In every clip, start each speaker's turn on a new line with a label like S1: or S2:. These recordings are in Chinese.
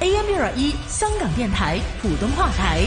S1: AM 六二一香港电台普通话台。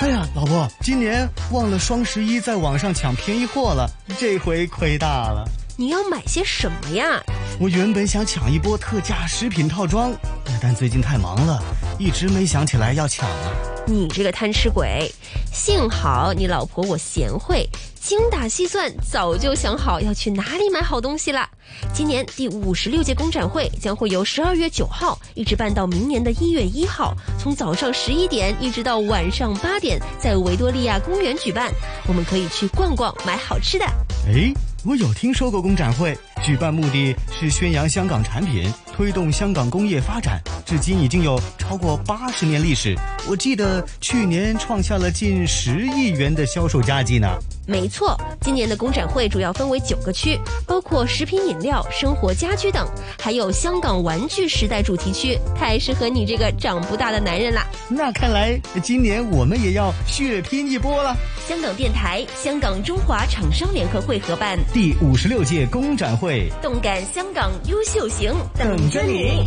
S2: 哎呀，老婆，今年忘了双十一在网上抢便宜货了，这回亏大了。
S3: 你要买些什么呀？
S2: 我原本想抢一波特价食品套装，但最近太忙了，一直没想起来要抢啊。
S3: 你这个贪吃鬼！幸好你老婆我贤惠，精打细算，早就想好要去哪里买好东西了。今年第五十六届工展会将会由十二月九号一直办到明年的一月一号，从早上十一点一直到晚上八点，在维多利亚公园举办。我们可以去逛逛，买好吃的。
S2: 哎，我有听说过工展会，举办目的是宣扬香港产品，推动香港工业发展，至今已经有超过八十年历史。我记得去年创下了近十亿元的销售佳绩呢。
S3: 没错，今年的工展会主要分为九个区，包括食品饮料、生活家居等，还有香港玩具时代主题区，太适合你这个长不大的男人啦！
S2: 那看来今年我们也要血拼一波了。
S3: 香港电台、香港中华厂商联合会合办，
S2: 第五十六届工展会，
S3: 动感香港优秀行，
S2: 等着你。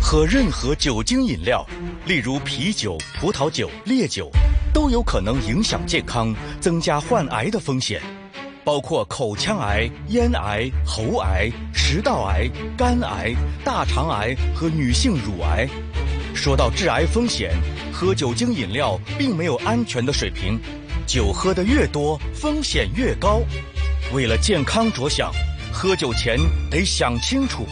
S4: 喝任何酒精饮料，例如啤酒、葡萄酒、烈酒，都有可能影响健康，增加患癌的风险，包括口腔癌、咽癌、喉癌、食道癌、肝癌、大肠癌和女性乳癌。说到致癌风险，喝酒精饮料并没有安全的水平，酒喝得越多，风险越高。为了健康着想，喝酒前得想清楚。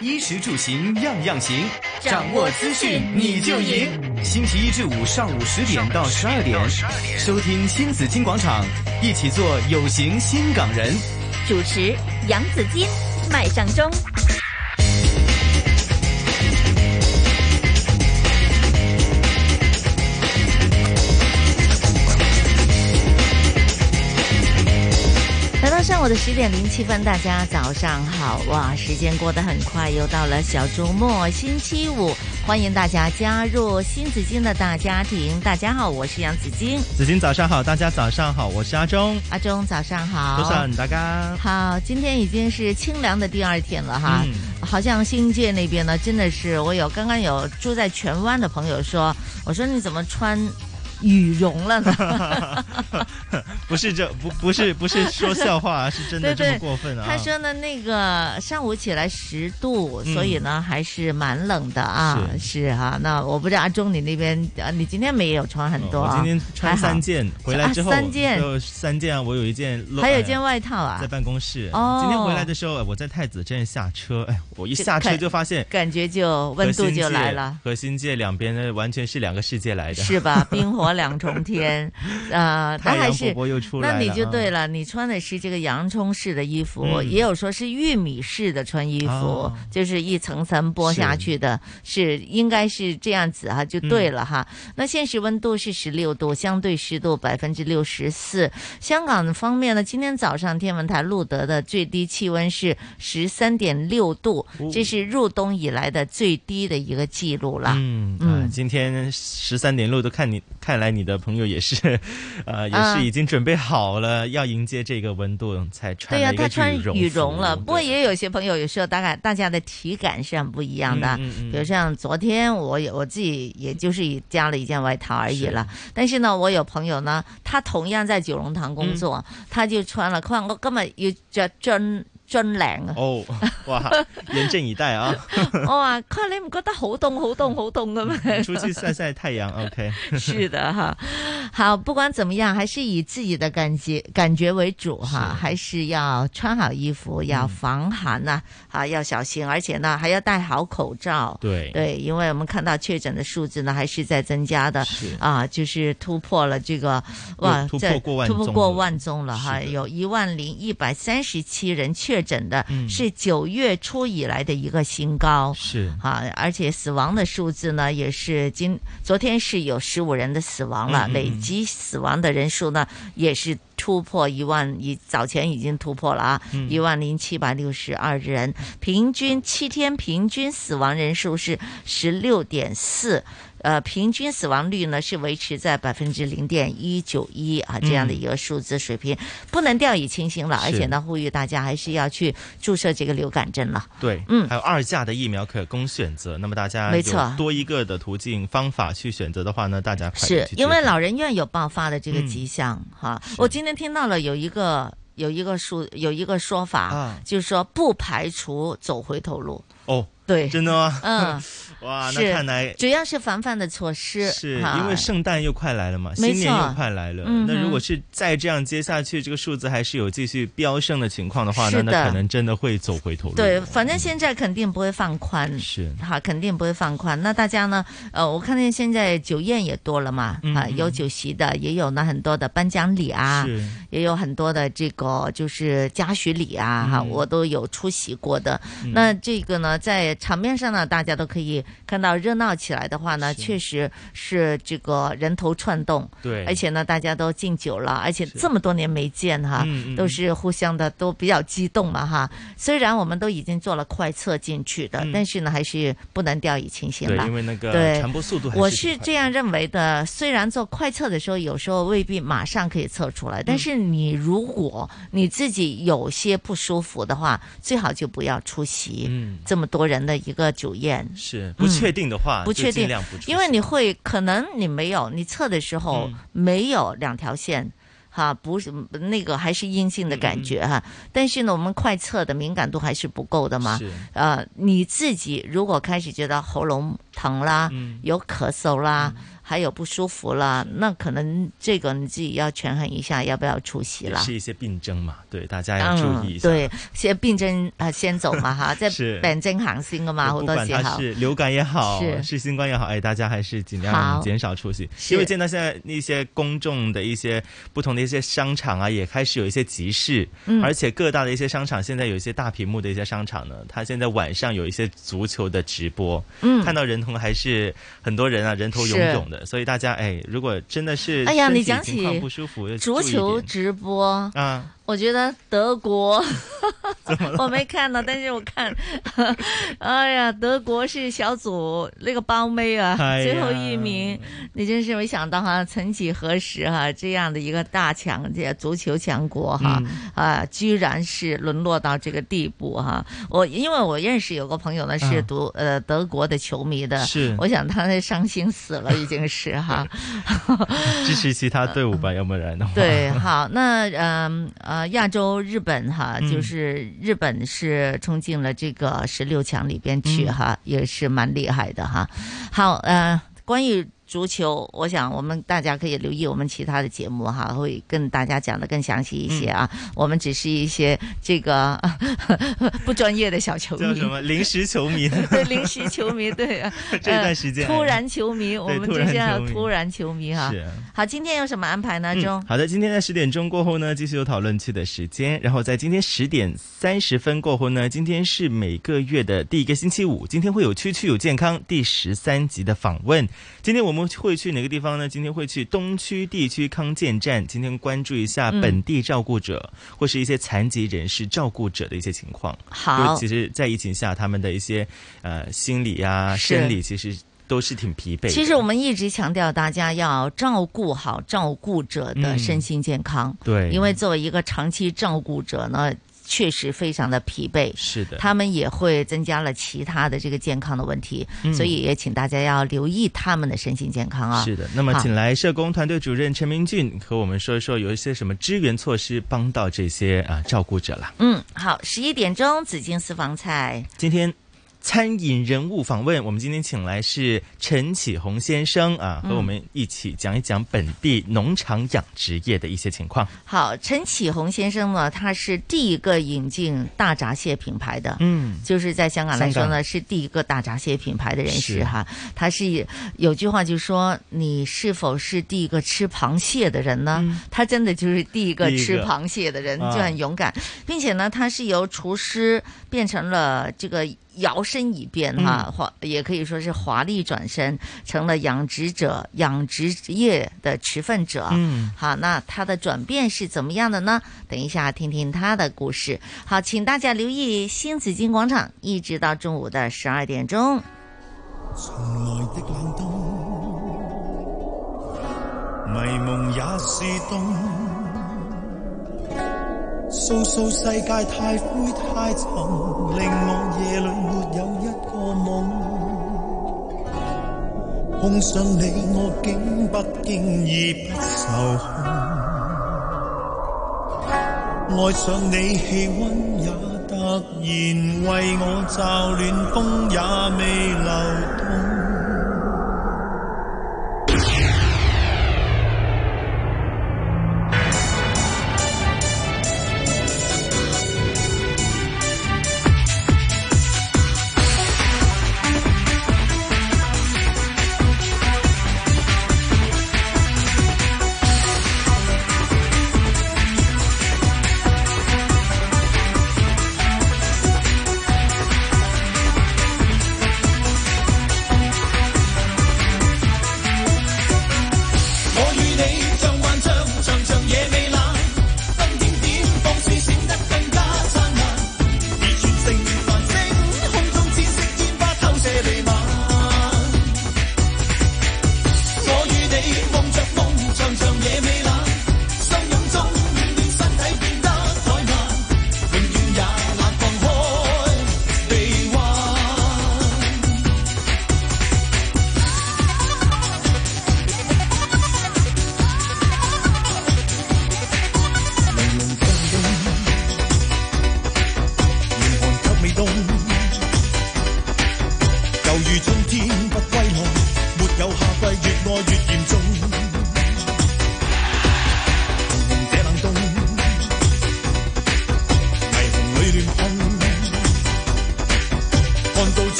S2: 衣食住行样样行，
S1: 掌握资讯你就赢。
S2: 星期一至五上午十点到十二点，收听新紫金广场，一起做有型新港人。
S1: 主持杨紫金、麦尚中。
S5: 来到上午的十点零七分，大家早上好！哇，时间过得很快，又到了小周末，星期五，欢迎大家加入新紫金的大家庭。大家好，我是杨紫金，
S6: 子金早上好，大家早上好，我是阿忠。
S5: 阿忠早上好，
S6: 早上大家。
S5: 好，今天已经是清凉的第二天了哈，
S6: 嗯
S5: 好像新界那边呢，真的是我有刚刚有住在荃湾的朋友说，我说你怎么穿羽绒了呢？
S6: 不是这不不是不 是说笑话，是真的
S5: 对
S6: 这
S5: 对
S6: 么过分啊？
S5: 他说呢，那个上午起来十度，
S6: 嗯
S5: 所以呢还是蛮冷的啊，
S6: 是
S5: 是啊。那我不知道阿忠你那边，呃你今天没有穿很
S6: 嗯
S5: 多
S6: 我
S5: 啊
S6: 今？天穿三件，回来之后
S5: 啊三件
S6: 就三件啊，我有一件漏，
S5: 还有一件外套啊
S6: 在，办公室。
S5: 哦
S6: 今天回来的时候，哎我在太子站下 车，哎，我一下车
S5: 看
S6: 就发现
S5: 感觉就温度就来了。
S6: 和新界两边呢完全是两个世界来的。
S5: 是吧？冰火两重 天，呃，那
S6: 太
S5: 还
S6: 阳
S5: 是
S6: 伯伯又出来
S5: 那
S6: 了，啊
S5: 你就对了，你穿的是这个洋葱式的衣服，
S6: 嗯
S5: 也有说是玉米式的穿衣服，
S6: 哦
S5: 就是一层层剥下去的，是应该是这样子啊哈，就对了哈。
S6: 嗯
S5: 那现实温度是十六度，相对湿度百分之六十四。香港方面呢，今天早上天文台录得的最低气温是十三点六度，这是入冬以来的最低的一个记录了。
S6: 嗯
S5: 嗯
S6: 啊今天十三点六都看你，看来你的朋友也是， 呃，也
S5: 啊
S6: 是已经准备好了，要迎接这个温度才穿
S5: 对呀、
S6: 了一个
S5: 他穿羽绒了。
S6: 服
S5: 不过也有些朋友有时候大概大家的体感是很不一样的。
S6: 嗯嗯嗯
S5: 比如像昨天我有我自己也就是以加了一件外套而已了，但是呢，我有朋友呢，他同样在九龙塘工作，
S6: 嗯
S5: 他就穿了，佢話我今日要着樽樽領啊，
S6: 哦， 哇，严阵以待啊，
S5: 我話佢話你唔覺得好凍好凍好凍嘅咩？
S6: 嗯出去晒晒太阳，OK，
S5: 是的哈，好，不管怎么样，还是以自己的感觉感觉为主哈，还是要穿好衣服，要防寒呐、啊，要小心，而且呢还要戴好口罩。
S6: 对
S5: 对，因为我们看到确诊的数字呢还是在增加的
S6: 是
S5: 啊，就是突破了这个哇，
S6: 又突破
S5: 这
S6: 过万
S5: 突破
S6: 宗
S5: 过
S6: 了
S5: 万宗了哈，
S6: 是的
S5: 有一万零一百三十七人确诊的，
S6: 嗯
S5: 是九月初以来的一个新高。
S6: 是，
S5: 啊，而且死亡的数字呢，也是今昨天是有十五人的死亡了，
S6: 嗯嗯嗯
S5: 累积死亡的人数呢也是突破一万，一早前已经突破了啊，一万零七百六十二人，平均七天平均死亡人数是十六点四。呃，平均死亡率呢是维持在百分之零点一九一啊这样的一个数字水平，不能掉以轻心了。而且呢，呼吁大家还是要去注射这个流感针了。
S6: 对，
S5: 嗯
S6: 还有二价的疫苗可供选择。那么大家
S5: 没错
S6: 有多一个的途径方法去选择的话呢，大家快点
S5: 是
S6: 去
S5: 因为
S6: 接种
S5: 老人院有爆发的这个
S6: 嗯
S5: 迹象、哈。我今天听到了有一个有一个说有一个说法，
S6: 啊
S5: 就是说不排除走回 头路。
S6: 哦，
S5: 对，
S6: 真的吗？
S5: 嗯，
S6: 哇，啊那
S5: 是
S6: 看来
S5: 主要是防范的措施，
S6: 是
S5: 哈
S6: 因为圣诞又快来了嘛，
S5: 啊没
S6: 新年
S5: 错
S6: 又快来了。
S5: 嗯
S6: 那如
S5: 哼
S6: 果是再这样接下去，这个数字还是有继续飙升的情况的话呢，
S5: 是
S6: 那
S5: 的
S6: 可能真的会走回头路。
S5: 对，反正现在肯定不会放宽，
S6: 是
S5: 哈，肯定不会放宽。那大家呢？呃，我看见现在酒宴也多了嘛，
S6: 嗯
S5: 啊，
S6: 嗯
S5: 有酒席的，也有呢很多的颁奖礼啊，
S6: 是
S5: 也有很多的这个就是嘉许礼啊，哈、
S6: 嗯
S5: 我都有出席过的。那这个呢，在场面上呢，大家都可以看到热闹起来的话呢，
S6: 是
S5: 确实是这个人头窜动，
S6: 对，
S5: 而且呢，大家都敬酒了，而且这么多年没见哈，
S6: 嗯嗯
S5: 都是互相的都比较激动嘛哈。虽然我们都已经做了快测进去的，
S6: 嗯
S5: 但是呢，还是不能掉以轻心
S6: 对，
S5: 了
S6: 因。为那个
S5: 对
S6: 传播速度还
S5: 我
S6: 是
S5: 是
S6: 挺快
S5: 这样认为的，虽然做快测的时候，有时候未必马上可以测出
S6: 嗯
S5: 来，但是你如果你自己有些不舒服的话，最好就不要出席、
S6: 嗯
S5: 这么多人的一个酒宴。
S6: 是不确定的话，
S5: 嗯不
S6: 就
S5: 确
S6: 尽
S5: 定
S6: 量不出
S5: 因为
S6: 席
S5: 你会可能你没有，你测的时候
S6: 嗯
S5: 没有两条线。哈，不是那个还是阴性的
S6: 嗯
S5: 感觉哈，但是呢，我们快测的敏感度还是不够的嘛。
S6: 是
S5: 呃，你自己如果开始觉得喉咙疼啦，
S6: 嗯
S5: 有咳嗽啦，还有不舒服啦，那可能这个你自己要权衡一下，要不要出席
S6: 也
S5: 啦。
S6: 是一些病症嘛，对，大家要注意
S5: 嗯
S6: 一，下。
S5: 对，先病症啊，先走 嘛哈，即
S6: 是
S5: 係病症行先噶嘛，好
S6: 不
S5: 多
S6: 管
S5: 時
S6: 它
S5: 候。
S6: 是流感也好，
S5: 是
S6: 是新冠也好，哎，大家还是尽量
S5: 好
S6: 减少出席，
S5: 是
S6: 因为见到现在那些公众的一些不同的一些商场啊，也开始有一些集市，
S5: 嗯
S6: 而且各大的一些商场现在有一些大屏幕的一些商场呢，它现在晚上有一些足球的直播，
S5: 嗯
S6: 看到人头还是很多人啊，人头涌涌的，所以大家哎，如果真的是
S5: 哎呀
S6: 身体
S5: 你讲
S6: 情况
S5: 起
S6: 不舒服，要
S5: 足
S6: 注意
S5: 球
S6: 点
S5: 直播，
S6: 啊，
S5: 我觉得德 国， 我没看到，但是我看， 哎呀，德国是小组那个包妹啊，
S6: 哎呀
S5: 最后一名，你真是没想到哈、曾几何时哈、这样的一个大强这足球强国哈、
S6: 嗯
S5: 啊，居然是沦落到这个地步哈、我因为我认识有个朋友呢是
S6: 嗯
S5: 读、呃德国的球迷的，
S6: 是
S5: 我想他那伤心死了，已经是哈、
S6: 支持其他队伍 吧，要不然 的话，
S5: 对，好，那嗯呃，亚洲日本哈，
S6: 嗯
S5: 就是日本是冲进了这个十六强里边去
S6: 嗯
S5: 哈，也是蛮厉害的哈。好，呃，关于。足球，我想我们大家可以留意我们其他的节目哈，会跟大家讲的更详细一些啊。
S6: 嗯
S5: 我们只是一些这个 不专业的小球
S6: 叫
S5: 迷
S6: 什，么临时球迷呢？，
S5: 对临时球迷，对啊
S6: 这段时间哎
S5: 呃突然球迷，我们
S6: 突
S5: 这
S6: 然
S5: 些叫
S6: 球迷
S5: 突然球迷 哈。
S6: 是。啊
S5: 好，今天有什么安排呢？钟
S6: 嗯、？好的，今天在十点钟过后呢，继续有讨论区的时间。然后在今天十点三十分过后呢，今天是每个月的第一个星期五，今天会有《区区有健康》第十三集的访问。今天我们会去哪个地方呢？今天会去东区地区康健站，今天关注一下
S5: 嗯
S6: 本地照顾者、或是一些残疾人士照顾者的一些情况。
S5: 好
S6: 就其实，在疫情下，他们的一些呃心理啊、
S5: 是
S6: 生理，其实都是挺疲惫的。
S5: 其实我们一直强调大家要照顾好照顾者的身心健康，
S6: 嗯对，
S5: 因为作为一个长期照顾者呢，确实非常的疲惫。
S6: 是的，
S5: 他们也会增加了其他的这个健康的问题，
S6: 嗯
S5: 所以也请大家要留意他们的身心健康啊。
S6: 是的，那么
S5: 好
S6: 请来社工团队主任陈明俊和我们说一说有一些什么支援措施帮到这些啊照顾者啦。
S5: 嗯，好，十一点钟紫金私房菜，
S6: 今天餐饮人物访问，我们今天请来是陈启宏先生啊，和我们一起讲一讲本地农场养殖业的一些情况。
S5: 好，陈启宏先生呢，他是第一个引进大闸蟹品牌的，
S6: 嗯，
S5: 就是在香港来说
S6: 香
S5: 呢，是第一个大闸蟹品牌的人
S6: 是
S5: 士哈。他是有句话就说：“你是否是第一个吃螃蟹的人呢？”他真的就是第一
S6: 嗯
S5: 个
S6: 第一个
S5: 吃螃蟹的人，
S6: 啊
S5: 就很勇敢，并且呢，他是由厨师变成了这个摇身一变
S6: 嗯
S5: 哈，华、也可以说是华丽转身，成了养殖者、养殖业的持份者。
S6: 嗯
S5: 好，那他的转变是怎么样的呢？等一下听听他的故事。好，请大家留意新紫金广场，一直到中午的十二点钟。
S7: 来的冷冬，迷蒙也是冬。数数世界太灰太沉，令我夜里没有一个梦。碰上你，我竟不经意不受控。爱上你，气温也突然为我骤暖，风也未流动。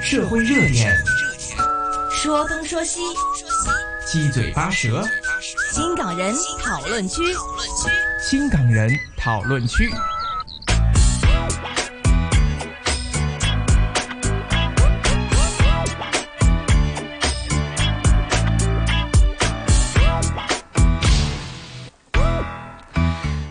S8: 社会热点，
S1: 说东说西，
S8: 七嘴八舌，
S1: 新港人讨论区。
S8: 新港人讨论区。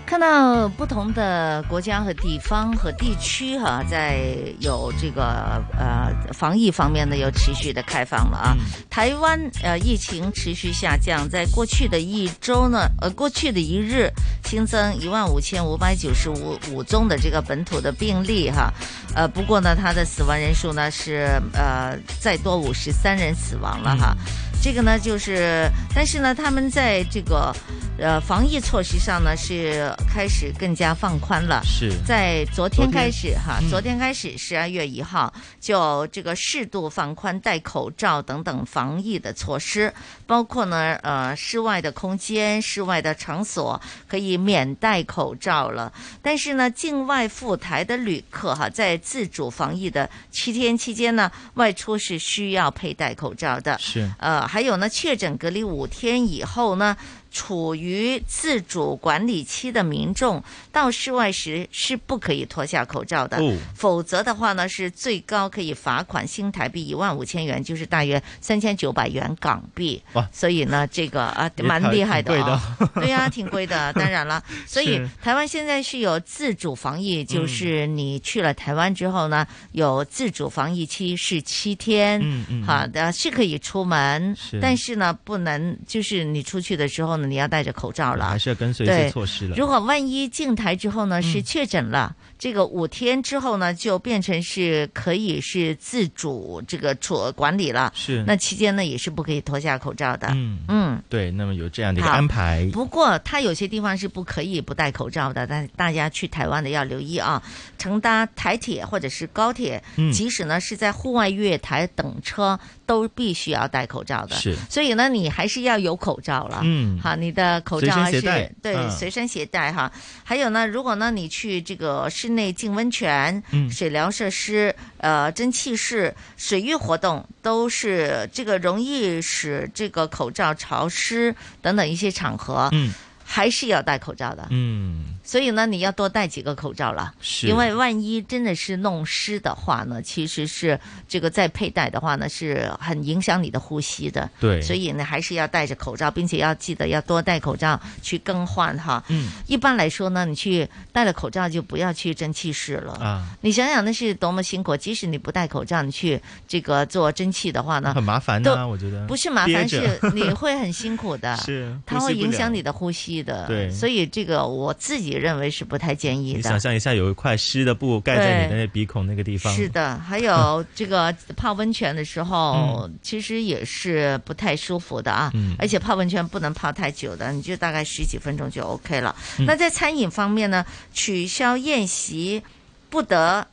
S5: 看到不同的国家和地方和地区哈、在有这个呃防疫方面呢，有持续的开放了啊。台湾呃疫情持续下降，在过去的一周呢，呃过去的一日新增一万五千五百九十五五宗的这个本土的病例哈、呃不过呢，它的死亡人数呢是呃再多五十三人死亡了哈。这个呢，就是，但是呢，他们在这个呃防疫措施上呢，是开始更加放宽了。
S6: 是
S5: 在昨天
S6: 昨天
S5: 开始哈，
S6: 嗯
S5: 昨天开始十二月一号就这个适度放宽戴口罩等等防疫的措施，包括呢呃室外的空间、室外的场所可以免戴口罩了。但是呢，境外赴台的旅客哈，在自主防疫的七天期间呢，外出是需要佩戴口罩的。
S6: 是
S5: 呃，还有呢，确诊隔离五天以后呢，处于自主管理期的民众到室外时是不可以脱下口罩的，
S6: 哦
S5: 否则的话呢，是最高可以罚款新台币一万五千元，就是大约三千九百元港币。
S6: 哇
S5: 所以呢，这个啊，
S6: 也
S5: 蛮
S6: 挺
S5: 厉害的
S6: 挺贵
S5: 啊、 对呀、挺贵的。当 然了，所以
S6: 是嗯
S5: 台湾现在是有自主防疫，就是你去了台湾之后呢，有自主防疫期是七天，
S6: 嗯嗯
S5: 好的是可以出门，
S6: 是
S5: 但是呢，不能就是你出去的时候呢，你要戴着口罩了
S6: 还。是要跟随一
S5: 对
S6: 些措施了。嗯
S5: 如果万一进台之后呢是确诊了，这个五天之后呢就变成是可以是自主这个处呃管理了。
S6: 是
S5: 那期间呢也是不可以脱下口罩的。
S6: 嗯
S5: 嗯
S6: 对，那么有这样的一个
S5: 好
S6: 安排，
S5: 不过，它有些地方是不可以不戴口罩的，但大家去台湾的要留意啊。乘搭台铁或者是高铁，
S6: 嗯
S5: 即使呢是在户外月台等车，都必须要戴口罩的。
S6: 是
S5: 所以呢，你还是要有口罩了。
S6: 嗯
S5: 好，你的口罩还
S6: 随身
S5: 是
S6: 携带
S5: 对、
S6: 嗯
S5: 随身携带哈。还有呢，如果呢你去这个室内浸温泉、
S6: 嗯
S5: 水疗设施、呃蒸汽室、水域活动，都是这个容易使这个口罩潮湿等等一些场合，
S6: 嗯
S5: 还是要戴口罩的。
S6: 嗯，
S5: 所以呢，你要多戴几个口罩了。
S6: 是
S5: 因为万一真的是弄湿的话呢，其实是这个再佩戴的话呢，是很影响你的呼吸的。
S6: 对
S5: 所以呢，还是要戴着口罩，并且要记得要多戴口罩去更换哈。
S6: 嗯，
S5: 一般来说呢，你去戴了口罩就不要去蒸汽室了。
S6: 啊，
S5: 你想想那是多么辛苦！即使你不戴口罩，你去这个做蒸汽的话呢，
S6: 很麻烦啊
S5: 都
S6: 呐，我觉得
S5: 不是麻
S6: 憋
S5: 烦，
S6: 着
S5: 是 你会很辛苦的。
S6: 是
S5: 它
S6: 呼
S5: 会
S6: 吸不
S5: 影响
S6: 了
S5: 你的呼吸的，
S6: 对
S5: 所以这个我自己认为是不太建议
S6: 你
S5: 的
S6: 想。象一下，有一块湿的布盖在你的
S5: 对
S6: 那鼻孔那个地方，嗯
S5: 是的，还有这个泡温泉的时候，其实也是不太舒服的啊。
S6: 嗯
S5: 而且泡温泉不能泡太久的，你就大概十几分钟就 OK 了。
S6: 嗯
S5: 那在餐饮方面呢，取消宴席，不得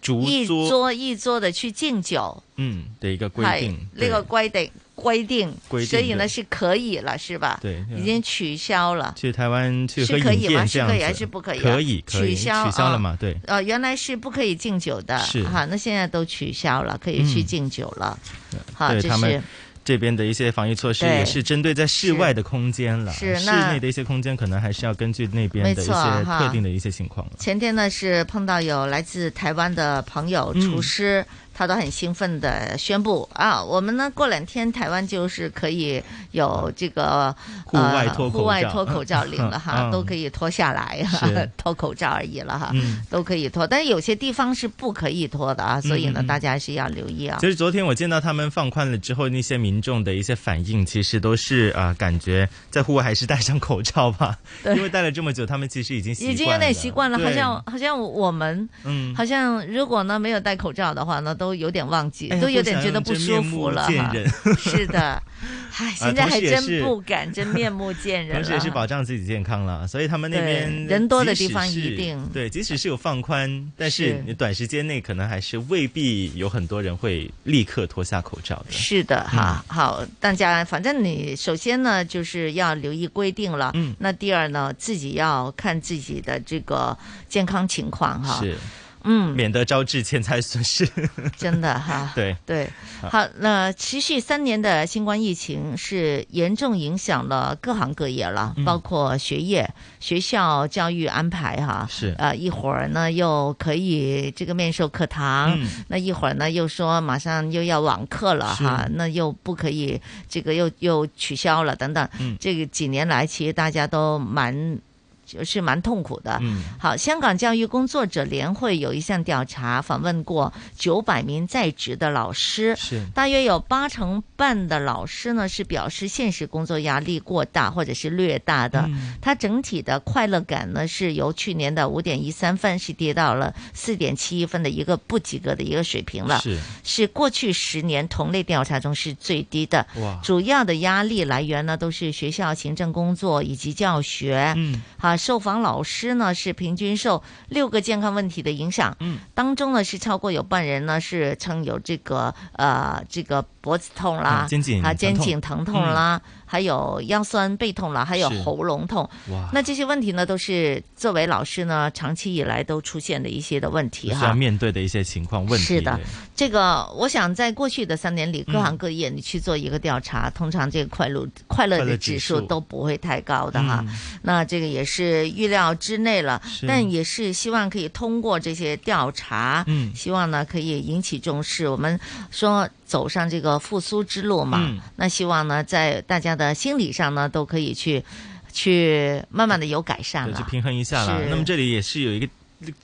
S6: 竹
S5: 一
S6: 桌，
S5: 桌一桌的去敬酒，
S6: 嗯的一个规
S5: 系
S6: 定，
S5: 呢
S6: 对
S5: 个规定规定
S6: 规，定
S5: 所以呢
S6: 的
S5: 是可以了，是吧？
S6: 对
S5: 已经取消了。
S6: 去台湾去喝
S5: 是可
S6: 饮
S5: 以吗
S6: 宴
S5: 是
S6: 这样
S5: 可以
S6: 子
S5: 还是不可以啊
S6: 可以，可以
S5: 取消
S6: 取消
S5: 啊
S6: 了嘛？对，
S5: 呃，原来是不可以敬酒的，
S6: 是
S5: 哈，那现在都取消了，可以去
S6: 嗯
S5: 敬酒了，哈，
S6: 对
S5: 这
S6: 他
S5: 是
S6: 们这边的一些防疫措施
S5: 对
S6: 也是针对在室外的空间了，啊
S5: 是
S6: 室
S5: 那
S6: 内的一些空间可能还是要根据那边的一
S5: 没错啊
S6: 些
S5: 哈
S6: 特定的一些情况了。
S5: 前天呢是碰到有来自台湾的朋友
S6: 嗯
S5: 厨师，他都很兴奋的宣布啊，我们呢过两天台湾就是可以有这个
S6: 户外脱口罩
S5: 呃、户外脱口罩 令了哈，
S6: 嗯
S5: 都可以脱下来
S6: 是，
S5: 脱口罩而已了哈，
S6: 嗯
S5: 都可以脱，但有些地方是不可以脱的啊，所以呢
S6: 嗯嗯嗯
S5: 大家还是要留意啊。
S6: 其实昨天我见到他们放宽了之后，那些民众的一些反应，其实都是啊、呃感觉在户外还是戴上口罩吧，
S5: 对
S6: 因为戴了这么久，他们其实已经习惯
S5: 已经有点习惯了，好
S6: 对
S5: 像好像我们
S6: 嗯，
S5: 好像如果呢没有戴口罩的话呢，都有点忘记，
S6: 哎呀
S5: 都有点觉得不舒服了
S6: 不想
S5: 哈
S6: 让 真面目见。啊
S5: 是的，唉，现在还真不敢真面目见 人
S6: 同时也
S5: 了
S6: 是
S5: 哈。
S6: 保障自己健康了，所以他们那边
S5: 对人多的
S6: 即使
S5: 地方
S6: 是
S5: 一定
S6: 对，即使是有放宽，但
S5: 是
S6: 是你短时间内可能还是未必有很多人会立刻脱下口罩的。
S5: 是的，哈，好，大家反正你首先呢就是要留意规定了，
S6: 嗯
S5: 那第二呢自己要看自己的这个健康情况哈。
S6: 是，
S5: 嗯，啊
S6: 免得招致钱财损 失。。
S5: 真的哈
S6: 对
S5: 对，
S6: 好
S5: 好，那持续三年的新冠疫情是严重影响了各行各业了，
S6: 嗯
S5: 包括学业、学校教育安排哈。
S6: 是
S5: 呃，一会儿呢又可以这个面授课堂，
S6: 嗯
S5: 那一会儿呢又说马上又要网课了
S6: 是
S5: 哈，那又不可以这个又又取消了等等。
S6: 嗯
S5: 这个几年来其实大家都蛮。就是蛮痛苦的，
S6: 嗯
S5: 好，香港教育工作者联会有一项调查，访问过九百名在职的老师，
S6: 是
S5: 大约有八成半的老师呢是表示现实工作压力过大或者是略大的，
S6: 嗯
S5: 他整体的快乐感呢是由去年的五点一三分是跌到了四点七一分的一个不及格的一个水平了，
S6: 是
S5: 是过去十年同类调查中是最低的。
S6: 哇
S5: 主要的压力来源呢都是学校行政工作以及教学。
S6: 嗯，
S5: 啊，受访老师呢是平均受六个健康问题的影响。
S6: 嗯，
S5: 当中呢是超过有半人呢是称有这个呃这个脖子痛啦
S6: 嗯，肩颈
S5: 啊
S6: 疼
S5: 肩
S6: 痛嗯
S5: 颈疼痛啦，还有腰酸背痛啦，还有
S6: 是
S5: 喉咙痛。
S6: 哇，
S5: 那这些问题呢，都是作为老师呢，长期以来都出现的一些的问题
S6: 也是
S5: 哈
S6: 要。面对的一些情况问题。
S5: 是的
S6: 对，
S5: 这个，我想在过去的三年里，各
S6: 嗯
S5: 行各业你去做一个调查，通常这个快乐快乐
S6: 快乐
S5: 的
S6: 指
S5: 指数
S6: 数
S5: 都不会太高的哈。
S6: 嗯
S5: 那这个也是预料之内了
S6: 是，
S5: 但也是希望可以通过这些调查，
S6: 嗯
S5: 希望呢可以引起重视。我们说走上这个复苏之路嘛，
S6: 嗯
S5: 那希望呢在大家的心理上呢都可以去去慢慢的有改善
S6: 对，
S5: 了
S6: 就。平衡一下啦。
S5: 是
S6: 那么这里也是有一个。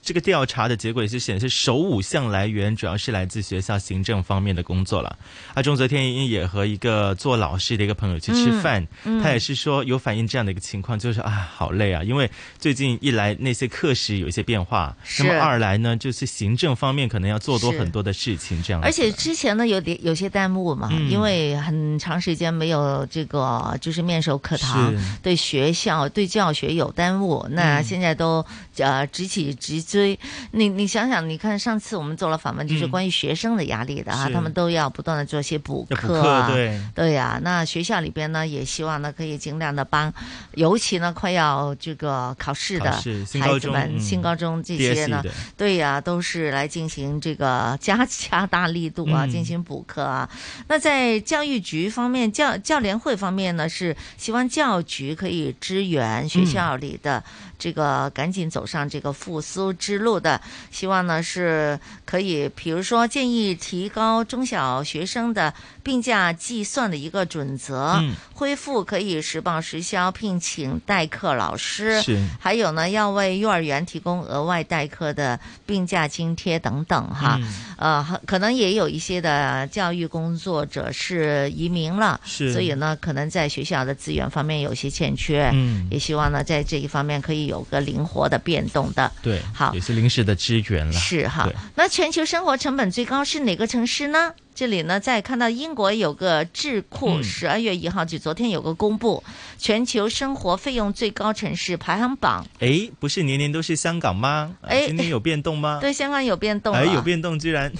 S6: 这个调查的结果也是显示，首五项来源主要是来自学校行政方面的工作了。啊，钟昨天也和一个做老师的一个朋友去吃饭，
S5: 嗯
S6: 他也是说有反映这样的一个情况，就是啊，好累啊，因为最近一来那些课时有一些变化，
S5: 是
S6: 那么二来呢，就是行政方面可能要做多
S5: 是
S6: 很多的事情，这样子。
S5: 而且之前呢，有点有些耽误嘛，
S6: 嗯
S5: 因为很长时间没有这个就是面授课堂
S6: 是，嗯
S5: 对学校对教学有耽误。那现在都、呃直起直追，你你想想，你看上次我们做了访问，就是
S6: 嗯
S5: 关于学生的压力的啊，
S6: 是
S5: 他们都要不断的做一些补
S6: 要补
S5: 课啊，
S6: 对，
S5: 对呀、那学校里边呢，也希望呢可以尽量的帮，尤其呢快要这个考试的
S6: 考试新
S5: 孩
S6: 高
S5: 子
S6: 中
S5: 们，
S6: 嗯
S5: 新高中这些
S6: DSE
S5: 呢
S6: 的，
S5: 对呀、都是来进行这个加加大力度啊，
S6: 嗯
S5: 进行补课啊。那在教育局方面，教教联会方面呢，是希望教育局可以支援
S6: 嗯
S5: 学校里的这个赶紧走上这个复苏之路的，希望呢是可以，比如说建议提高中小学生的病假计算的一个准则，
S6: 嗯
S5: 恢复可以实报实销聘请代课老师，
S6: 是
S5: 还有呢要为幼儿园提供额外代课的病假津贴等等哈，
S6: 嗯
S5: 呃，可能也有一些的教育工作者是移民了，
S6: 是
S5: 所以呢可能在学校的资源方面有些欠缺，
S6: 嗯
S5: 也希望呢在这一方面可以有个灵活的变动的。
S6: 对，
S5: 好
S6: 有些临时的支援了。
S5: 是哈
S6: 对。
S5: 那全球生活成本最高是哪个城市呢？这里呢，再看到英国有个智库，
S6: 嗯
S5: 十二月一号就昨天有个公布，全球生活费用最高城市排行榜。
S6: 哎，不是年年都是香港吗？啊
S5: 哎
S6: 今年有变动吗？
S5: 对，香港有变动了，
S6: 哎，有变动，居然。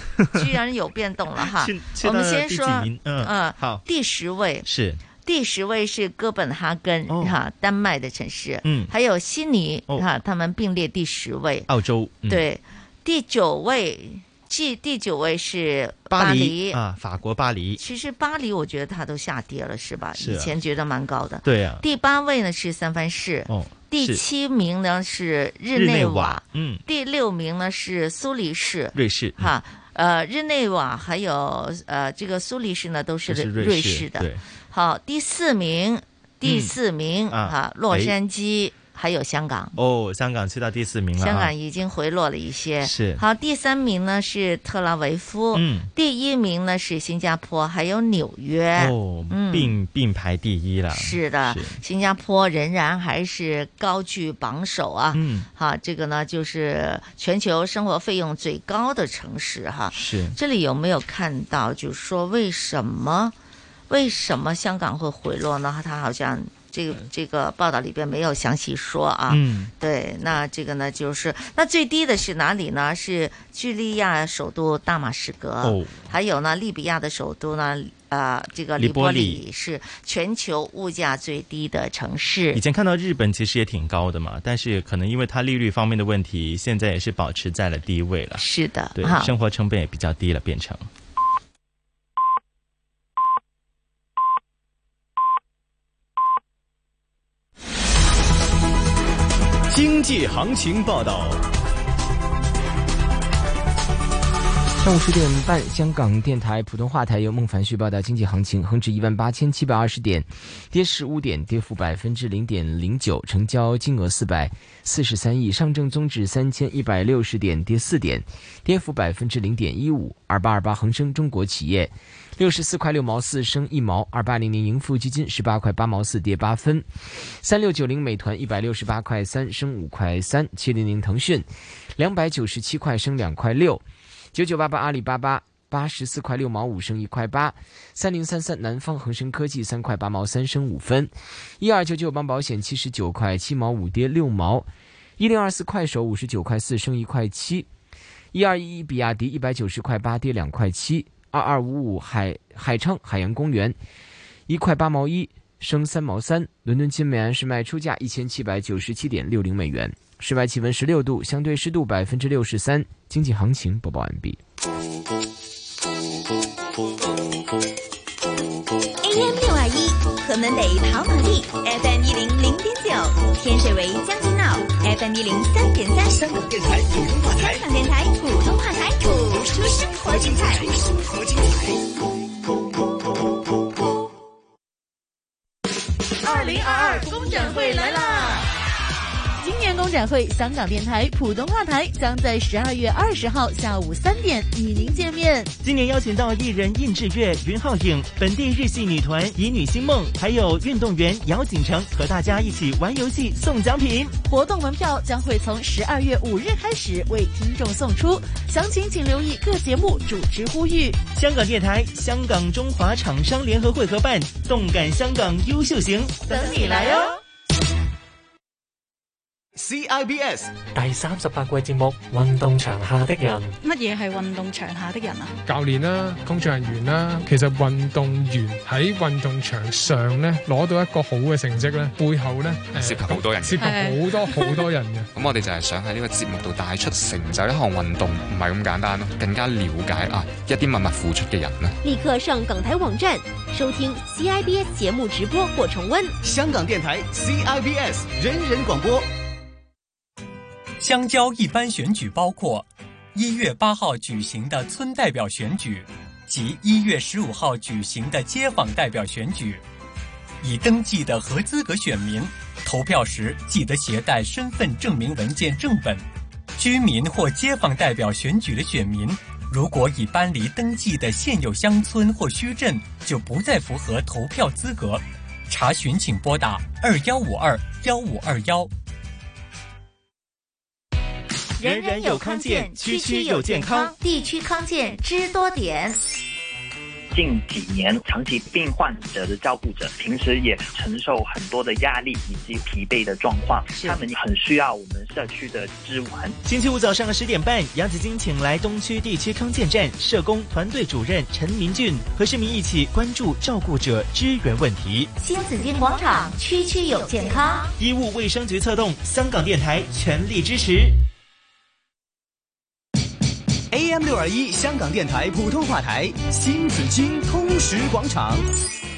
S5: 居然有变动了 哈
S6: 去去
S5: 啊
S6: 到
S5: 我们
S6: 了
S5: 先
S6: 第
S5: 说
S6: 几名？嗯，
S5: 嗯
S6: 好，
S5: 第十位，
S6: 是
S5: 第十位是哥本哈根
S6: 哦
S5: 哈，丹麦的城市，
S6: 嗯
S5: 还有悉尼
S6: 哦
S5: 哈，他们并列第十位。
S6: 澳洲，嗯，
S5: 对，第九位，即第九位是
S6: 巴
S5: 黎
S6: 啊，法国巴黎，
S5: 其实巴黎，我觉得它都下跌了，是吧？
S6: 是啊
S5: 以前觉得蛮高的。
S6: 对啊，
S5: 第八位呢是三藩市，
S6: 哦，
S5: 第
S6: 是
S5: 七名呢是日
S6: 日
S5: 内
S6: 内
S5: 瓦，
S6: 瓦，嗯，
S5: 第六名呢是苏黎世，
S6: 瑞士，嗯
S5: 哈。呃，日内瓦还有呃，这个苏黎世呢，都是
S6: 这是
S5: 瑞
S6: 瑞
S5: 士的。
S6: 对，
S5: 好，第四名，第
S6: 嗯
S5: 四名、
S6: 啊
S5: 哈，洛
S6: 哎
S5: 杉矶、还有香港，
S6: 哦，香港去到第四名了啊，
S5: 香港已经回落了一些。
S6: 是
S5: 好，第三名呢是特拉维夫，
S6: 嗯，
S5: 第一名呢是新加坡，还有纽约。
S6: 哦
S5: 嗯，
S6: 并并排第一了，
S5: 是的，
S6: 是
S5: 新加坡仍然还是高居榜首啊。
S6: 嗯，
S5: 哈，这个呢就是全球生活费用最高的城市哈。
S6: 是，
S5: 这里有没有看到，就是说为什么为什么香港会回落呢？它好像。这个这个报道里边没有详细说啊。
S6: 嗯，
S5: 对，那这个呢，就是那最低的是哪里呢？是叙利亚首都大马士革，
S6: 哦
S5: 还有呢，利比亚的首都呢，啊、这个
S6: 黎
S5: 黎
S6: 波
S5: 波
S6: 里
S5: 里是全球物价最低的城市
S6: 以。前看到日本其实也挺高的嘛，但是可能因为它利率方面的问题，现在也是保持在了低位了。
S5: 是的，
S6: 对
S5: 哈，
S6: 生活成本也比较低了，变成。
S2: 经济行情报道。
S9: 上午十点半，香港电台普通话台由孟凡旭报道经济行情。恒指一万八千七百二十点，跌十五点，跌幅百分之零点零九，成交金额四百四十三亿。上证综指三千一百六十点，跌四点，跌幅百分之零点一五。二八二八恒生中国企业六十四块六毛四升一毛，二八零零盈富基金十八块八毛四跌八分，三六九零美团一百六十八块三升五块三，七零零腾讯两百九十七块升两块六。九九八八阿里巴巴八十四块六毛五升一块八，三零三三南方恒生科技三块八毛三升五分，一二九九邦保险七十九块七毛五跌六毛，一零二四快手五十九块四升一块七，一二一一比亚迪一百九十块八跌两块七，二二五五海海昌海洋公园一块八毛一升三毛三，伦敦金美安市卖出价一千七百九十七点六零美元，室外气温十六度，相对湿度百分之六十三，经济行情播报完毕。
S10: AM 六二一，河门北跑马地；FM 一零零点九，天水围将军澳；FM 一零三点三。香港电台普通话台，香港电台普通话台，谱出生活精彩。生活精彩。
S11: 二零二二工展会来啦！今年工展会，香港电台普通话台将在十二月二十号下午三点与您见面。
S12: 今年邀请到艺人印志月、云浩影、本地日系女团以女星梦，还有运动员姚锦成，和大家一起玩游戏送奖品。
S11: 活动门票将会从十二月五日开始为听众送出，详情请留意各节目主持呼吁。
S12: 香港电台、香港中华厂商联合会合办《动感香港优秀行》，
S11: 等你来哦！
S13: CIBS 第三十八季節目《運動場下的人》，
S14: 乜嘢係運動場下的人啊？
S15: 教練啦、工作人員啦，其實運動員喺運動場上咧攞到一個好嘅成績咧，背後咧
S16: 涉及好多人嘅
S15: 涉及好多好多人嘅。
S16: 咁我哋就係想喺呢個節目度帶出成就一項運動唔係咁簡單咯，更加了解啊一啲默默付出嘅人啊啦。
S3: 立刻上港台网站收听 CIBS 节目直播或重温。
S17: 香港电台 CIBS 人人广播。
S18: 香蕉一般选举包括一月八号举行的村代表选举及一月十五号举行的街坊代表选举。已登记的合资格选民投票时记得携带身份证明文件正本。居民或街坊代表选举的选民，如果已搬离登记的现有乡村或墟镇，就不再符合投票资格。查询请拨打二幺五二幺五二幺。
S12: 人人有康健，区区有健康。，
S19: 地区康健知多点。
S20: 近几年，长期病患者的照顾者平时也承受很多的压力以及疲惫的状况，他们很需要我们社区的支援。
S12: 星期五早上十点半，杨紫晶请来东区地区康健站社工团队主任陈明俊和市民一起关注照顾者支援问题。
S19: 新紫金广场区区有健康。
S12: 医务卫生局策动，香港电台全力支持。
S17: AM 六二一香港电台普通话台，新紫金通识广场。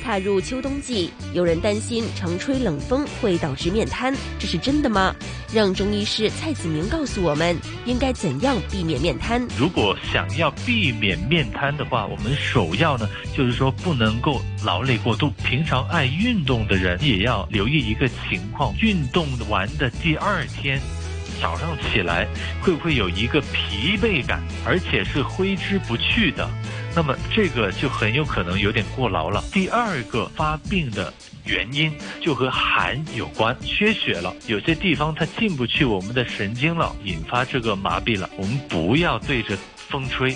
S3: 踏入秋冬季，有人担心常吹冷风会导致面瘫，这是真的吗？让中医师蔡子明告诉我们，应该怎样避免面瘫。
S21: 如果想要避免面瘫的话，我们首要呢，就是说不能够劳累过度。平常爱运动的人也要留意一个情况：运动完的第二天早上起来，会不会有一个疲惫感，而且是挥之不去的？那么这个就很有可能有点过劳了。第二个发病的原因就和寒有关，缺血了，有些地方它进不去我们的神经了，引发这个麻痹了。我们不要对着风吹。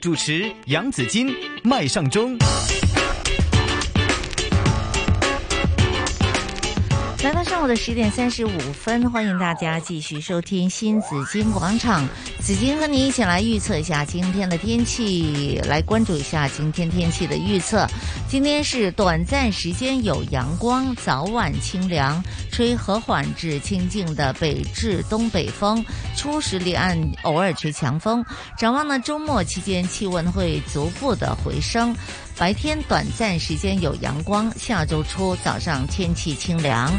S22: 主持杨紫金、麦尚中。
S5: 来到上午的十点三十五分，欢迎大家继续收听新紫金广场。紫金和你一起来预测一下今天的天气，来关注一下今天天气的预测。今天是短暂时间有阳光，早晚清凉，吹和缓至清劲的北至东北风，初时离岸偶尔吹强风。展望呢，周末期间气温会逐步的回升。白天短暂时间有阳光，下周初早上天气清凉。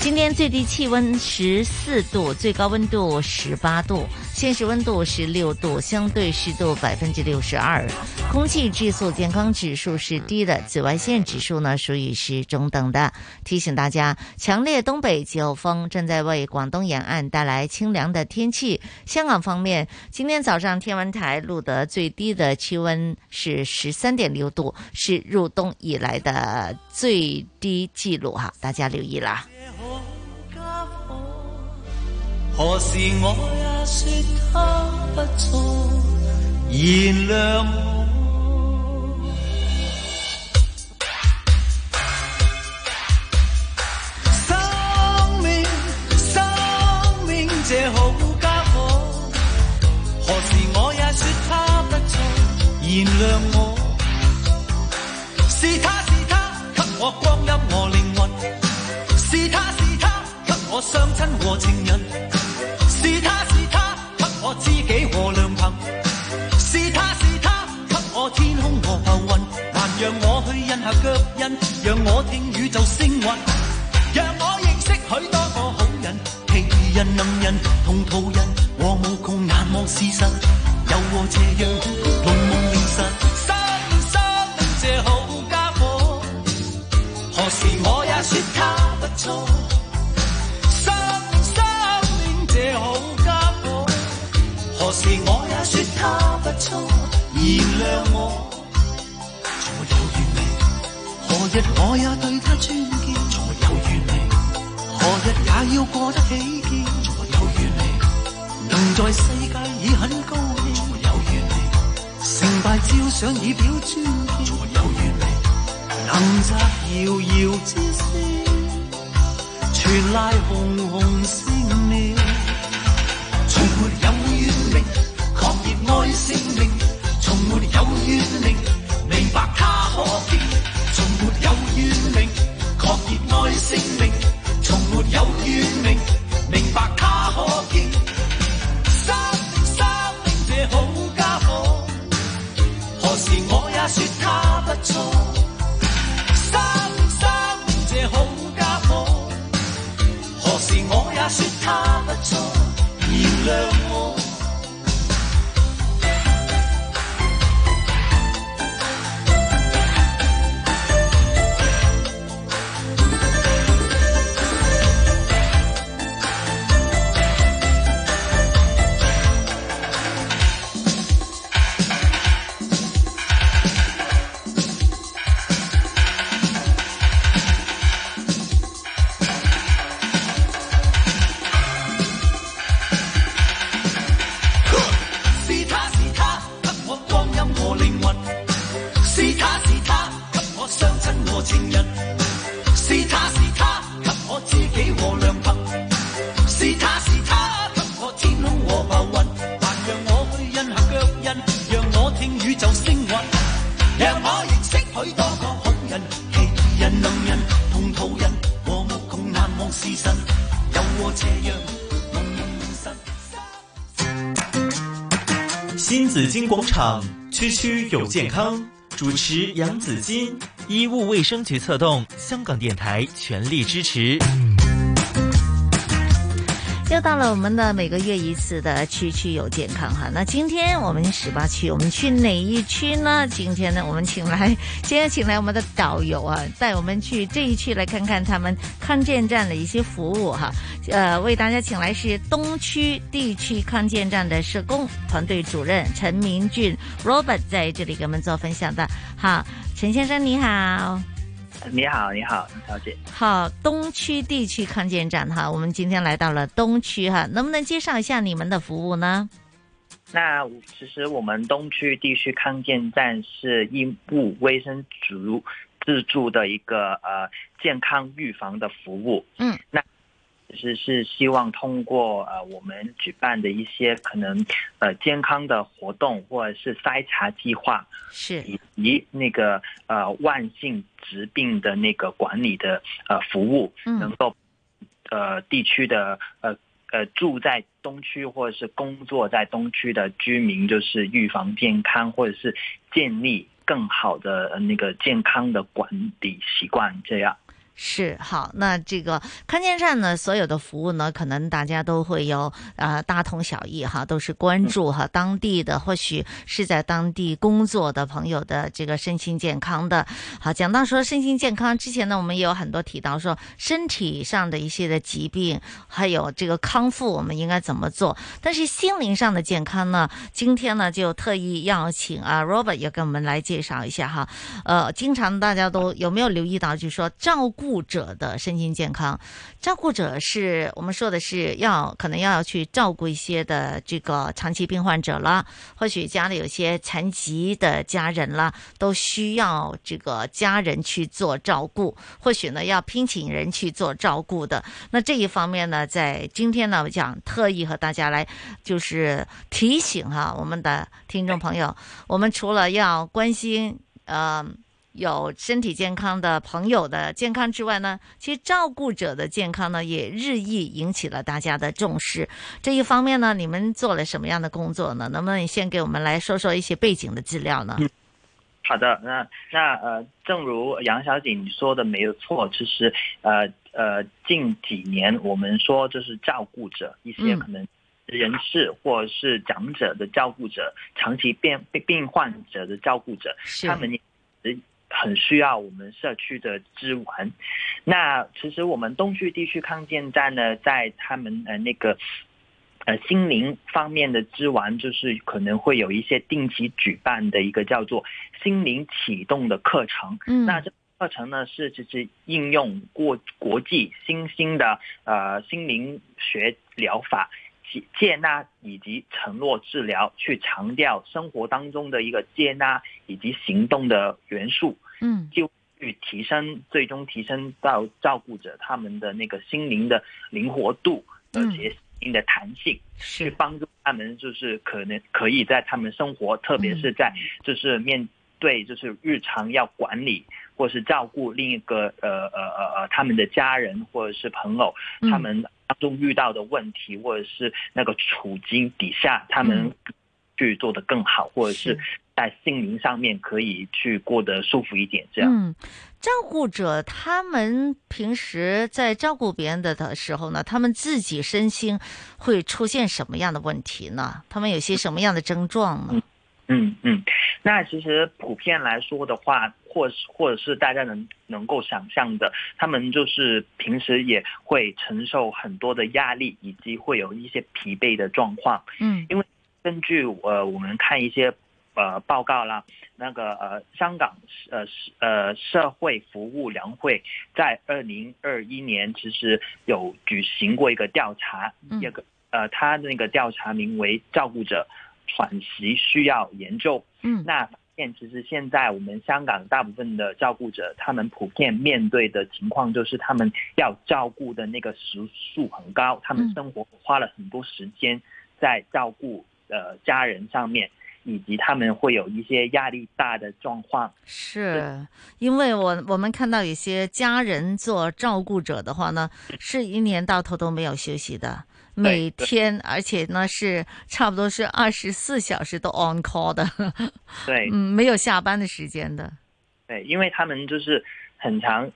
S5: 今天最低气温十四度，最高温度十八度，现实温度十六度，相对湿度百分之六十二，空气质素健康指数是低的，紫外线指数呢属于是中等的。提醒大家，强烈东北季候风正在为广东沿岸带来清凉的天气。香港方面，今天早上天文台录得最低的气温是十三点六度，是入冬以来的最低记录哈，大家留意啦。
S7: 何時我也說他不錯，原諒我。生命，生命這好家伙，何時我也說他不錯，原諒我。是他是他，給我光陰我靈魂，是他是他，給我相親和情人。是他是他，給我知己和良朋；是他是他，給我天空和浮雲。還讓我去印下腳印，讓我聽宇宙聲韻，讓我認識許多個好人，奇人、能人同途人，和無窮難忘事實。有我這樣濃夢令神，生生這好家伙，何時我也説他不錯。生生命這好家伙，何時我也說他不錯，原諒我。才有完美，何日我也對他尊敬，才有完美，何日也要過得起見，才有完美，能在世界已很高興，才有完美，成敗照相以表尊敬，才有完美，能摘遙遙之星。全賴紅紅星命，從沒有怨命，狂熱愛生命，從沒有怨命，明白他可敬，從沒有怨命，狂熱愛生命，從沒有怨命，明白他可敬，生命生命這好家伙，何時我也說他不錯，生命生命這好家伙。何時我也說他不錯，原諒我。是他是他，給我光陰和靈魂；是他是他，給我相親和情人；是他是他，給我知己和良朋；是他是他，給我天空和浮雲。還讓我去印下腳印，讓我聽宇宙聲韻，讓我認識許多個好人、奇人、能人、同途人，和睦共難忘事實。有我這樣，濃濃令神。
S12: 新紫金广场，区区有健康。主持杨紫金，医务卫生局策动，香港电台全力支持。
S5: 又到了我们的每个月一次的区区有健康哈。那今天我们十八区，我们去哪一区呢？今天呢，我们请来，今天请来我们的导游啊，带我们去这一区来看看他们康健站的一些服务哈。呃，为大家请来是东区地区康健站的社工团队主任陈明俊 Robert 在这里给我们做分享的。好，陈先生你好。
S20: 你好，你好，李小姐。
S5: 好，东区地区康健站哈，我们今天来到了东区哈，能不能介绍一下你们的服务呢？
S20: 那其实我们东区地区康健站是医务卫生局自助的一个呃健康预防的服务。
S5: 嗯，
S20: 那其实是希望通过呃我们举办的一些可能呃健康的活动或者是筛查计划，
S5: 是
S20: 以及那个呃慢性疾病的那个管理的呃服务，
S5: 嗯
S20: 能够呃地区的呃呃住在东区或者是工作在东区的居民，就是预防健康或者是建立更好的呃那个健康的管理习惯，这样。
S5: 是好，那这个康健站呢，所有的服务呢，可能大家都会有呃大同小异哈，都是关注哈当地的，或许是在当地工作的朋友的这个身心健康的。好，讲到说身心健康之前呢，我们也有很多提到说身体上的一些的疾病，还有这个康复我们应该怎么做，但是心灵上的健康呢，今天呢就特意要请啊 Robert 也跟我们来介绍一下哈。呃，经常大家都有没有留意到，就是说照顾者的身心健康，照顾者是我们说的是要可能要去照顾一些的这个长期病患者啦，或许家里有些残疾的家人啦，都需要这个家人去做照顾，或许呢要聘请人去做照顾的。那这一方面呢，在今天呢，我想特意和大家来就是提醒哈我们的听众朋友，我们除了要关心呃有身体健康的朋友的健康之外呢，其实照顾者的健康呢也日益引起了大家的重视。这一方面呢，你们做了什么样的工作呢？能不能你先给我们来说说一些背景的资料
S20: 嗯
S5: 呢？
S20: 好的，那那呃，正如杨小姐你说的没有错，其实呃呃，近几年我们说就是照顾者一些
S5: 嗯
S20: 可能人士或者是长者的照顾者，长期病病患者的照顾者，他们也很需要我们社区的支援。那其实我们东区地区康健站呢，在他们呃那个呃心灵方面的支援，就是可能会有一些定期举办的一个叫做心灵启动的课程。
S4: 嗯
S20: 那这课程呢是就是应用过国际新兴的呃心灵学疗法。接接纳以及承诺治疗，去强调生活当中的一个接纳以及行动的元素。
S5: 嗯
S20: 就去提升，最终提升到照顾者他们的那个心灵的灵活度，而
S5: 嗯
S20: 且心灵的弹性，
S5: 去
S20: 帮助他们，就是可能可以在他们生活，特别是
S5: 嗯
S20: 在就是面对就是日常要管理或是照顾另一个呃呃呃呃他们的家人或者是朋友，
S5: 嗯
S20: 他们当中遇到的问题或者是那个处境底下，他
S5: 嗯
S20: 们去做得更好，或者是在心灵上面可以去过得舒服一点，这样。
S5: 嗯，照顾者他们平时在照顾别人的的时候呢，他们自己身心会出现什么样的问题呢？他们有些什么样的症状呢？
S20: 嗯嗯，那其实普遍来说的话，或是或者是大家能能够想象的，他们就是平时也会承受很多的压力，以及会有一些疲惫的状况。
S5: 嗯，
S20: 因为根据呃我们看一些呃报告啦，那个呃香港呃是呃社会服务联会在二零二一年其实有举行过一个调查，
S5: 嗯
S20: 一个呃他那个调查名为“照顾者喘息需要研究”。
S5: 嗯，
S20: 那发现其实现在我们香港大部分的照顾者，他们普遍面对的情况就是他们要照顾的那个时数很高，他们
S5: 嗯
S20: 生活花了很多时间在照顾呃家人上面，以及他们会有一些压力大的状况。
S5: 是因为我我们看到有些家人做照顾者的话呢，是一年到头都没有休息的，
S1: 嗯对
S5: 每
S1: 对
S5: 天而且呢是差不多是二十四小时都 on call 的，嗯
S20: 对，
S5: 嗯，没有下班的时间的。
S20: 对，因为他们就是很长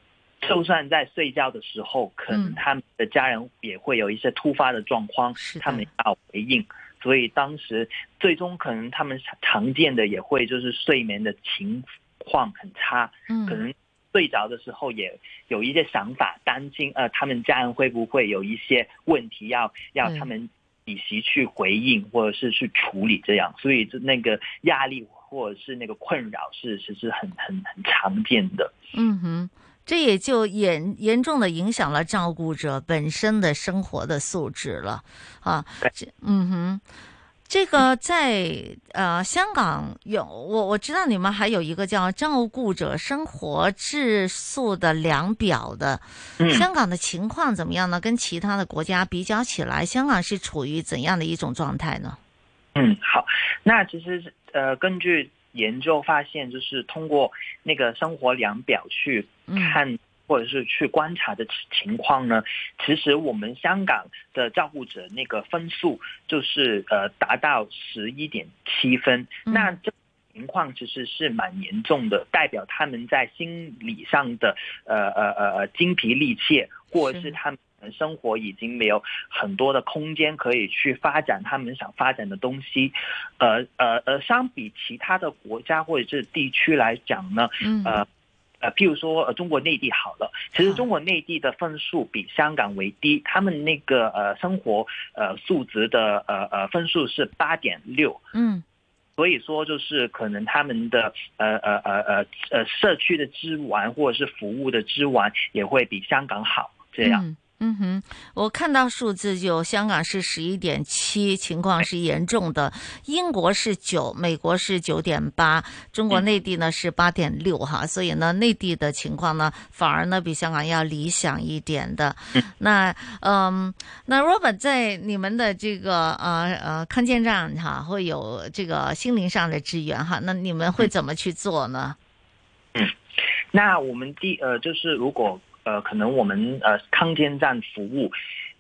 S20: 就算在睡觉的时候，可能他们的家人也会有一些突发的状况，他们要回应。所以当时最终可能他们常见的也会就是睡眠的情况很差，
S5: 嗯
S20: 可能睡着的时候也有一些想法，担心呃他们家人会不会有一些问题要要他们以及去回应或者是去处理这样，所以就那个压力或者是那个困扰是其实很很很常见的。
S5: 嗯哼，这也就严严重的影响了照顾者本身的生活的素质了啊。这嗯哼，这个在呃香港有我我知道你们还有一个叫照顾者生活质素的量表的，
S4: 嗯
S5: 香港的情况怎么样呢？跟其他的国家比较起来，香港是处于怎样的一种状态呢？
S20: 嗯，好，那其实呃，根据研究发现，就是通过那个生活量表去看、或者是去观察的情况呢，其实我们香港的照顾者那个分数就是呃达到十一点七分，那这。情况其实是蛮严重的，代表他们在心理上的呃呃呃呃精疲力竭，或者是他们生活已经没有很多的空间可以去发展他们想发展的东西，呃呃呃，相比其他的国家或者是地区来讲呢，
S11: 嗯
S20: 呃。呃，譬如说、呃、中国内地好了，其实中国内地的分数比香港为低，他们那个呃生活呃素质的呃呃分数是八点六，
S5: 嗯
S20: 所以说，就是可能他们的呃呃呃呃呃社区的支援或者是服务的支援也会比香港好，这样。
S5: 嗯嗯哼，我看到数字就香港是十一点七，情况是严重的；英国是九，美国是九点八，中
S20: 嗯
S5: 国内地呢是八点六哈。所以呢，内地的情况呢，反而呢比香港要理想一点的。 那嗯，那 Robert 在你们的这个呃呃康健站哈，会有这个心灵上的支援哈，那你们
S20: 嗯
S5: 会怎么去做呢？
S20: 那我们第呃，就是如果呃，可能我们呃康健站服务，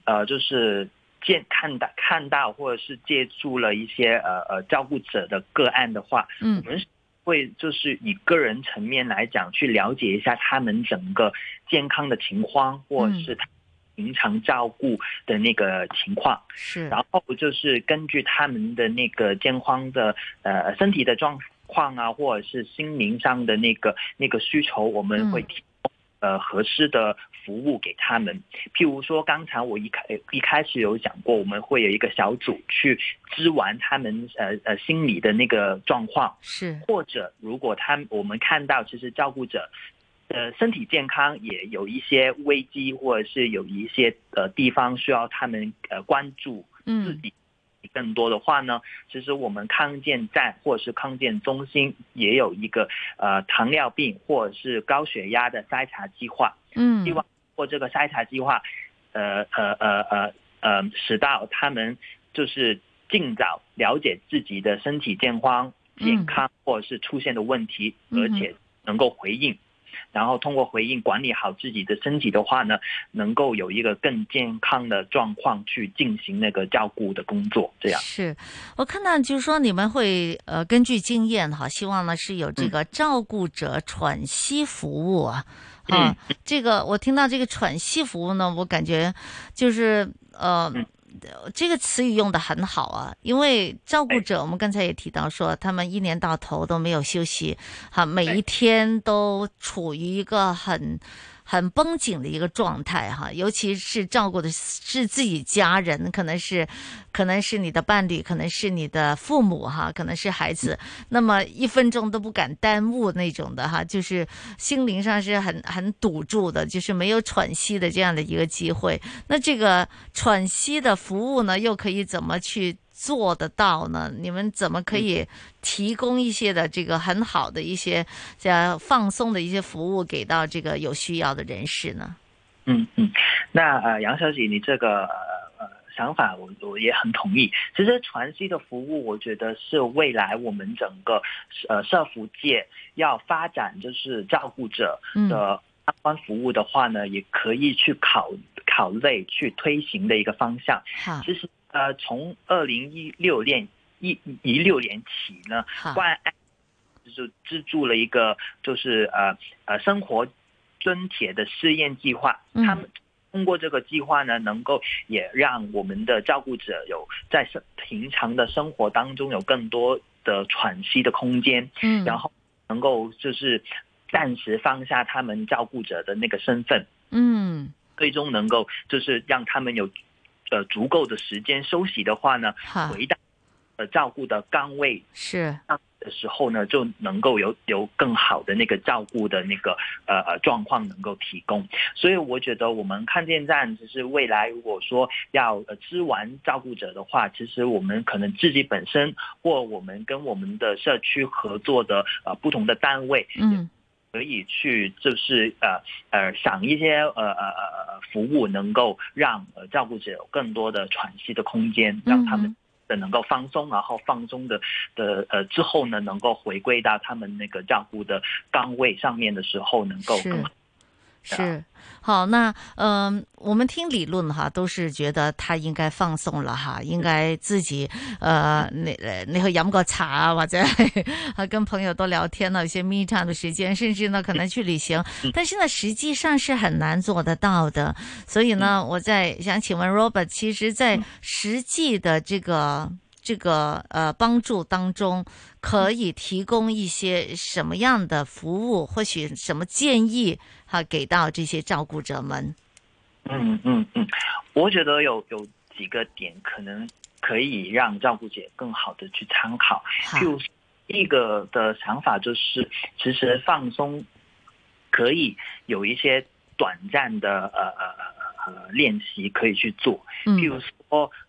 S20: 呃，就是见看到看到或者是借助了一些呃呃照顾者的个案的话，
S5: 嗯
S20: 我们会就是以个人层面来讲，去了解一下他们整个健康的情况，或者是他平常照顾的那个情况。
S5: 是
S20: 然后就是根据他们的那个健康的呃身体的状况啊，或者是心灵上的那个那个需求，我们会提供、呃合适的服务给他们。譬如说，刚才我一开呃一开始有讲过，我们会有一个小组去支援他们呃呃心理的那个状况，
S5: 是
S20: 或者如果他们我们看到其实照顾者。呃，身体健康也有一些危机，或者是有一些呃地方需要他们呃关注，
S5: 嗯，
S20: 更多的话呢，其实我们康健站或者是康健中心也有一个呃糖尿病或者是高血压的筛查计划，
S5: 嗯
S20: 希望或这个筛查计划，呃呃呃呃呃，使到他们就是尽早了解自己的身体健康、
S21: 嗯
S20: 健康或者是出现的问题，
S11: 嗯
S20: 而且能够回应。然后通过回应管理好自己的身体的话呢，能够有一个更健康的状况去进行那个照顾的工作，这样。
S5: 是我看到，就是说你们会呃根据经验哈，希望呢是有
S20: 嗯
S5: 这个照顾者喘息服务啊。啊，
S20: 嗯
S5: 这个我听到这个喘息服务呢，我感觉就是呃。
S20: 嗯
S5: 这个词语用的很好啊，因为照
S20: 哎
S5: 顾者，我们刚才也提到说，他们一年到头都没有休息，哈，每一天都处于一个很很绷紧的一个状态哈，尤其是照顾的是自己家人，可能是可能是你的伴侣，可能是你的父母哈，可能是孩子，那么一分钟都不敢耽误那种的哈，就是心灵上是很很堵住的，就是没有喘息的这样的一个机会。那这个喘息的服务呢，又可以怎么去做得到呢？你们怎么可
S20: 嗯
S5: 以提供一些的这个很好的一些呃放松的一些服务给到这个有需要的人士呢？
S20: 嗯嗯，那呃，杨小姐，你这个呃呃想法我，我也很同意。其实传息的服务，我觉得是未来我们整个呃社福界要发展，就是照顾者
S5: 嗯
S20: 的相关服务的话呢，也可以去考考虑去推行的一个方向。
S5: 好
S20: 其实呃，从二零一六年一一六年起呢
S5: 好，
S20: 关爱就是资助了一个就是呃呃生活津贴的试验计划，
S5: 嗯
S20: 他们。通过这个计划呢，能够也让我们的照顾者有在生平常的生活当中有更多的喘息的空间，
S5: 嗯
S20: 然后能够就是暂时放下他们照顾者的那个身份，
S5: 嗯
S20: 最终能够就是让他们有呃足够的时间休息的话呢
S5: 好，
S20: 回到呃照顾的岗位
S5: 是
S20: 上的时候呢，就能够有有更好的那个照顾的那个呃呃状况能够提供。所以我觉得我们看见站就是未来如果说要呃支援照顾者的话，其实我们可能自己本身或我们跟我们的社区合作的呃不同的单位，
S5: 嗯
S20: 可以去就是呃呃想一些呃呃呃呃服务，能够让呃照顾者有更多的喘息的空间，让他们呃能够放松，然后放松的的呃之后呢，能够回归到他们那个照顾的岗位上面的时候，能够更
S5: 是是，好，那嗯、我们听理论哈，都是觉得他应该放松了哈，
S20: 嗯
S5: 应该自己呃，你呃你去饮个茶啊，或者係啊跟朋友多聊天呢，有些 me time 的时间，甚至呢可能去旅
S20: 嗯
S5: 行，但是呢实际上是很难做得到的。所以呢，
S20: 嗯
S5: 我在想请问 Robert，其实，在实际的这个。这个呃帮助当中，可以提供一些什么样的服务，或许什么建议哈、给到这些照顾者们？
S20: 嗯嗯嗯，我觉得有有几个点可能可以让照顾者更好的去参考。譬如第一个的想法就是，其实放松可以有一些短暂的呃呃呃呃练习可以去做，
S5: 嗯
S20: 譬如说，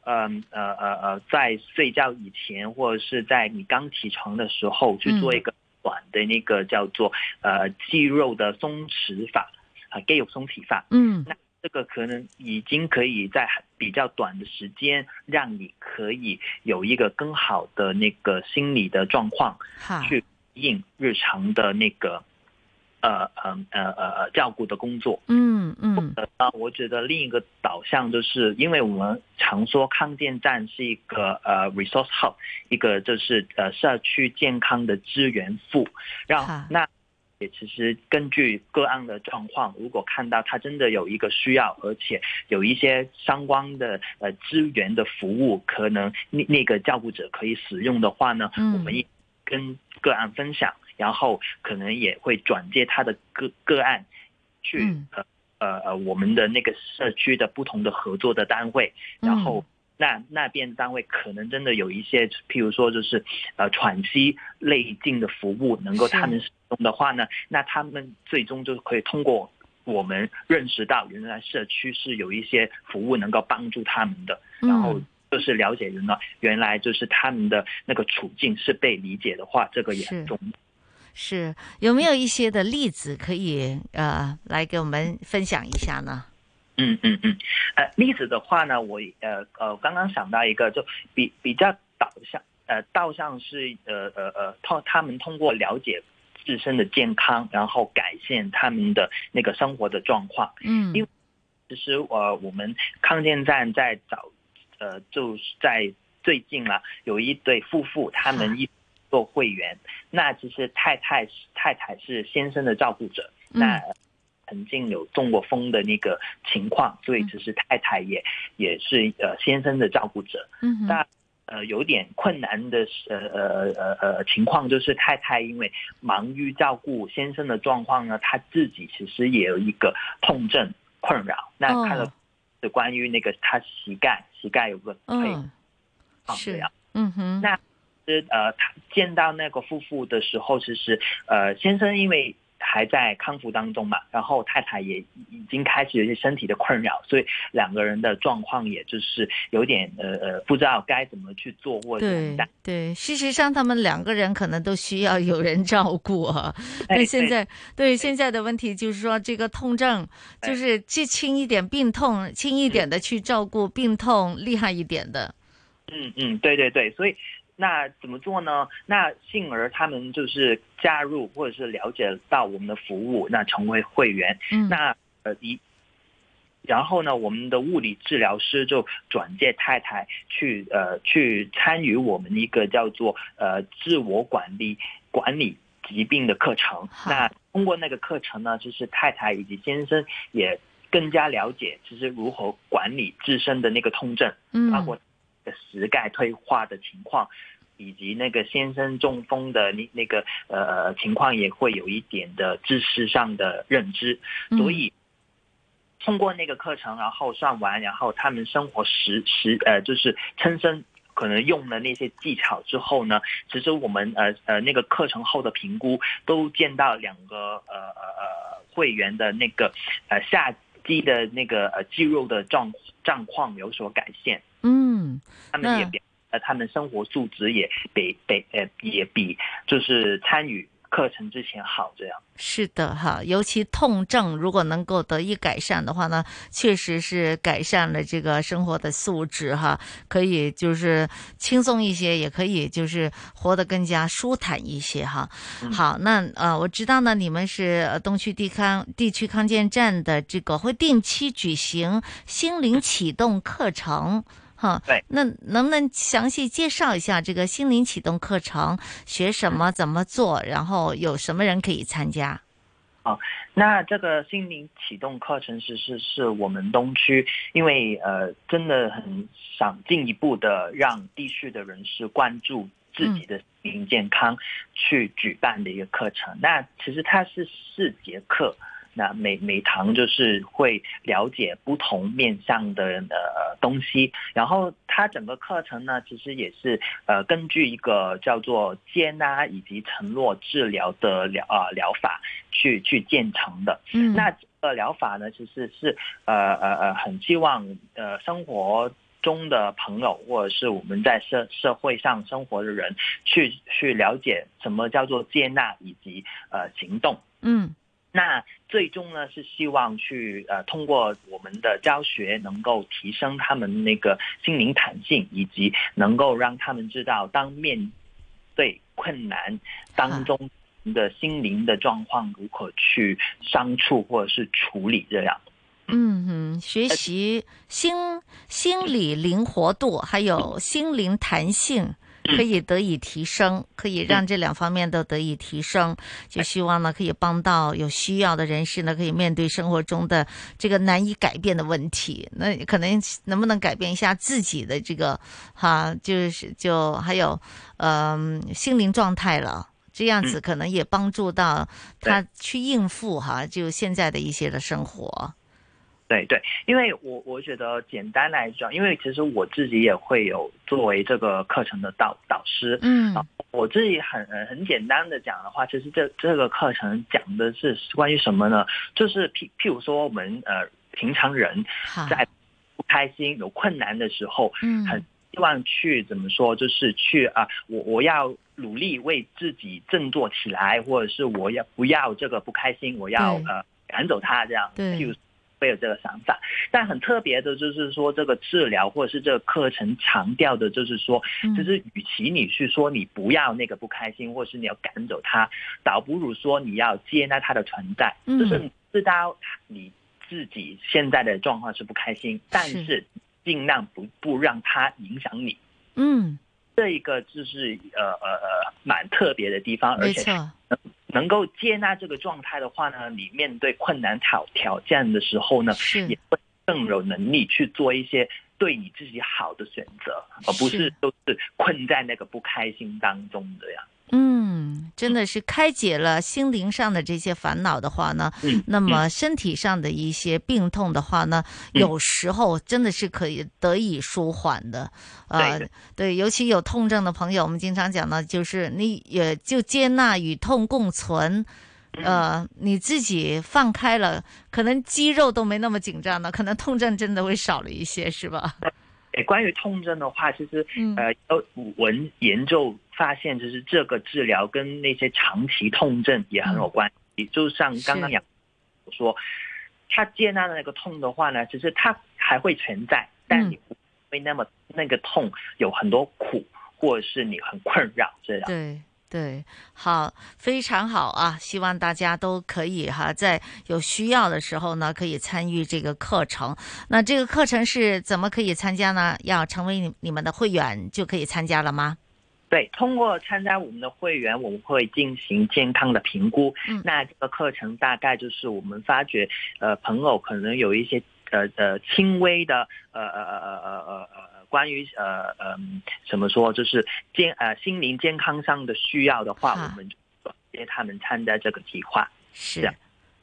S20: 嗯呃呃呃，在睡觉以前，或者是在你刚起床的时候去做一个短的那个叫做呃肌肉的松弛法啊、肌肉松弛法，
S5: 嗯
S20: 那这个可能已经可以在比较短的时间，让你可以有一个更好的那个心理的状况
S5: 哈，
S20: 去应日常的那个呃呃呃呃呃照顾的工作。
S5: 嗯嗯
S20: 呃，那我觉得另一个导向就是，因为我们常说康健站是一个呃 resource hub，一个就是呃社区健康的资源库，让那也其实根据个案的状况，如果看到他真的有一个需要，而且有一些相关的呃资源的服务，可能那那个照顾者可以使用的话呢，
S5: 嗯
S20: 我们一跟个案分享，然后可能也会转接他的个个案去、
S5: 嗯
S20: 呃呃呃我们的那个社区的不同的合作的单位，然后那那边单位可能真的有一些，譬如说就是呃喘息类近的服务，能够他们使用的话呢，那他们最终就可以通过我们认识到原来社区是有一些服务能够帮助他们的，
S5: 嗯
S20: 然后就是了解原来原来就是他们的那个处境是被理解的话，这个也很重要。
S5: 是有没有一些的例子可以呃来给我们分享一下呢？
S20: 嗯嗯嗯，呃，例子的话呢，我呃呃刚刚想到一个，就比比较导向，呃，导向是呃呃呃，通他们通过了解自身的健康，然后改善他们的那个生活的状况。
S5: 嗯，
S20: 因为其实呃，我们康健站在早，呃，就是在最近啊，有一对夫妇，他们一做会员，那其实太太是太太是先生的照顾者，
S4: 嗯
S20: 那曾经有中过风的那个情况，所以其实太太也也是呃先生的照顾者。
S4: 嗯哼
S20: 那呃有点困难的呃呃呃呃情况，就是太太因为忙于照顾先生的状况呢，她自己其实也有一个痛症困扰。那看了
S5: 哦
S20: 是关于那个她膝盖膝盖有个退
S5: 嗯，
S20: 放
S5: 是
S20: 疗。
S5: 嗯哼，
S20: 那是呃，他见到那个夫妇的时候，其实呃，先生因为还在康复当中嘛，然后太太也已经开始有一些身体的困扰，所以两个人的状况也就是有点呃呃，不知道该怎么去做或者怎么
S5: 对
S20: 办。
S5: 对，事实上他们两个人可能都需要有人照顾啊。那
S20: 哎
S5: 现
S20: 对哎
S5: 在对现在的问题就是说，这个痛症就是去轻一点病痛，轻一点的去照顾病痛，厉害一点的。
S20: 嗯嗯，对对对，所以那怎么做呢？那幸而他们就是加入或者是了解到我们的服务，那成为会员，
S5: 嗯
S20: 那呃一。然后呢，我们的物理治疗师就转介太太去呃去参与我们一个叫做呃自我管理管理疾病的课程。那通通过那个课程呢，就是太太以及先生也更加了解，就是如何管理自身的那个痛症，
S4: 嗯
S20: 包括的膝盖退化的情况，以及那个先生中风的那那个呃情况，也会有一点的知识上的认知，
S4: 嗯
S20: 所以。通过那个课程，然后上完，然后他们生活实实呃，就是亲身可能用了那些技巧之后呢，其实我们呃呃那个课程后的评估都见到两个呃呃呃会员的那个呃下肌的那个呃肌肉的状状况有所改善，
S5: 嗯，
S20: 他们也
S5: 那
S20: 比呃他们生活素质也比比呃也比就是参与课程之前好这样。
S5: 是的哈，尤其痛症如果能够得以改善的话呢，确实是改善了这个生活的素质哈，可以就是轻松一些，也可以就是活得更加舒坦一些哈。好，那呃，我知道呢，你们是呃东区地康地区康健站的这个会定期举行心灵启动课程。哈，
S20: 对，
S5: 那能不能详细介绍一下这个心灵启动课程学什么、怎么做，然后有什么人可以参加？
S20: 哦，那这个心灵启动课程是是是我们东区，因为呃真的很想进一步的让地区的人士关注自己的心灵健康，去举办的一个课程。那其实它是四节课。那每每堂就是会了解不同面向的呃东西，然后它整个课程呢，其实也是呃根据一个叫做接纳以及承诺治疗的疗呃疗法去去建成的。
S4: 嗯
S20: 那这个疗法呢，其实是呃呃呃很希望呃生活。中的朋友，或者是我们在社社会上生活的人，去去了解什么叫做接纳以及呃行动。
S5: 嗯
S20: 那最终呢，是希望去呃，通过我们的教学，能够提升他们那个心灵弹性，以及能够让他们知道，当面对困难当中的心灵的状况如何去相处或者是处理这样。
S5: 嗯哼，学习心心理灵活度，还有心灵弹性。可以得以提升，可以让这两方面都得以提升，就希望呢可以帮到有需要的人士呢，可以面对生活中的这个难以改变的问题。那可能能不能改变一下自己的这个哈，就是就还有嗯、心灵状态了，这样子可能也帮助到他去应付哈，就现在的一些的生活。
S20: 对对，因为我我觉得简单来讲，因为其实我自己也会有作为这个课程的导导师，
S5: 嗯
S20: 啊我自己很呃很简单的讲的话，其实这这个课程讲的是关于什么呢？就是譬譬如说我们呃平常人
S5: 好
S20: 在不开心、有困难的时候，
S5: 嗯
S20: 很希望去怎么说，就是去啊，我我要努力为自己振作起来，或者是我要不要这个不开心，我要
S5: 对
S20: 呃赶走它这样，
S5: 对
S20: 譬如会有这个想法。但很特别的就是说，这个治疗或者是这个课程强调的就是说，
S5: 嗯
S20: 就是与其你去说你不要那个不开心，或是你要赶走它，倒不如说你要接纳它的存在，
S5: 嗯
S20: 就是你知道你自己现在的状况是不开心，但
S5: 是
S20: 是尽量不不让它影响你。
S5: 嗯，
S20: 这一个就是呃呃呃蛮特别的地方，啊而
S5: 嗯没
S20: 且
S5: 错，
S20: 能够接纳这个状态的话呢，你面对困难挑挑战的时候呢，也会更有能力去做一些对你自己好的选择，而不是都是困在那个不开心当中这样。
S5: 嗯，真的是开解了心灵上的这些烦恼的话呢，
S20: 嗯
S5: 那么身体上的一些病痛的话呢，
S11: 嗯
S5: 有时候真的是可以得以舒缓的。
S11: 对
S5: 呃
S11: 的，
S5: 对，尤其有痛症的朋友，我们经常讲呢，就是你也就接纳与痛共存。
S11: 嗯
S5: 呃，你自己放开了，可能肌肉都没那么紧张了，可能痛症真的会少了一些，是吧？
S20: 诶，关于痛症的话，其实呃，有文研究发现，就是这个治疗跟那些长期痛症也很有关系。就像刚刚
S5: 是
S20: 杨说，他接纳的那个痛的话呢，其实它还会存在，但
S5: 嗯
S20: 你不会那么那个痛有很多苦，或者是你很困扰这样。
S5: 对对，好，非常好啊！希望大家都可以哈，在有需要的时候呢，可以参与这个课程。那这个课程是怎么可以参加呢？要成为你你们的会员就可以参加了吗？
S20: 对，通过参加我们的会员，我们会进行健康的评估。嗯、那这个课程大概就是我们发觉，呃，朋友可能有一些呃呃轻微的呃呃呃呃呃呃呃关于呃呃怎么说，就是健呃心灵健康上的需要的话，
S5: 好
S20: 我们就接他们参加这个计划。
S5: 是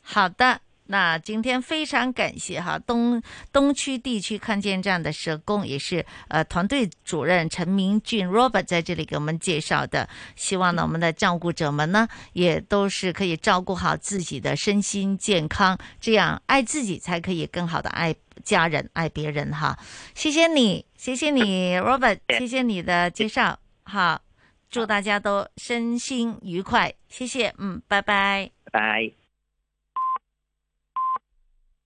S5: 好的，那今天非常感谢哈东东区地区康健站的社工，也是呃团队主任陈明俊 Robert 在这里给我们介绍的。希望呢我们的照顾者们呢也都是可以照顾好自己的身心健康，这样爱自己才可以更好的爱家人、爱别人哈。谢谢你，谢谢你 Robert，谢谢你的介绍，好，祝大家都身心愉快，谢谢，嗯，拜拜。
S20: 拜。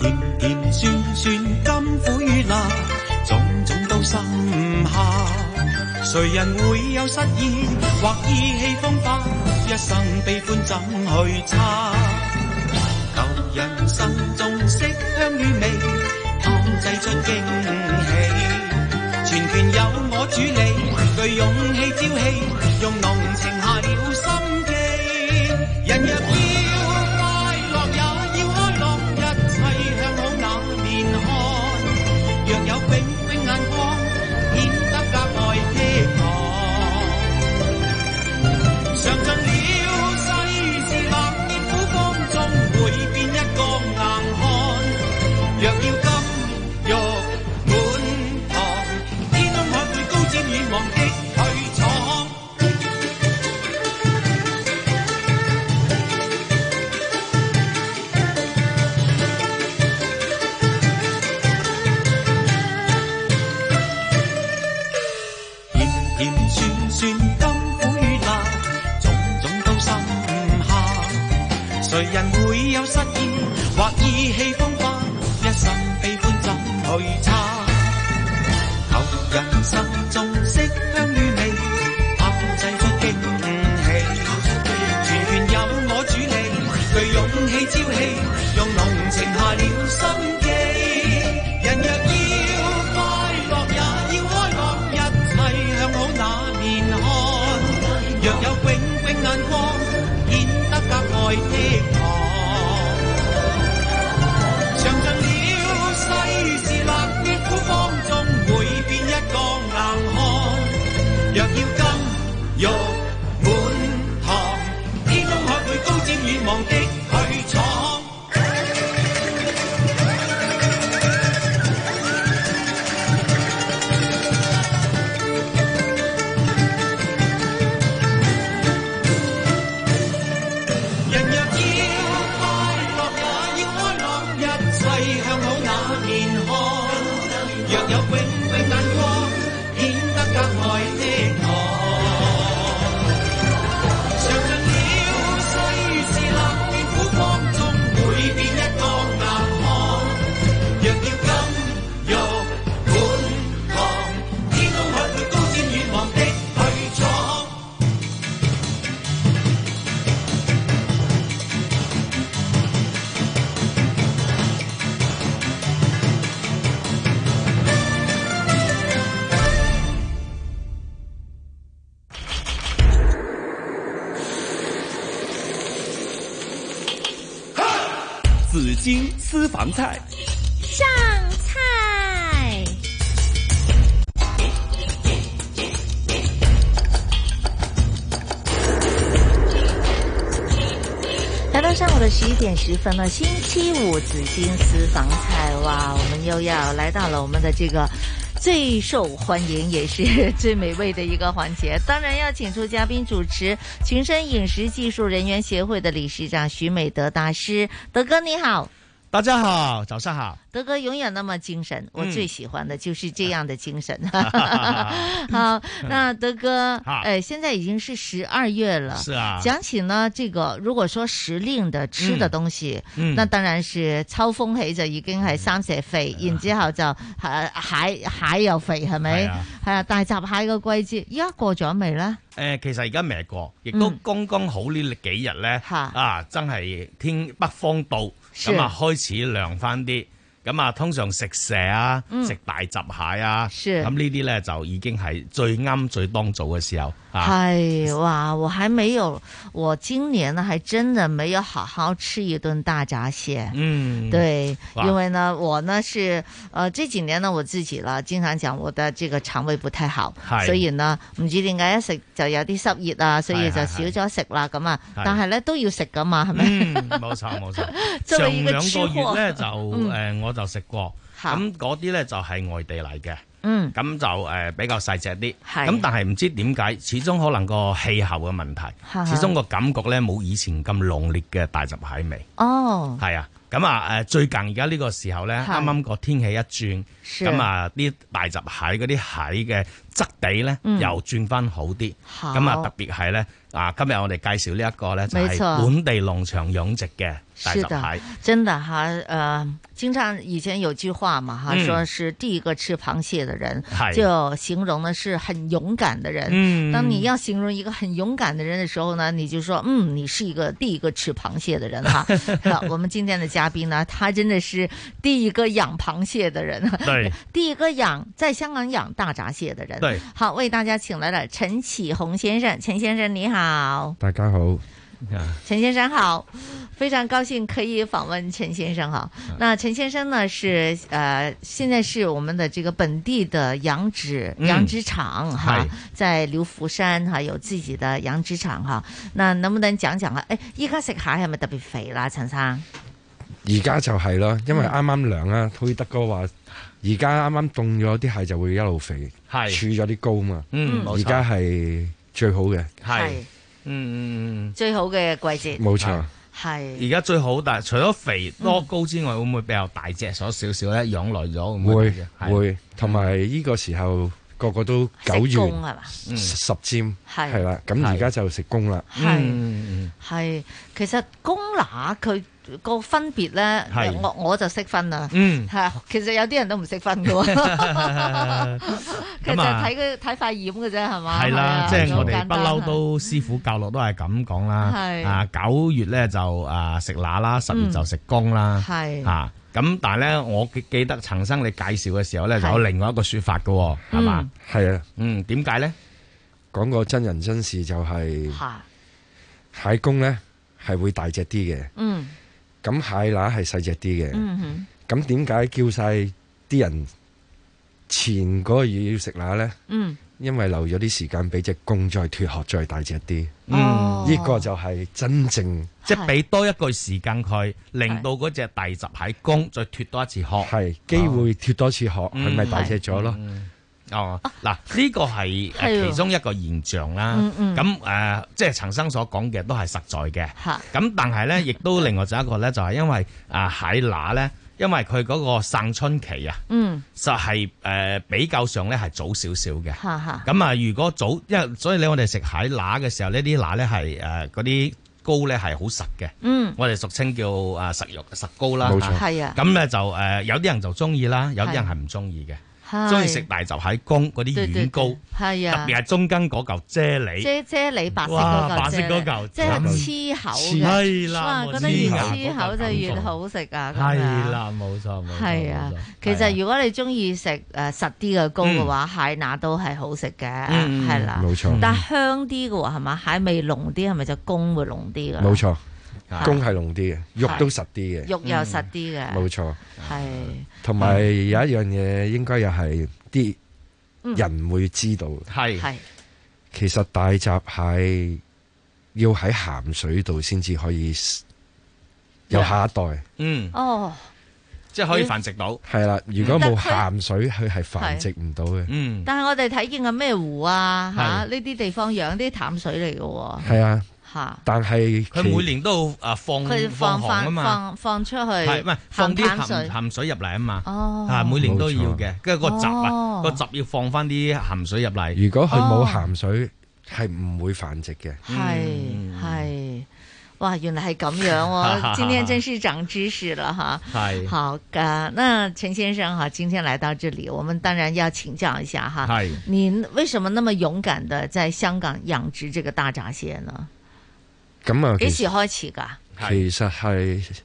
S7: 甜甜酸酸，甘苦與辣，種種都心下。誰人會有失意或意氣風發？一生悲歡怎去猜？求人生中色香與味，探製出驚喜。全權由我主理，具勇氣朝氣，用濃情下了心機。人若要快樂，也要開朗，一切向好那面看。若有冰冰眼光，顯得格外激昂。嘗盡了世事冷暖苦光，終會變一個硬漢。若要金玉滿堂，天空海闊高瞻遠望的去闖。甜甜酸酸，甘苦與辣，種種都心下。誰人會有失意或意氣風發？一生悲歡怎去差？求人生中色香與味，炮製出驚喜。全權由我主理，具勇氣朝氣，用濃情下了心機。人若要快樂，也要開朗。一切向好那面看，若有永永眼光，顯得格外激昂。嘗盡了世事冷暖苦況，終會變一個硬漢。若要金玉滿堂，天空海闊高瞻遠望的去闖。
S23: 紫荆私房菜。
S11: 上菜。
S5: 来到上午的十一点十分了，星期五紫金私房菜，哇，我们又要来到了我们的这个最受欢迎也是 最美味的一个环节。当然要请出嘉宾主持，群生饮食技术人员协会的理事长徐美德大师，德哥你好。
S16: 大家好，早上好。
S5: 德哥永远那么精神，我最喜欢的就是这样的 精神。 好
S16: 嗯，
S5: 那德哥，
S16: 好
S5: 呃，现在已经是十二月了，
S16: 是啊
S5: 讲起呢，这个如果说时令的吃的东西，
S16: 嗯嗯嗯
S5: 那當然是秋風起就已經係三蛇肥，然之後就誒蟹蟹又肥係咪？
S16: 係啊
S5: 係啊，大閘蟹嘅季節，依家過咗未咧？
S16: 诶、其實而家未過，亦都
S5: 嗯
S16: 剛剛好呢幾日咧，
S5: 嚇
S16: 啊，真係天北方到，
S5: 是
S16: 咁啊開始涼翻啲。咁啊，通常食蛇啊，
S5: 嗯
S16: 食大閘蟹啊，
S5: 是
S16: 咁呢啲咧就已經係最啱最當早嘅時候啊。
S5: 哎哇，我还没有，我今年呢还真的没有好好吃一顿大闸蟹。
S16: 嗯
S5: 对，
S16: 哇
S5: 因为呢，我呢是呃这几年呢我自己了，经常讲我的这个肠胃不太好，
S16: 是
S5: 所以呢唔知点解一食就有啲濕熱啊，所以就少
S16: 是是
S5: 咗食啦咁啊
S16: 是。
S5: 但係咧都要食噶嘛，係咪？
S16: 嗯， 冇錯冇錯。
S5: 作
S16: 上
S5: 為一個
S16: 兩
S5: 吃
S16: 個
S5: 貨
S16: 月咧就誒、
S5: 嗯
S16: 我就食過，
S5: 嚇
S16: 咁嗰啲咧就係外地嚟嘅。
S5: 嗯
S16: 咁就誒、呃比較細只啲，
S5: 係
S16: 咁但係唔知點解，始終可能個氣候嘅問題，
S5: 哈哈
S16: 始終個感覺咧冇以前咁濃烈嘅大閘蟹味，
S5: 哦，
S16: 係啊，咁啊誒最近而家呢個時候咧，
S5: 係
S16: 啱啱個天氣一轉，
S5: 是
S16: 咁啊啲大閘蟹嗰啲蟹嘅質地咧、
S5: 嗯
S16: 又轉翻好啲，
S5: 好
S16: 咁啊特別係咧啊今日我哋介紹呢一個咧就
S5: 沒
S16: 係、
S5: 錯
S16: 本地農場養殖嘅大
S5: 是
S16: 閘
S5: 的
S16: 蟹，，
S5: 真的哈，呃，经常以前有句话嘛哈，
S16: 嗯
S5: 说是第一个吃螃蟹的人，
S16: 是
S5: 就形容的是很勇敢的人。
S16: 嗯
S5: 当你要形容一个很勇敢的人的时候呢，你就说，嗯，你是一个第一个吃螃蟹的人 哈。好，我们今天的嘉宾呢，他真的是第一个养螃蟹的人，
S16: 對，
S5: 第一个养在香港养大闸蟹的人。
S24: 对
S5: 好，为大家请来了陈启宏先生，陈先生你好。
S24: 大家好，
S5: 陈先生好，非常高兴可以访问陈先生哈。
S24: 嗯
S5: 那陈先生呢是呃，现在是我们的这个本地的养殖
S11: 嗯
S5: 养殖场哈
S11: 是，
S5: 在刘福山哈有自己的养殖场哈。那能不能讲讲啊？哎，依家食蟹系咪特别肥啦，陈生？
S24: 而家就係啦，因為啱啱涼啊，好似德哥話，而家啱啱凍咗啲蟹就會一路肥，
S16: 係
S24: 儲咗啲膏嘛，
S16: 嗯冇錯
S24: 而家係最好嘅，
S16: 係，嗯嗯
S5: 最好嘅季节，
S16: 嗯，
S24: 冇錯。
S16: 而
S5: 系
S16: 家最好，但係除咗肥
S5: 嗯
S16: 多高之外，會唔會比較大隻咗少少咧？養耐咗
S24: 會
S16: 咁
S24: 會，同埋呢個時候個個都九
S5: 食公係
S24: 元
S5: 嘛
S24: 十十尖，
S5: 係
S24: 係啦，咁而家就食公啦，
S5: 係系，其实公乸佢个分别咧
S24: 係，
S5: 我我就识分啦。
S24: 嗯
S5: 系，其实有啲人都唔识分噶。 其實
S16: 咁啊
S5: 睇佢睇塊掩嘅啫，係嘛？
S16: 係
S5: 係啊
S16: 啦，即係我哋不。
S5: 好簡
S16: 嬲
S5: 單
S16: 都師傅教落都係咁講啦。
S5: 係嗯
S16: 啊，九月咧就啊食乸啦，十月就食公啦。
S5: 係
S16: 啊，咁但係咧，我記記得陳生你介紹嘅時候咧，就
S24: 係
S16: 有另外一個説法嘅喎，係嘛？
S24: 係啊，
S16: 嗯，點解呢？
S24: 講個真人真事就係
S5: 嚇
S24: 蟹公呢係會大隻啲嘅，
S5: 嗯
S24: 咁蟹乸係細隻啲嘅。
S5: 嗯哼
S24: 咁點解叫晒啲人前嗰個月要食乸呢？
S5: 嗯，
S24: 因為留咗啲時間俾只公再脱殼再大隻啲。
S16: 哦
S24: 呢個就係真正
S16: 即係俾多一句時間佢，令到嗰只大閘蟹公再脱多一次殼。
S24: 係機會脱多次殼，
S16: 嗯
S24: 佢咪大隻咗咯？
S16: 哦，嗱，呢個係呃
S24: 啊係喎啊
S16: 其中一個現象啦
S24: 嗯。嗯
S16: 咁誒、呃即係陳生所講嘅都係實在嘅。
S5: 嚇
S16: 咁但係咧，亦都另外就一個咧，就係因為啊蟹乸咧，因為佢嗰個生春期啊，
S5: 嗯，
S16: 就係、呃比較上咧係早少少嘅。
S5: 哈哈。
S16: 咁啊，如果早，因為所以咧，我哋食蟹乸嘅時候呢啲乸咧係誒嗰啲膏咧係好實嘅。
S5: 嗯
S16: 我哋俗稱叫啊實肉實膏啦。
S5: 冇錯
S16: 嚇
S5: 係啊
S16: 咁咧就誒有啲人就中意啦，有啲人
S5: 係
S16: 係唔中意嘅，
S5: 係
S16: 中意食大閘蟹公嗰啲軟膏，
S5: 係啊
S16: 特別，係中間嗰嚿啫喱。
S5: 啫啫喱白色嗰
S16: 哇
S5: 嚿啫喱，
S16: 白色嗰嚿
S5: 即係黐口
S16: 黐
S5: 嘅，
S16: 係啦
S5: 哇，
S16: 我
S5: 覺得越
S16: 知啊
S5: 黐口就越好食啊，咁
S16: 係
S5: 樣。
S16: 啦，冇錯冇錯。
S5: 係啊，其
S16: 係啊嗯
S5: 實如果你中意食誒實啲嘅糕嘅話，蟹乸都係好食嘅，
S16: 嗯嗯
S5: 係啦，
S24: 冇錯
S5: 嗯但香啲嘅喎係嘛，蟹味濃啲係咪就公會濃啲㗎啦？
S24: 冇錯，
S5: 啊
S24: 公係濃啲嘅，肉都實啲嘅，
S5: 肉又實啲嘅，嗯
S24: 冇錯。
S5: 係
S24: 同埋有一樣嘢應該又係啲
S5: 嗯
S24: 人會知道，
S25: 係
S5: 係
S24: 其實大閘蟹要喺鹹水度先至可以 s- 有下一代，
S25: 嗯，
S5: 哦，
S25: 即係可以繁殖到。
S24: 係啦。如果冇
S5: 嗯但佢
S24: 鹹水，佢係繁殖唔到嘅。
S25: 嗯，
S5: 但係我哋睇見嘅咩湖啊嚇
S24: 係
S5: 呢啲地方養啲淡水嚟嘅喎，
S24: 係啊，
S5: 嚇
S24: 但係
S25: 佢
S24: 其
S25: 每年都啊放
S5: 佢放
S25: 航啊
S5: 翻
S25: 嘛，
S5: 放放出去，
S25: 係唔係放啲
S5: 淡
S25: 鹹
S5: 水，
S25: 鹹水入嚟啊嘛？
S5: 哦
S25: 啊，每年都要嘅，跟住個閘啊，
S5: 哦
S25: 個閘要放翻啲鹹水入嚟。
S24: 如果佢冇
S5: 哦
S24: 鹹水，係唔會繁殖嘅。
S5: 係
S25: 嗯
S5: 係，哇，原來係咁樣 哦，今天真是長知識了哈。
S24: 係
S5: 好的，那陳先生哈，今天來到這裡，我們當然要請教一下哈，
S24: 係
S5: 您為什麼那麼勇敢的在香港養殖這個大閘蟹呢？
S24: 咁啊，
S5: 幾
S24: 其
S5: 時
S24: 實
S5: 開始㗎？
S24: 其實係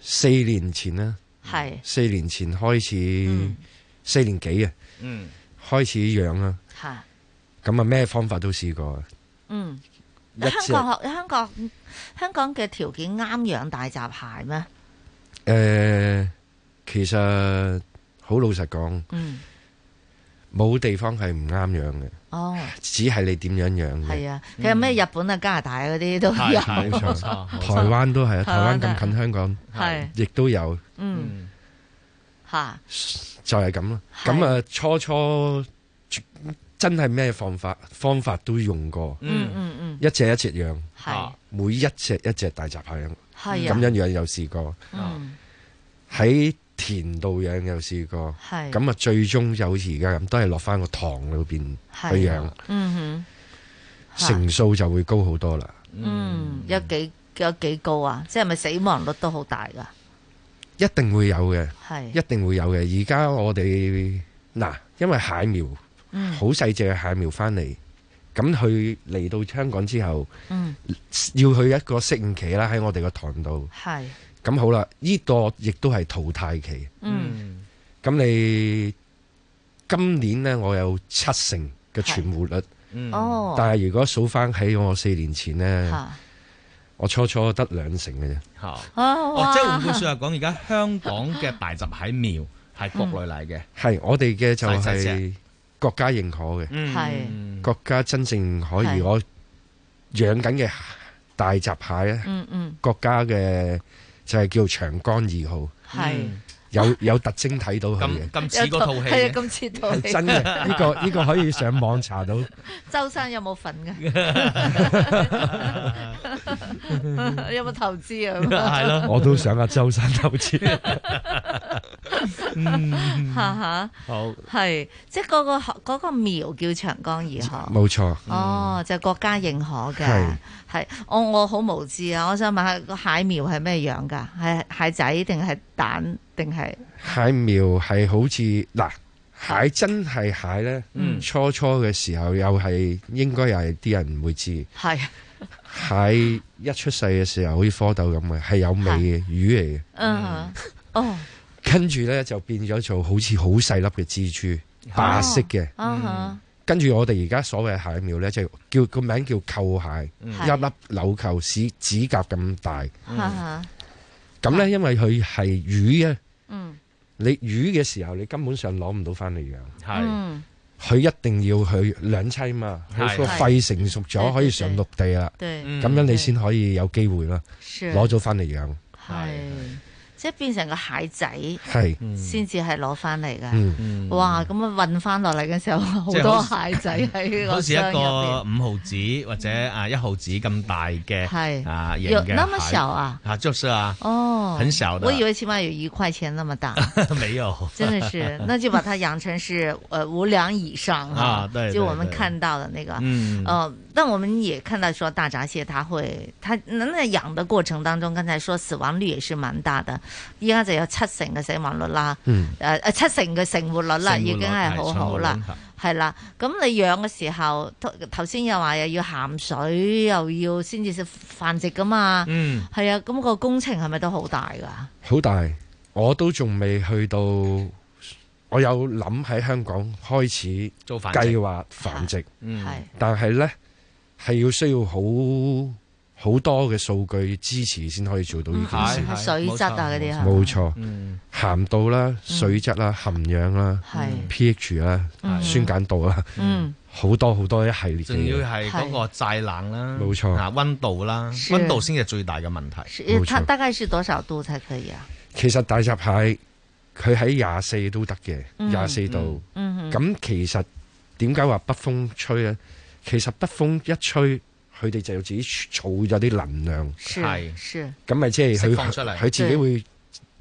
S24: 四年前啦，
S5: 係嗯
S24: 四年前開始，四年幾啊，
S25: 嗯，
S24: 開始養啦。
S5: 係
S24: 咁啊，咩方法都試過。啊
S5: 嗯。
S24: 一
S5: 香
S24: 隻
S5: 港香港香港嘅條件啱養大閘蟹咩？
S24: 誒、其實好老實講，
S5: 嗯，
S24: 冇地方係唔啱養嘅，
S5: 哦，
S24: 只係你點樣養嘅。
S5: 係啊，其實咩日本啊、加拿大嗰啲都有，
S24: 冇錯，台灣都係啊，台灣咁近香港，
S5: 係
S24: 亦都有，
S5: 嗯，吓，
S24: 就係咁啦。咁啊，初初真係咩方法方法都用過，
S5: 嗯嗯嗯
S24: 一隻一隻養，
S5: 係
S24: 每一隻一隻大閘蟹養，
S5: 係啊
S24: 咁樣養有試過。
S5: 嗯，
S24: 喺田度養又試過，
S5: 係
S24: 咁啊最終有而家咁，都係落翻個塘裏邊
S5: 係啊
S24: 去養，
S5: 嗯哼，
S24: 成數就會高好多啦。
S5: 嗯，有幾有幾高啊？即係咪死亡率都好大噶？
S24: 一定會有嘅，
S5: 係
S24: 一定會有嘅。而家我哋嗱，因為蟹苗
S5: 嗯
S24: 好細只嘅蟹苗翻嚟，咁佢嚟到香港之後，
S5: 嗯，
S24: 要去一個適應期啦，喺我哋個塘度。
S5: 係，
S24: 咁好啦，呢、個亦都係淘汰期。
S5: 嗯，
S24: 咁你今年呢，我有七成嘅存活率。
S5: 嗯哦
S24: 但係如果數翻喺我四年前呢
S5: 嚇，
S24: 我初初得兩成嘅啫。
S25: 好。
S5: 哦
S25: 哦，即係換句説話講，而家香港嘅大閘蟹苗係國內嚟嘅。
S24: 係我哋嘅就
S25: 細細
S24: 係
S25: 隻
S24: 國家認可嘅，
S25: 嗯係
S24: 國家真正可以
S5: 係
S24: 我養緊嘅大閘蟹咧，
S5: 嗯嗯，
S24: 國家嘅就係叫長江二號，
S5: 係
S24: 有有特徵睇到佢 嘅，
S25: 咁
S5: 有哦係啊，咁似套戲
S24: 係真 嘅，呢個呢個可以上網查到。
S5: 周生有冇份 噶？有冇投資啊？
S24: 我都想阿周生投資。
S5: 嗯
S24: 嗯
S5: 哈哈，
S24: 好，
S5: 係即係嗰個嗰個苗叫長江二號，
S24: 冇錯
S5: 哦，就係國家認可嘅
S24: 嗯係，
S5: 係我我好無知啊！我想問下個蟹苗係咩樣㗎？係蟹仔定係蛋定係？
S24: 蟹苗係好似嗱蟹真係蟹咧，初初嘅時候又係應該又係啲人唔會知。
S5: 係
S24: 蟹一出世嘅時候好似蝌蚪咁嘅，係有尾嘅魚嚟嘅，
S5: 嗯哦
S24: 跟住呢，就變咗做好似好細粒嘅蜘蛛，白色嘅。
S5: 啊
S11: 嗯
S5: 哈
S24: 跟住我哋而家所謂蟹苗呢，就叫個名叫扣蟹，
S5: 嗯
S24: 一粒柳球指指甲咁大。
S5: 哈哈
S24: 咁呢，因為佢係魚啊，
S5: 嗯
S24: 你魚嘅時候你根本上攞唔到翻嚟養。
S5: 嗯
S24: 佢一定要去兩棲嘛，
S5: 係
S24: 佢個
S5: 係
S24: 肺成熟咗可以上陸地啦，
S5: 對
S25: 嗯
S24: 咁樣你先可以有機會啦，
S5: 是
S24: 攞咗翻嚟養。
S5: 係，即係變成個蟹仔
S24: 係嗯
S5: 先至係攞翻嚟
S24: 嗯
S5: 㗎。
S24: 嗯
S5: 哇！咁啊運翻落嚟嘅時候，好
S25: 即係好
S5: 多蟹仔 喺個
S25: 好似一
S5: 箱入
S25: 個
S5: 邊。
S25: 五毫子或者啊一毫子咁大嘅
S5: 係
S25: 啊型
S5: 有
S25: 嘅
S5: 那麼
S25: 蟹
S5: 小啊？
S25: 啊，就是啊，
S5: 哦，
S25: 很小的，
S5: 我以為起碼有一塊錢那 麼大。
S25: 没有，
S5: 真的 是，那就把它养成是呃五两以上哈、
S25: 啊对对
S5: 就我们
S25: 对
S5: 看到的那个，
S25: 嗯
S5: 呃，但我们也看到说大闸蟹它会，它那那养的过程当中，刚才说死亡率也是蛮大的，依家就有七成嘅死亡率啦，
S24: 嗯
S5: 诶、呃、七成嘅成活率啦，
S24: 成活率
S5: 已經係好好啦
S24: 係成活率，
S5: 系啦，咁你養嘅時候，頭頭先又話又要鹹水，又要先至繁殖噶嘛，
S24: 嗯
S5: 係啊，咁、個工程係咪都好大㗎？
S24: 好大，我都仲未去到，我有諗喺香港開始
S25: 做繁殖
S24: 計劃繁殖，
S25: 嗯係
S24: 但係呢，係要需要好好多嘅數據支持先可以做到呢件事。
S5: 嗯係係水質啊嗰啲係
S24: 冇錯
S5: 嗯，
S24: 鹹度啦、水質啦、含氧啦
S5: 係、
S24: pH 啦
S5: 嗯、
S24: 酸鹼度啦
S5: 嗯，
S24: 好多好多一系列嘅
S25: 仲要係
S24: 嘢。
S25: 嗰個製冷啦，
S24: 冇錯
S25: 啊温度啦，
S5: 是
S25: 温度先係最大嘅問題。
S5: 呃它大概是多少度才可以啊？
S24: 其實大閘蟹佢喺廿四都得嘅，
S5: 嗯
S24: 廿四度。
S5: 嗯嗯
S24: 咁其實點解話北風吹呢？其實北風一吹，佢哋就自己儲咗啲能量。
S5: 是是，
S24: 咁咪即係
S5: 釋
S24: 佢
S5: 放出嚟
S24: 佢自己會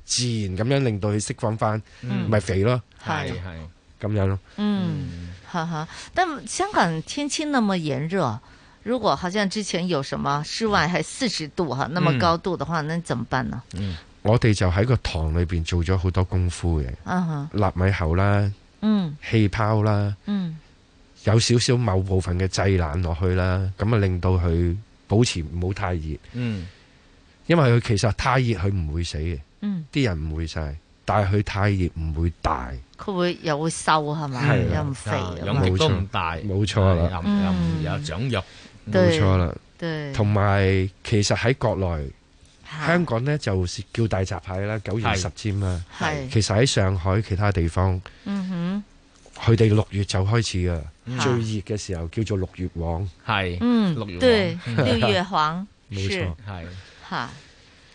S24: 自然咁樣令到佢釋放翻，
S5: 嗯
S24: 咪肥咯。
S5: 係
S24: 係咁樣咯。
S5: 嗯，哈哈。但香港天气那么炎热，如果好像之前有什么室外还四十度哈、
S24: 嗯
S5: 那么高度的话，那怎么办呢？
S24: 我哋就喺個塘裏邊做咗好多功夫嘅，
S5: 啊哈，
S24: 納米喉啦、
S5: 嗯
S24: 氣泡啦，
S5: 嗯
S24: 有少少某部分嘅製冷落去啦，咁啊令到佢保持唔好太熱，
S25: 嗯
S24: 因為佢其實太熱佢唔會死嘅，
S5: 嗯，
S24: 啲人唔會晒，但係佢太熱唔會大，
S5: 佢會又會瘦係啊嘛，
S24: 係
S5: 嗯又
S24: 啦啊
S5: 唔肥咁樣
S24: 冇錯冇錯啦，
S5: 嗯又唔有
S25: 長肉，
S24: 冇錯啦，
S5: 對
S24: 同埋其實喺國內。
S5: 嚇
S24: 香港呢，就叫大閘蟹啦，九月
S5: 係
S24: 十尖啦。
S5: 係
S24: 其實喺上海其他地方，
S5: 嗯
S24: 佢哋六月就開始噶，
S5: 嗯
S24: 最熱嘅時候叫做六月黃。
S25: 係
S5: 嗯
S25: 六月黃
S5: 對六 月黃
S24: 冇錯
S5: 是
S25: 係，
S5: 哈，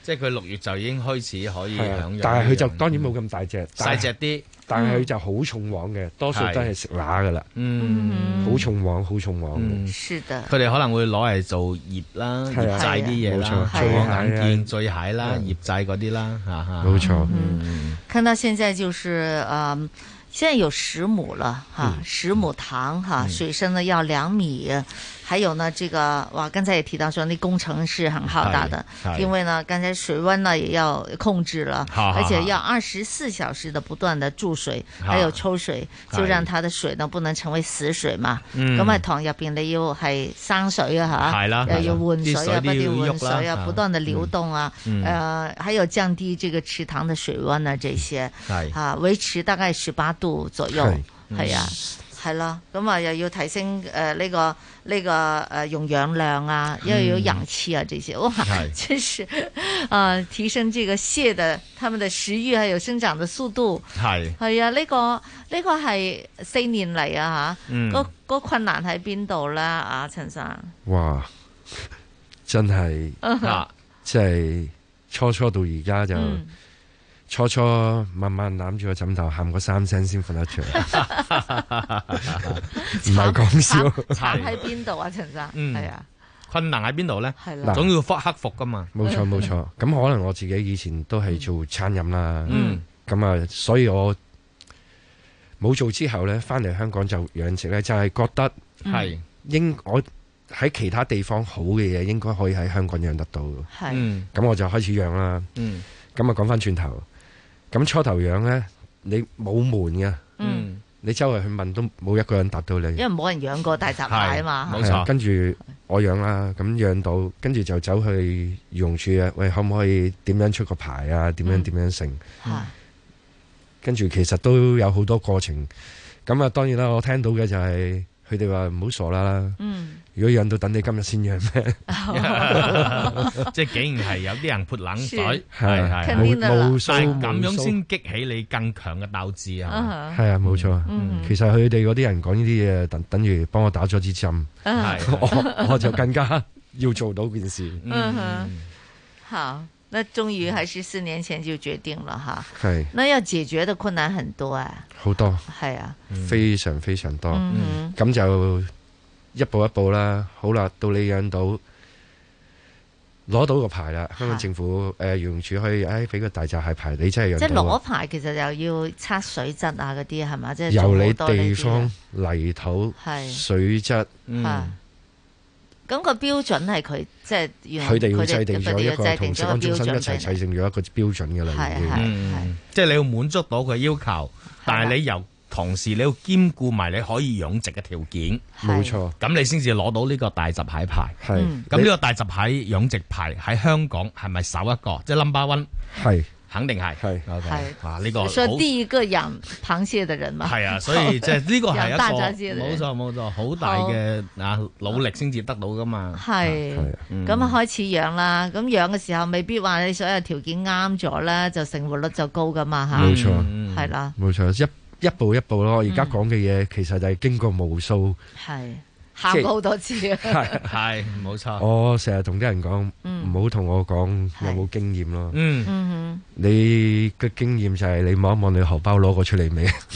S25: 即係佢六月就已經開始可以
S24: 係
S25: 享
S24: 啊
S25: 用，
S24: 但係佢就當然冇咁大隻，但
S25: 細
S24: 係
S25: 隻，啲，
S24: 但係佢就好重黃嘅，多數都係食乸噶啦。
S25: 嗯
S24: 好重黃，好重黃嘅。
S5: 是的，
S25: 佢哋可能會攞嚟做醃啦、
S24: 係
S25: 醃
S24: 啊
S25: 製啲嘢啦
S24: 冇、錯
S25: 左
S24: 醉蟹啊
S25: 眼見醉蟹啦、醃製嗰啲啦，啊嚇嚇。
S24: 嗯冇錯。
S5: 看到現在就是嗯。現在有十畝了哈，
S9: 嗯
S5: 十畝塘哈，水深呢要兩米，還有呢，這個哇，剛才也提到說，那工程是很浩大的
S9: 係，係
S5: 因為呢，剛才水溫呢也要控制了，
S9: 好好
S5: 而且
S9: 好
S5: 要二十四小時的不斷的注水，
S9: 啊
S5: 還有抽水，
S9: 係
S5: 就讓它的水呢不能成為死水嘛。
S9: 嗯
S5: 咁啊，塘入邊你要係生水啊吓，
S9: 係啦係啦
S5: 又要換水啊，
S9: 啲水
S5: 不
S9: 都要
S5: 斷換水
S9: 喐啦
S5: 啊，不斷的流動啊，
S9: 嗯嗯
S5: 呃，還有降低這個池塘的水溫啊，這些。
S9: 係
S5: 啊，維持大概十八度左右
S9: 係，
S5: 係啊，係啦，咁啊又要提升誒呢個呢個誒用氧量啊，又有氧氣啊這些，哇，
S9: 係
S5: 真是 啊提升這個蟹的它們的食欲還有生長的速度，
S25: 係
S5: 係啊，呢個呢個係四年嚟啊
S24: 嗯
S5: 嚇，個個困難喺邊度咧啊，陳生，
S24: 哇！真係
S5: 啊，
S24: 即係初初到而家就
S5: 嗯
S24: 初初慢慢攬住個枕頭喊嗰三聲先瞓 得着，唔係講笑。
S5: 慘喺邊度啊，陳生，
S25: 嗯
S5: 係啊，
S25: 困難喺邊度咧？
S5: 係啦
S25: 總要克克 服噶嘛。
S24: 冇錯冇錯， 咁可能我自己以前都係做餐飲啦
S25: 嗯，
S24: 咁啊，所以我冇做之後呢，翻嚟香港就養殖呢，就係覺得
S25: 係
S24: 應我喺其他地方好嘅嘢，應該可以喺香港養得到。
S5: 係
S24: 咁我就開始養啦。
S25: 嗯
S24: 咁啊，講翻轉頭，咁初頭養呢，你冇門嘅，
S5: 嗯，
S24: 你周圍去問都冇一個人答到你。
S5: 因為冇人養過大閘蟹啊嘛，
S24: 係啊跟住我養啦，咁養到，跟住就走去漁農處啊，喂，可唔可以點樣出個牌啊？點樣點樣成？
S5: 嗯嚇
S24: 跟住其實都有好多過程。咁啊，當然啦，我聽到嘅就係佢哋話唔好傻啦。
S5: 嗯哦
S24: 如果養到等你今日先養 咩？
S25: 即係竟然係有啲人潑冷水，
S24: 是
S25: 係係
S24: 肯定
S25: 係
S24: 得啦無數
S25: 但係咁
S24: 無
S25: 樣
S24: 數
S25: 先激起你更強嘅鬥志啊！
S5: 哎
S24: 係啊，冇錯。
S5: 嗯
S24: 其實佢哋嗰啲人講呢啲嘢，等等於幫我打咗支針。
S5: 係
S24: 我我就更加要做到件事。
S5: 嗯哼，好，那终于还是四年前就决定了哈。
S24: 係
S5: 那要解决的困难很多啊，
S24: 好多。
S5: 系啊，
S24: 非常非常多。
S5: 嗯
S24: 咁就一步一步啦，好啦，到你養到攞到個牌啦，香港政府誒漁農署可以誒俾個大閘蟹牌，你真係
S5: 即系
S24: 養到
S5: 攞
S24: 啊。
S5: 牌其实又要测水质啊嗰啲系嘛，即系
S24: 由
S5: 做
S24: 你
S5: 好多呢啲啊嗯
S24: 地
S5: 嘅
S24: 方、泥土、
S5: 係
S24: 水質，
S16: 嗯
S5: 啊咁個標準係佢即係原來
S24: 佢哋要制定
S5: 佢
S24: 咗
S5: 哋要
S24: 一個
S5: 制定
S24: 同食
S5: 咗個
S24: 安中
S5: 標
S24: 心一
S5: 準
S24: 齊
S5: 俾
S24: 制定咗一個標準嘅啦，已經
S5: 係
S25: 嗯，即係你要滿足到佢要求，但係你由同時你要兼顧埋你可以養殖嘅條件，
S24: 冇錯。
S25: 咁你先至攞到呢個大閘蟹牌。
S24: 係嗯
S25: 咁呢個大閘蟹養殖牌喺香港係咪首一個？即係 number one
S24: 係
S16: 肯定係。係，OK，
S5: 係
S16: 哇！呢個
S5: 说
S16: 好
S5: 第一个养螃蟹的人嘛，
S16: 係啊，所 以即係呢個係
S5: 養
S16: 一
S5: 大閘蟹
S16: 個
S5: 的
S16: 冇
S5: 人
S16: 錯冇錯，好大嘅啊努力先至得到噶嘛。
S5: 係，
S16: 啊嗯
S5: 咁啊開始養啦，咁養嘅時候未必話你所有條件啱咗啦，就成活率就高噶嘛吓，
S24: 嗯冇錯
S5: 係啦，嗯
S24: 冇錯，一一步一步咯。我而家講嘅嘢其實就係經過無數。
S5: 係喊過好多次，啊
S16: 係冇錯。
S24: 我成日同啲人講，
S5: 嗯
S24: 唔好同我講有冇經驗咯。
S16: 嗯
S5: 嗯
S24: 你嘅經驗就係你望一望你荷包攞過出嚟未？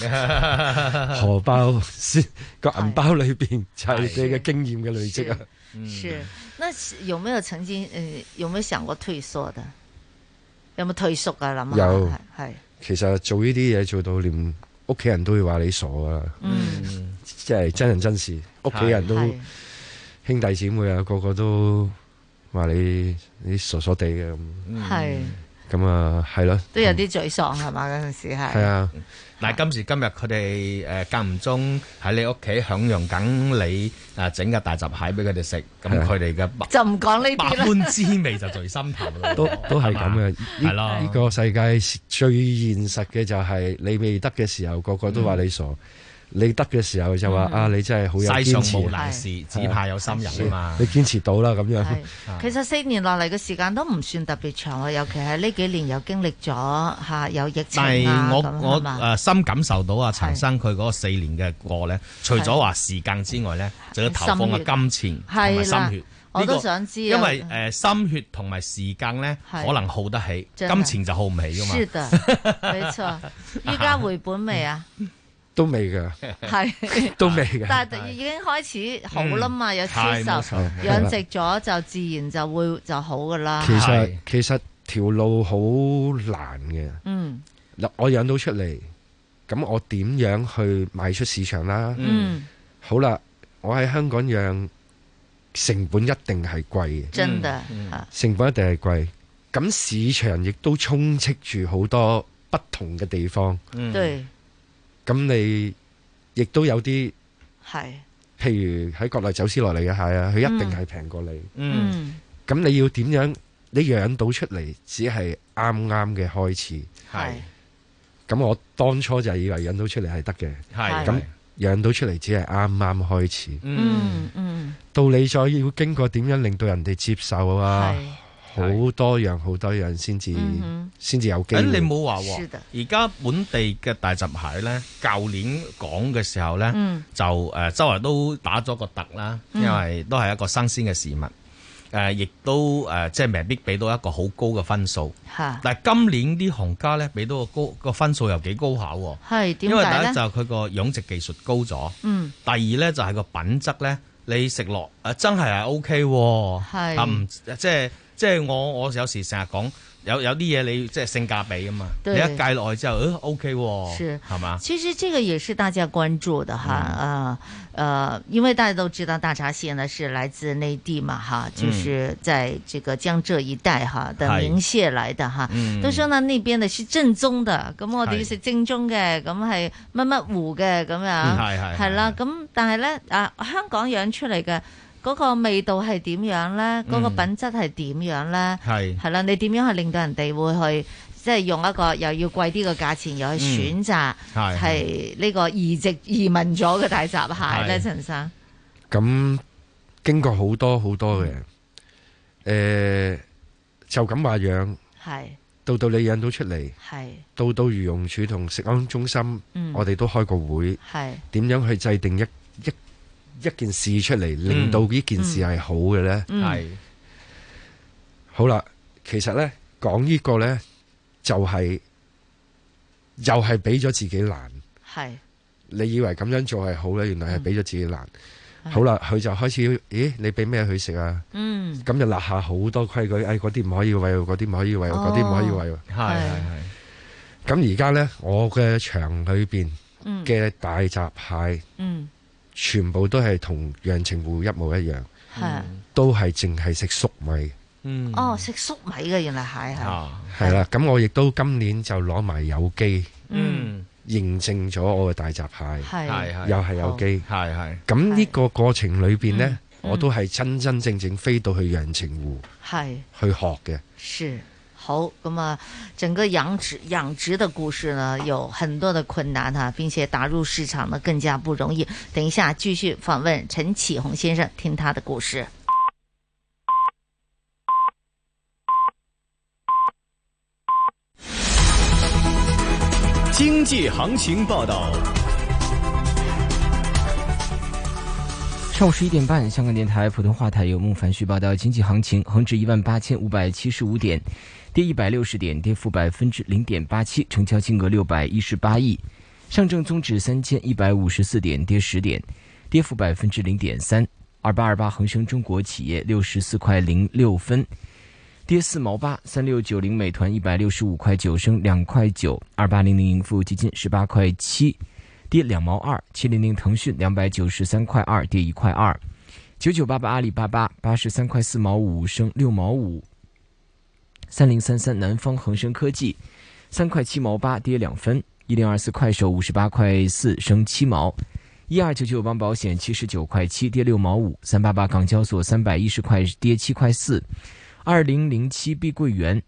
S24: 荷包 先個銀包裏邊就係你嘅經驗嘅累積啊。
S5: 哼，嗯是。那是有沒有曾經呃有沒有想過退縮的？有冇退縮啊？諗下
S24: 有
S5: 係
S24: 其實做呢啲嘢做到連屋企人都會話你傻噶啦。
S5: 嗯，
S24: 即係真人真事，屋企人都
S5: 係
S24: 兄弟姊妹啊，個個都話你你傻傻地嘅咁。
S5: 係
S24: 咁啊，係咯。
S5: 都有啲沮喪係嘛？嗰陣時係
S24: 係啊，
S16: 嗯但係今時今日佢哋誒間唔中喺你屋企享用緊你啊整嘅大閘蟹俾佢哋食，
S24: 啊
S16: 咁佢哋嘅百
S5: 就唔講呢
S16: 百
S5: 啲啦
S16: 般 滋味就在 心頭啦。
S24: 都都係咁嘅，
S16: 係咯
S24: 呢呢個世界最現實嘅就係你未得嘅時候，個個都話
S16: 嗯
S24: 你傻；你得嘅時候就話
S5: 嗯
S24: 啊，你真係好有
S16: 世
S24: 堅
S16: 上
S24: 持。
S16: 無難事
S24: 係
S16: 只怕有心人啊嘛
S24: 你堅持到啦咁樣。
S5: 其實四年落嚟嘅時間都唔算特別長啊，尤其係呢幾年又經歷咗嚇有疫情
S16: 但係
S5: 啊
S16: 我
S5: 咁
S16: 我
S5: 係嘛
S16: 誒深感受到啊陳生佢嗰個四年嘅過咧，除咗話時間之外咧，仲要投放嘅金錢同埋
S5: 係啦
S16: 心血。
S5: 我都
S16: 呢個
S5: 想知啊
S16: 因為誒心血同埋時間咧，
S5: 係
S16: 可能耗得起，
S5: 真係
S16: 金錢就耗唔起噶嘛。
S5: 是的，沒錯。依家回本未啊？
S24: 都未㗎，
S5: 係
S24: 都未㗎。
S5: 但係已經開始好啦嘛，
S24: 嗯
S5: 有銷
S24: 係冇
S5: 售
S24: 錯
S5: 養殖咗就自然就會就好噶啦。
S24: 其實其實條路好難嘅。
S5: 嗯
S24: 嗱，我養到出嚟，咁我點樣去賣出市場啦？
S5: 嗯，
S24: 好啦，我喺香港養，成本一定係貴嘅，
S5: 真的啊，
S24: 成本一定係貴。咁市場亦都充斥住好多不同嘅地方，
S16: 嗯
S5: 對，
S24: 咁你亦都有啲，
S5: 係
S24: 譬如喺國內走私落嚟嘅蟹啊，佢一定係平過你。
S5: 嗯
S24: 咁你要點樣？你養到出嚟只係啱啱嘅開始。
S16: 係。
S24: 咁我當初就係以為養到出嚟係得嘅，
S16: 係
S24: 咁
S16: 係
S24: 養到出嚟只係啱啱開始。
S5: 嗯嗯
S24: 到你再要經過點樣令到人哋接受啊，好多樣好多樣先至
S5: 嗯哼
S24: 先至有機
S16: 誒，
S24: 會。
S16: 你冇話
S5: 是
S16: 喎
S5: 的，
S16: 而家本地嘅大閘蟹咧，舊年講嘅時候咧，
S5: 嗯
S16: 就誒、呃周圍都打咗個突啦，
S5: 嗯
S16: 因為都係一個新鮮嘅事物，誒、亦都誒、呃即係未必俾到一個好高嘅分數。
S5: 嚇
S16: 但係今年啲行家咧，俾到個高個分數又幾高下喎，
S5: 係點
S16: 因為
S5: 解
S16: 第一就
S5: 咧？
S16: 係佢個養殖技術高咗，
S5: 嗯
S16: 第二咧就係個品質咧，你食落誒真係係 O K 喎，
S5: 係
S16: 啊唔即係即係我我有時成日講有有啲嘢你即係性價比啊嘛，你
S5: 對
S16: 一計落去之後，誒 O K
S5: 是
S16: 喎，係嘛？
S5: 其实这个也是大家关注的哈，啊呃，因为大家都知道大闸蟹呢是来自内地嘛哈，就是在这个江浙一带哈的
S3: 是
S5: 名蟹来的哈，
S3: 嗯
S5: 都说呢那边呢是正宗的，咁我哋要
S3: 是
S5: 食正宗嘅，咁係乜乜湖嘅咁樣，
S3: 嗯是是
S5: 係啦，咁但係咧啊香港養出嚟嘅嗰個味道係點樣咧？嗰、個
S3: 嗯
S5: 品質係點樣咧？
S3: 係
S5: 係啦，你點樣去令到人哋會去即係用一個又要貴啲嘅價錢，又去選擇
S24: 嗯係
S5: 係呢個移植移民咗嘅大閘啊蟹咧，
S24: 係
S5: 陳生
S24: 咁經過好多好多嘅，誒、就咁話養，
S5: 係
S24: 到到你養到出嚟，
S5: 係
S24: 到到漁農署同食安中心，
S5: 嗯
S24: 我哋都開過會，
S5: 係
S24: 點樣去制定一一一件事出嚟，令到呢件事係好嘅呢？
S5: 嗯係
S24: 好啦，其實呢，講呢個呢，就係、又係俾咗自己難。
S5: 係
S24: 你以為咁樣做係好呢？原來係俾咗自己難。
S5: 嗯
S24: 好啦，佢就開始，咦？你俾咩佢食啊？
S5: 嗯
S24: 咁就立下好多規矩，誒、嗰啲唔可以餵喎，嗰啲唔可以餵喎，
S5: 哦
S24: 嗰啲唔可以餵喎。
S16: 係係
S24: 咁而家呢，我嘅場裏邊
S5: 嗯
S24: 嘅大閘蟹，
S5: 嗯
S24: 全部都係同陽澄湖一模一樣，
S5: 係啊
S24: 都係淨係食粟米。
S16: 嗯
S5: 哦食粟米嘅原來蟹係
S24: 係啦，咁我亦都今年就攞埋有機，
S5: 嗯，
S24: 認證咗我嘅大閘蟹，
S5: 係係係
S24: 又係有機，
S16: 係係。
S24: 咁呢個過程裏邊呢，
S5: 嗯
S24: 我都係真真正正飛到去陽澄湖
S5: 係
S24: 去學嘅。
S5: 是好，咁啊，整个养殖养殖的故事呢，有很多的困难哈、并且打入市场呢更加不容易。等一下继续访问陈启宏先生，听他的故事。
S22: 经济行情报道。
S9: 上午十一点半，香港电台普通话台由孟凡旭报道经济行情：恒指一万八千五百七十五点，跌一百六十点，跌幅百分之零点八七，成交金额六百一十八亿；上证综指三千一百五十四点，跌十点，跌幅百分之零点三；二八二八恒生中国企业六十四块零六分，跌四毛八；三六九零美团一百六十五块九升两块九；二八零零盈富基金十八块七。跌两毛二；七零零腾讯两百九十三块二，跌一块二；九九八八阿里巴巴八十三块四毛五升六毛五；三零三三南方恒生科技三块七毛八，跌两分；一零二四快手五十八块四升七毛；一二九九邦保险七十九块七，跌六毛五；三八八港交所三百一十块，跌七块四；二零零七碧桂园。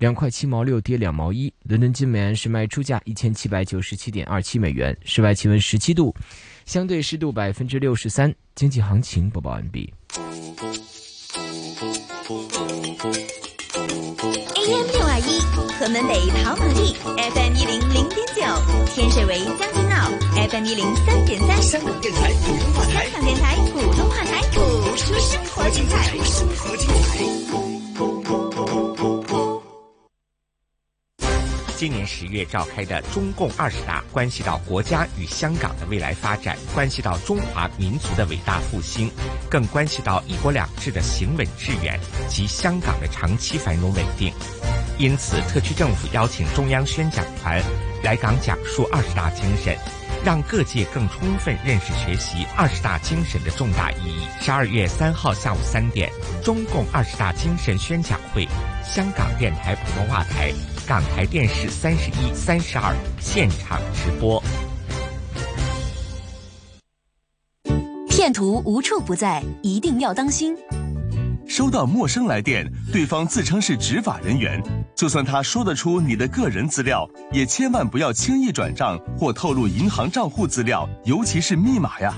S9: 两块七毛六跌两毛一，伦敦金美元是卖出价一千七百九十七点二七美元，室外气温十七度，相对湿度百分之六十三。经济行情播报完毕。
S21: 嗯
S10: AM 六二一，河门北跑马地；FM 一零零点九，天水围将军澳；FM 一零三点三，香港电台普通话台。香港电台普通话台，播出生活精彩。生活精彩。
S26: 今年十月召开的中共二十大，关系到国家与香港的未来发展，关系到中华民族的伟大复兴，更关系到“一国两制”的行稳致远及香港的长期繁荣稳定。因此，特区政府邀请中央宣讲团来港讲述二十大精神，让各界更充分认识学习二十大精神的重大意义。十二月三号下午三点，中共二十大精神宣讲会，香港电台普通话台、港台电视三十一、三十二现场直播。
S27: 骗徒无处不在，一定要当心。
S28: 收到陌生来电，对方自称是执法人员，就算他说得出你的个人资料，也千万不要轻易转账或透露银行账户资料，尤其是密码呀。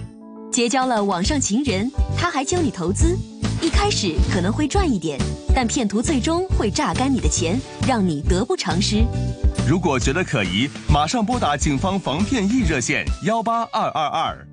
S27: 结交了网上情人，他还教你投资，一开始可能会赚一点，但骗徒最终会榨干你的钱，让你得不偿失。
S28: 如果觉得可疑，马上拨打警方防骗易热线幺八二二二。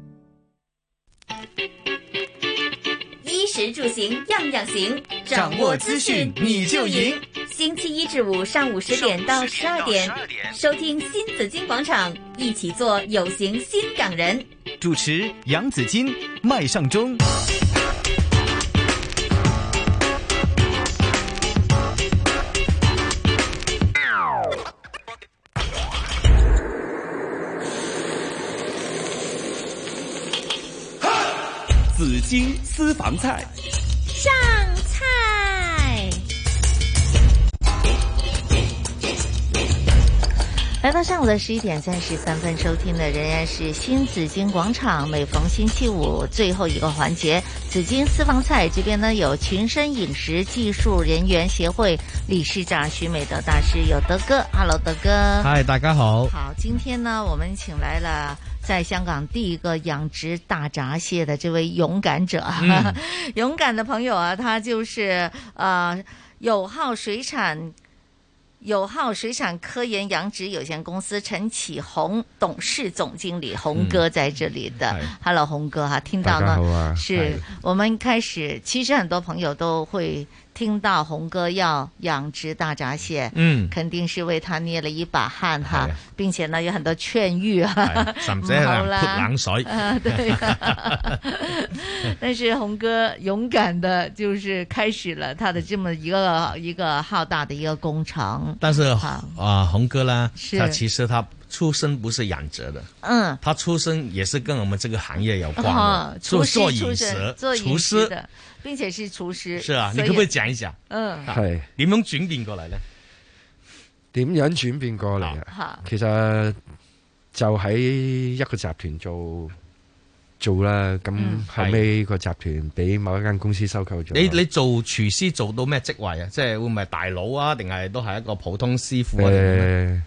S10: 衣食住行样样行，
S22: 掌握资讯你就赢。
S10: 星期一至五上午十点到十二点，收听新紫金广场，一起做有型新港人。
S22: 主持杨紫金、麦尚中。
S28: 紫金私房菜，
S8: 上菜，
S5: 来到上午的十一点三十三分，收听的仍然是新紫金广场。每逢星期五最后一个环节，紫金私房菜这边呢有群生饮食技术人员协会理事长徐美德大师，有德哥，Hello，德哥，
S16: 嗨，大家好。
S5: 好，今天呢，我们请来了在香港第一个养殖大闸蟹的这位勇敢者，啊
S16: 嗯
S5: 勇敢的朋友啊，他就是呃友好水产。友好水产科研养殖有限公司陈启宏董事总经理洪哥在这里的、h e l l o 洪哥哈，听
S27: 嗯大
S5: 到
S27: 家
S5: 呢
S27: 好啊
S5: 是
S27: 嗨
S5: 我们开始，其实很多朋友都会听到洪哥要养殖大闸蟹，
S27: 嗯
S5: 肯定是为他捏了一把汗哈
S27: 是啊，
S5: 并且呢有很多劝喻啊，
S27: 甚
S5: 唔好
S27: 有人
S5: 啦
S27: 潑冷水
S5: 啊对 啊但是洪哥勇敢的，就是开始了他的这么一个一个浩大的一个工程，
S16: 但是
S5: 好
S16: 啊、红哥呢，
S5: 是
S16: 他其实他出身不是养殖的，
S5: 嗯，
S16: 他出身也是跟我们这个行业有关的，
S5: 哦，厨
S16: 做
S5: 师
S16: 做
S5: 出
S16: 饮
S5: 身
S16: 食，
S5: 做
S16: 厨
S5: 饮食
S16: 师
S5: 的，并且是厨师。
S16: 是啊，你
S5: 所以
S16: 可不可以讲一下？
S5: 嗯
S16: 啊
S24: 係
S16: 點樣轉變過嚟咧？
S24: 點樣轉變過嚟啊
S5: 嚇？
S24: 其實就喺一個集團做做啦，咁
S16: 嗯
S24: 後尾個集團俾某一間公司收購咗。
S16: 你你做廚師做到咩職位啊？即係會唔係大佬啊？定係都係一個普通師傅啊？定係咩
S24: 誒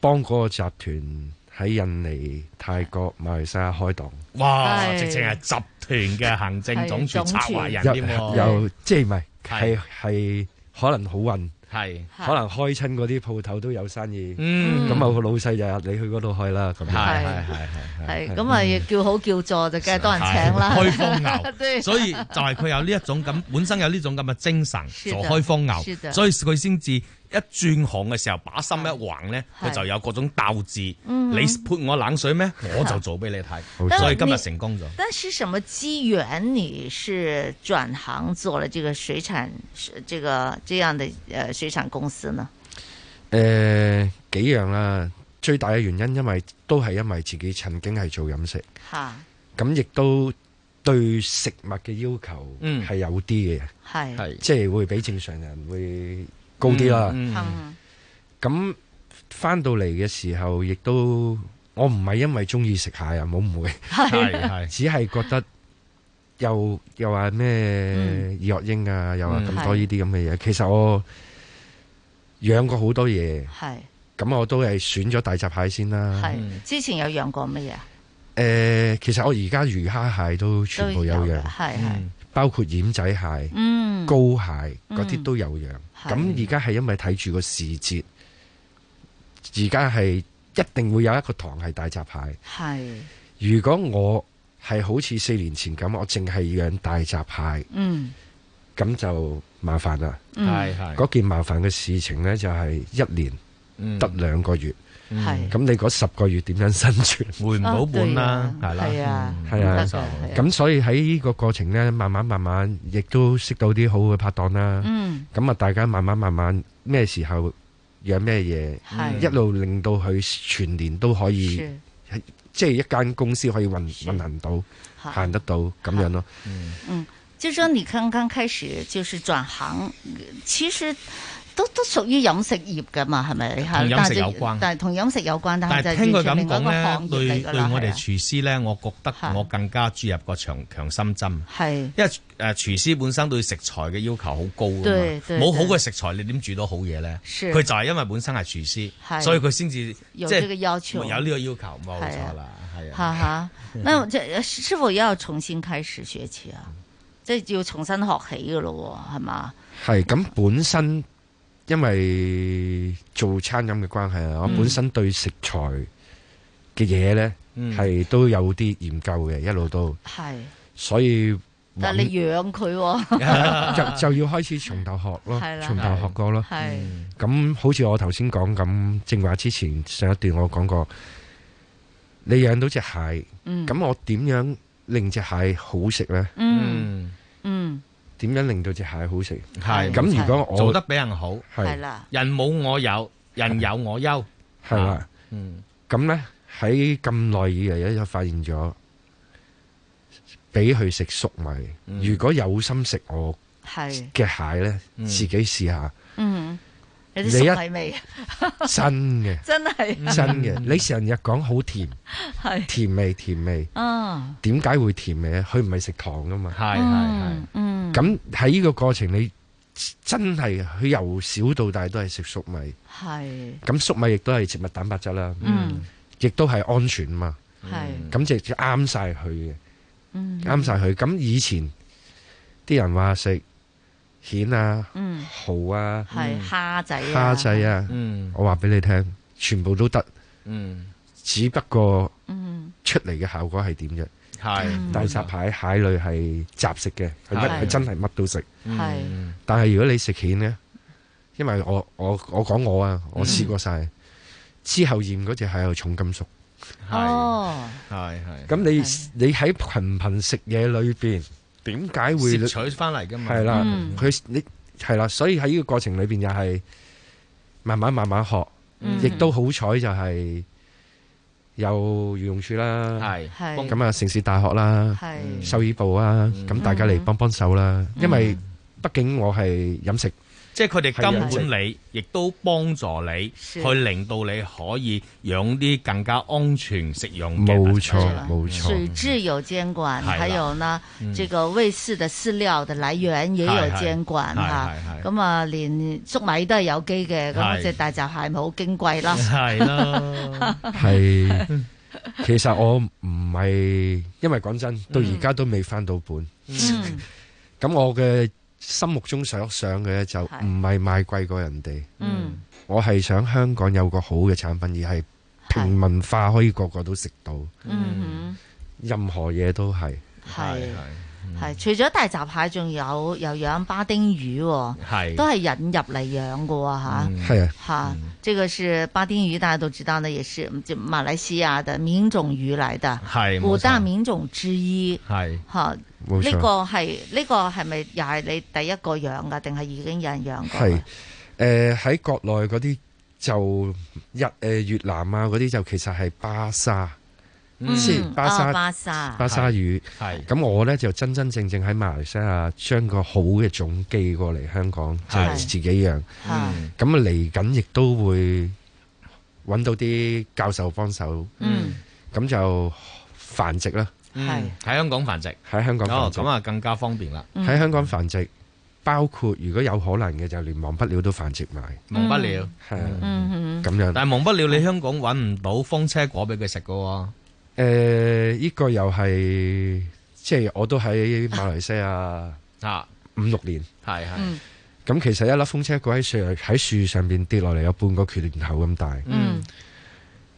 S24: 幫嗰個集團喺印尼、泰國、馬來西亞開檔。
S16: 哇！係直情係集團嘅行政總廚策劃人添喎，
S24: 又即係唔係
S16: 係
S24: 係係可能好運，
S16: 係
S24: 可能開親嗰啲鋪頭都有生意，
S16: 嗯
S24: 咁啊個老細就話你去嗰度開啦，咁樣
S16: 係係係
S5: 係咁啊，要叫好叫座就梗係多人請啦。，
S16: 開荒牛
S5: 對
S16: 所以就係佢有呢一種咁本身有呢種咁嘅精神
S5: 是的
S16: 做開荒
S5: 是的
S16: 牛，所以佢先至一轉行嘅時候把心一橫咧，
S5: 係
S16: 佢就有嗰種鬥志。
S5: 嗯哼
S16: 你潑我冷水咩？我就做俾你
S5: 冇
S16: 睇，
S5: 錯
S16: 所以今日成功咗。
S5: 但是什麼機緣，你是轉行做了這個水產，是這个这样的呃水產公司呢？
S16: 嗯
S24: 誒、幾樣啦，最大嘅原因因為都係因為自己曾經係做飲食，
S5: 吓，
S24: 咁亦都對食物嘅要求
S5: 嗯
S24: 係有啲嘅，
S5: 係係
S24: 即係會比正常人會高啲啦。
S5: 嗯
S24: 咁翻到嚟嘅時候，亦都我唔係因為中意食蟹啊，冇誤會，
S16: 係係
S24: 只係覺得又又話咩
S16: 嗯
S24: 二樂英啊，又話
S16: 嗯
S24: 咁多呢啲咁嘅嘢。其實我養過好多嘢，
S5: 係
S24: 咁我都係選咗大閘蟹先啦。
S5: 係之前有養過乜嘢啊？
S24: 誒、呃其實我而家魚蝦蟹都全部有
S5: 都有
S24: 養
S5: 嘅，係係嗯
S24: 包括奄仔蟹、
S5: 嗯
S24: 膏蟹嗰啲
S5: 嗯
S24: 都有養。
S5: 係
S24: 咁而家係因為睇住個時節，而家係一定會有一個塘係大閘蟹。
S5: 係
S24: 如果我係好似四年前咁，我淨係養大閘蟹，
S5: 嗯
S24: 咁就麻煩啦。
S5: 嗯係係
S24: 嗰件麻煩嘅事情呢，就係一
S16: 嗯
S24: 年得兩個月。
S5: 係
S24: 咁你嗰十個月點樣生存？
S16: 回唔到本啦哦對啊係啦係啊嗯
S24: 係
S16: 冇
S24: 啊
S16: 錯係啊。
S24: 咁所以喺呢個過程呢，慢慢慢慢，亦都識到啲好嘅拍檔啦。
S16: 嗯
S24: 咁啊，大家慢慢慢慢，咩時候養咩
S5: 係
S24: 嘢，一路令到佢全年都可以
S5: 是，
S24: 係即係一間公司可以運運行到
S5: 好
S24: 行得到咁樣咯。
S5: 嗯，就說你剛剛開始就是轉行，其實都都屬於飲食業噶嘛，係咪？
S16: 同飲食有關
S5: 但係同飲食有關，但係
S16: 但
S5: 就
S16: 係
S5: 係
S16: 聽佢
S5: 完全
S16: 咁
S5: 另外一個
S16: 講
S5: 行
S16: 咧，
S5: 業嚟
S16: 對
S5: 㗎
S16: 對
S5: 啦
S16: 我哋
S5: 係啊
S16: 廚師咧，我覺得我更加注入個強強心針。
S5: 係因
S16: 為誒廚師本身對食材嘅要求好高㗎
S5: 對
S16: 嘛，
S5: 對
S16: 冇好嘅食材你點煮到好嘢咧？
S5: 是
S16: 佢就係因為本身係廚
S5: 係啊
S16: 師，所以佢先至
S5: 有
S16: 即係
S5: 呢個要求
S16: 有呢個要求冇
S5: 係啊
S16: 錯啦，係
S5: 哈
S16: 啊。
S5: 哈，那我这是是否要重新開始學習啊？即係要重新學起噶咯喎，係嘛？
S24: 係咁本身，因為做餐飲嘅關係啊，我
S5: 嗯
S24: 本身對食材嘅嘢呢，
S5: 嗯
S24: 係都有啲研究嘅，一路都，
S5: 係，
S24: 所以
S5: 但係
S24: 搵
S5: 你養佢
S24: 就
S5: 喎，
S24: 就要開始從頭學咯
S5: 係，啦
S24: 從頭學過咯
S5: 係。
S16: 嗯
S24: 咁好似我頭先講咁，正話之前上一段我講過，你養到隻蟹，
S5: 嗯
S24: 咁我點樣令隻蟹好食呢？
S5: 嗯嗯
S24: 點樣令到隻蟹好食？
S16: 係
S24: 咁，如果我
S16: 做得比人好，
S24: 係
S16: 係啦，人冇我有，人有我優，
S24: 係啦，
S16: 嗯，
S24: 咁呢，喺咁耐以嚟咧，就發現咗，俾佢食粟米，如果有心食我
S5: 係，
S24: 嘅蟹呢，自己試下，
S5: 嗯，有啲
S24: 你一
S5: 粟米味，啊
S24: 真嘅，
S5: 真係
S24: 真嘅，你成日講好甜，
S5: 係
S24: 甜味甜味，
S5: 啊，
S24: 點解會甜味咧？佢唔係食糖噶嘛，
S16: 係
S5: 嗯嗯，
S24: 咁喺呢個過程，你真係佢由小到大都係食粟米，
S5: 係
S24: 咁粟米亦都係植物蛋白質啦，
S5: 嗯
S24: 亦都係安全嘛，
S5: 係
S24: 咁就啱晒佢嘅，
S5: 嗯
S24: 啱晒佢。咁以前啲人話食蜆啊、
S5: 嗯
S24: 蠔啊、
S16: 嗯
S5: 係蝦仔啊，
S24: 蝦仔啊，我話俾你聽，全部都得，
S16: 嗯
S24: 只不過
S5: 嗯
S24: 出嚟嘅效果係點啫。
S16: 係
S24: 大閘蟹蟹類係雜食嘅，佢乜
S16: 係
S24: 佢真係乜都食。
S5: 係
S16: 嗯
S24: 但係如果你食蜆呢，因為我我我講我啊，我
S5: 嗯
S24: 試過晒，之後驗嗰隻蟹有重金屬。
S5: 哦，
S16: 係係。
S24: 咁你你喺頻頻食嘢裏邊，點解會
S16: 攝取返嚟㗎嘛
S24: 係啦
S16: 嗯，
S24: 佢你係啦，所以喺呢個過程裏邊又係慢慢慢慢學，
S16: 嗯
S24: 亦都好彩就係有漁農處啦，係
S16: 係
S24: 咁啊城市大學啦
S16: 係，
S24: 獸醫部啊，咁大家嚟幫幫手啦，因為
S16: 嗯
S24: 畢竟我係飲食啊
S16: 即係佢哋根本你，亦都幫助你，
S25: 是
S16: 去令到你可以養啲更加安全食用嘅
S24: 冇
S16: 物
S24: 錯
S16: 種
S24: 冇錯。
S5: 水质有监管，
S16: 係啦
S5: 还有呢，
S16: 嗯
S5: 这个喂饲的饲料的來源也有監管
S16: 係係
S5: 吓
S16: 係。係
S5: 咁啊，連粟米都係有機嘅，咁
S24: 係
S5: 只大閘蟹咪好矜貴啦。
S16: 係 啦
S24: 系，其實我唔係，因為講真，到而家都未翻到本。
S5: 嗯
S24: 咁我嘅心目中想想嘅就唔係賣貴過人哋，
S5: 嗯，
S24: 我係想香港有個好嘅產品，而係平民化，可以個個都食到，
S5: 嗯
S24: 任何嘢都係。
S5: 哼，係係。除咗大閘蟹，仲有又養巴丁魚喎，
S24: 係
S5: 都係引入嚟養嘅喎吓。
S16: 嗯
S24: 係啊，
S5: 哈，这个是巴丁鱼，大家都知道呢，也是就马来西亚的民种鱼来的，
S16: 係
S5: 五
S16: 冇
S5: 大民种之一。
S16: 係
S5: 吓，
S24: 冇錯
S5: 呢個係呢個係咪又係你第一個養噶，定係已經有人養過？
S24: 係誒喺國內嗰啲就日誒、越南啊嗰啲就其實係巴沙，
S5: 嗯
S24: 即係巴沙、
S5: 哦巴沙
S24: 巴沙魚。
S16: 啊係
S24: 咁我呢就真真正正喺馬來西亞將個好嘅種寄過嚟香港，就
S16: 係
S24: 自己養。咁啊
S16: 嗯
S24: 嚟緊亦都會揾到啲教授幫手。
S16: 嗯，
S24: 咁就繁殖啦。
S16: 係嗯喺香港繁殖，
S24: 喺香港繁殖
S16: 哦咁啊更加方便啦。
S24: 喺香港繁殖，包括如果有可能嘅就連忘不了都繁殖埋。
S16: 忘不了，
S24: 係啊
S16: 嗯
S24: 咁樣
S16: 但係忘不了，你香港揾唔到風車果俾佢食嘅喎。
S24: 誒、呃呢、個又係即係我都喺馬來西亞
S16: 啊
S24: 五六年，
S16: 係係
S5: 嗯
S24: 咁、其實一粒風車果喺樹喺樹上邊跌落嚟有半個拳頭咁大。
S5: 嗯，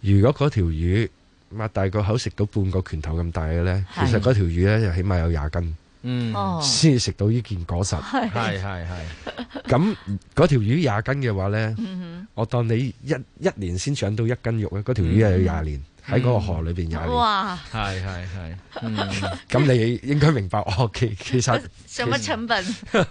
S24: 如果嗰條魚擘大個口食到半個拳頭咁大嘅呢，其
S5: 係
S24: 實嗰條魚呢就起碼有廿斤，
S16: 嗯
S5: 哦
S24: 先食到呢件 果實。
S5: 係係
S16: 係係。
S24: 咁嗰條魚廿斤嘅話呢，
S5: 嗯
S24: 我當你一一年先長到一斤肉咧，嗰條魚又有廿年喺嗰個河裏邊廿年。
S5: 嗯哇，
S16: 係係係，
S24: 嗯
S16: 嗯
S24: 咁你應該明白我其其實
S5: 什麼成本？ 對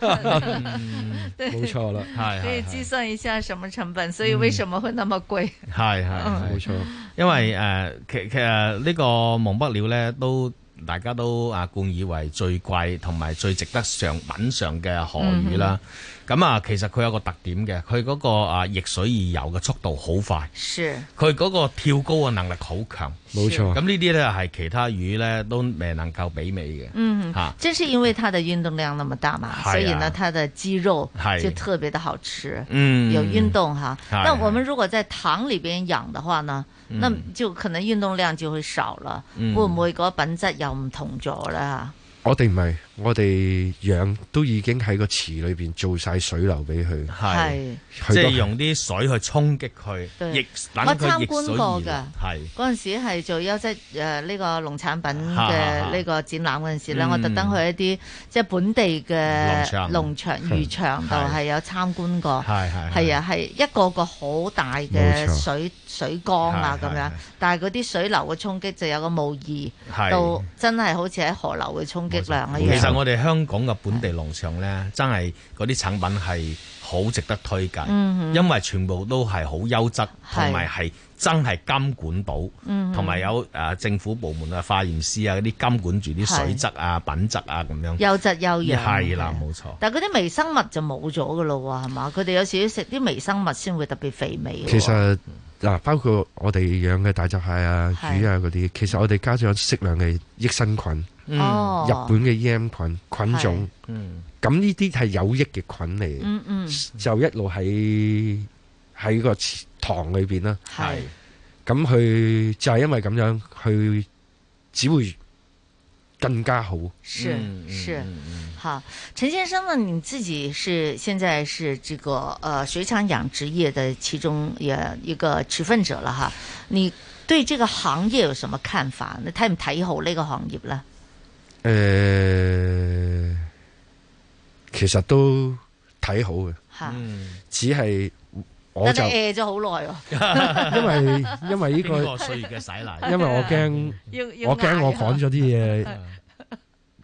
S24: 嗯冇嗯錯啦，
S16: 係
S5: 可以計算一下什麼成本，所以為什麼會那麼貴？
S16: 係係
S5: 嗯
S16: 係
S24: 冇錯。
S16: 因為誒、呃其其實呢個忘不了咧，都大家都啊冠以為最貴同埋最值得上品嚐嘅河魚啦。
S5: 嗯
S16: 咁啊、其實佢有個特點嘅，佢嗰、個啊逆水而游嘅速度好快。
S5: 是，
S16: 佢嗰個跳高嘅能力好強，
S24: 冇錯
S16: 咁呢啲咧係其他魚咧都未能夠媲美嘅。
S5: 嗯
S16: 嚇，
S5: 正是因為它的運動量那麼大嘛，
S16: 係啊
S5: 所以呢，它的肌肉
S16: 係
S5: 就特別的好吃。
S16: 嗯
S5: 有運動哈。
S16: 係
S5: 那我們如果在塘裏邊養的話呢，
S16: 嗯
S5: 那就可能運動量就會少了，
S24: 嗯
S5: 會唔會嗰個品質又唔同咗啦？
S24: 我哋唔係，我哋養都已經喺個池裏邊做晒水流俾佢，
S16: 係
S24: 佢都
S16: 即係用啲水去衝擊佢，
S5: 對
S16: 逆等
S5: 我
S16: 佢
S5: 參
S16: 逆
S5: 觀
S16: 水
S5: 過
S16: 而
S5: 㗎
S16: 流。係
S5: 嗰陣時係做優質誒呢個農產品
S16: 哈哈
S5: 嘅
S16: 哈
S5: 呢個展覽嗰陣時咧，
S16: 嗯
S5: 我特登去一啲即係本地
S16: 農場
S5: 嘅 農場漁場度
S16: 係
S5: 係有參觀過，
S16: 係係
S5: 係啊係一個個好大
S16: 冇
S5: 嘅
S16: 錯
S5: 水水缸啊
S16: 係
S5: 咁
S16: 係
S5: 樣
S16: 係，
S5: 但係嗰啲水流嘅衝擊就有個模擬
S16: 係
S5: 到真係好似喺河流嘅衝擊量一
S16: 其實
S5: 樣。
S16: 我哋香港嘅本地農場呢，真係嗰啲產品係好值得推介，
S5: 嗯哼
S16: 因為全部都係好優質，
S5: 係
S16: 同埋係真係監管到，
S5: 嗯哼
S16: 同埋有誒政府部門啊、化驗師啊嗰啲監管住啲水質啊、品質啊咁樣。
S5: 優質優養
S16: 係啦，冇錯。
S5: 但係嗰啲微生物就冇咗噶咯喎，係嘛？佢哋有時要食啲微生物先會特別肥美㗎喎。
S24: 其實
S16: 嗯
S24: 嗱，包括我哋養嘅大閘蟹啊、
S5: 係
S24: 魚啊嗰啲，其實我哋加咗適量嘅益生菌，
S5: 嗯哦
S24: 日本嘅 EM 菌菌種，
S16: 嗯
S24: 咁呢啲係有益嘅菌嚟，
S5: 嗯嗯
S24: 就一路喺喺個池塘裏邊啦。
S5: 係
S24: 咁佢就係因為咁樣，佢只會更加好。
S5: 是
S16: 嗯
S5: 是，好，陈先生呢？你自己是现在是这个呃水产养殖业的其中也一个持份者了哈。你对这个行业有什么看法？你睇唔睇好呢个行业呢？
S24: 誒、其實都睇好嘅，
S5: 吓，
S24: 只係嗯我
S5: 但
S24: 就
S5: 係你 hea 咗好耐 喎。
S24: 因為因為呢、
S16: 經過
S24: 個，
S16: 歲月嘅洗 禮，
S24: 因為我驚
S5: 要要
S24: 我驚我
S5: 捱啊
S24: 講咗啲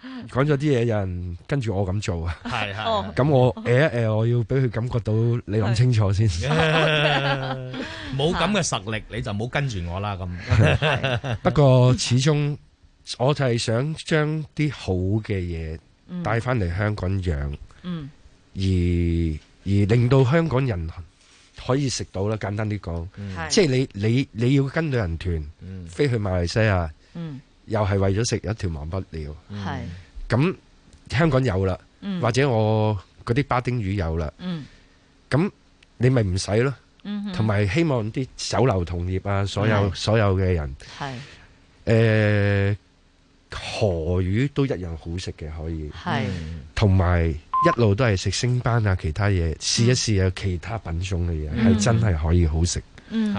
S24: 嘢，講咗啲嘢有人跟住我咁做啊，
S16: 係係
S24: 咁
S3: 哦
S16: 係
S24: 我誒一誒，我要俾佢感覺到你諗清楚先。
S16: 冇咁嘅實力，你就冇跟住我啦 咁。
S24: 不過始終我就係想將啲好嘅嘢
S16: 嗯
S24: 帶翻嚟香港養，
S5: 嗯
S24: 而而令到香港人可以食到啦。簡單啲講，
S3: 嗯係
S24: 即係你你你要跟旅行團飛去馬來西亞，
S3: 嗯
S24: 又係為咗食一條忘不了。
S3: 係
S24: 咁香港有啦
S3: 嗯，
S24: 或者我嗰啲巴丁魚有啦，
S3: 嗯
S24: 咁你咪唔使咯
S3: 嗯哼。
S24: 同埋希望啲酒樓同業啊，所有
S3: 係
S24: 所有嘅人。
S5: 係
S24: 誒河魚都一樣好食嘅，可以
S5: 係
S24: 同埋一路都係食星斑啊，其他嘢試一試有其他品種嘅嘢，係、
S5: 嗯
S24: 真係可以好食。
S5: 嗯，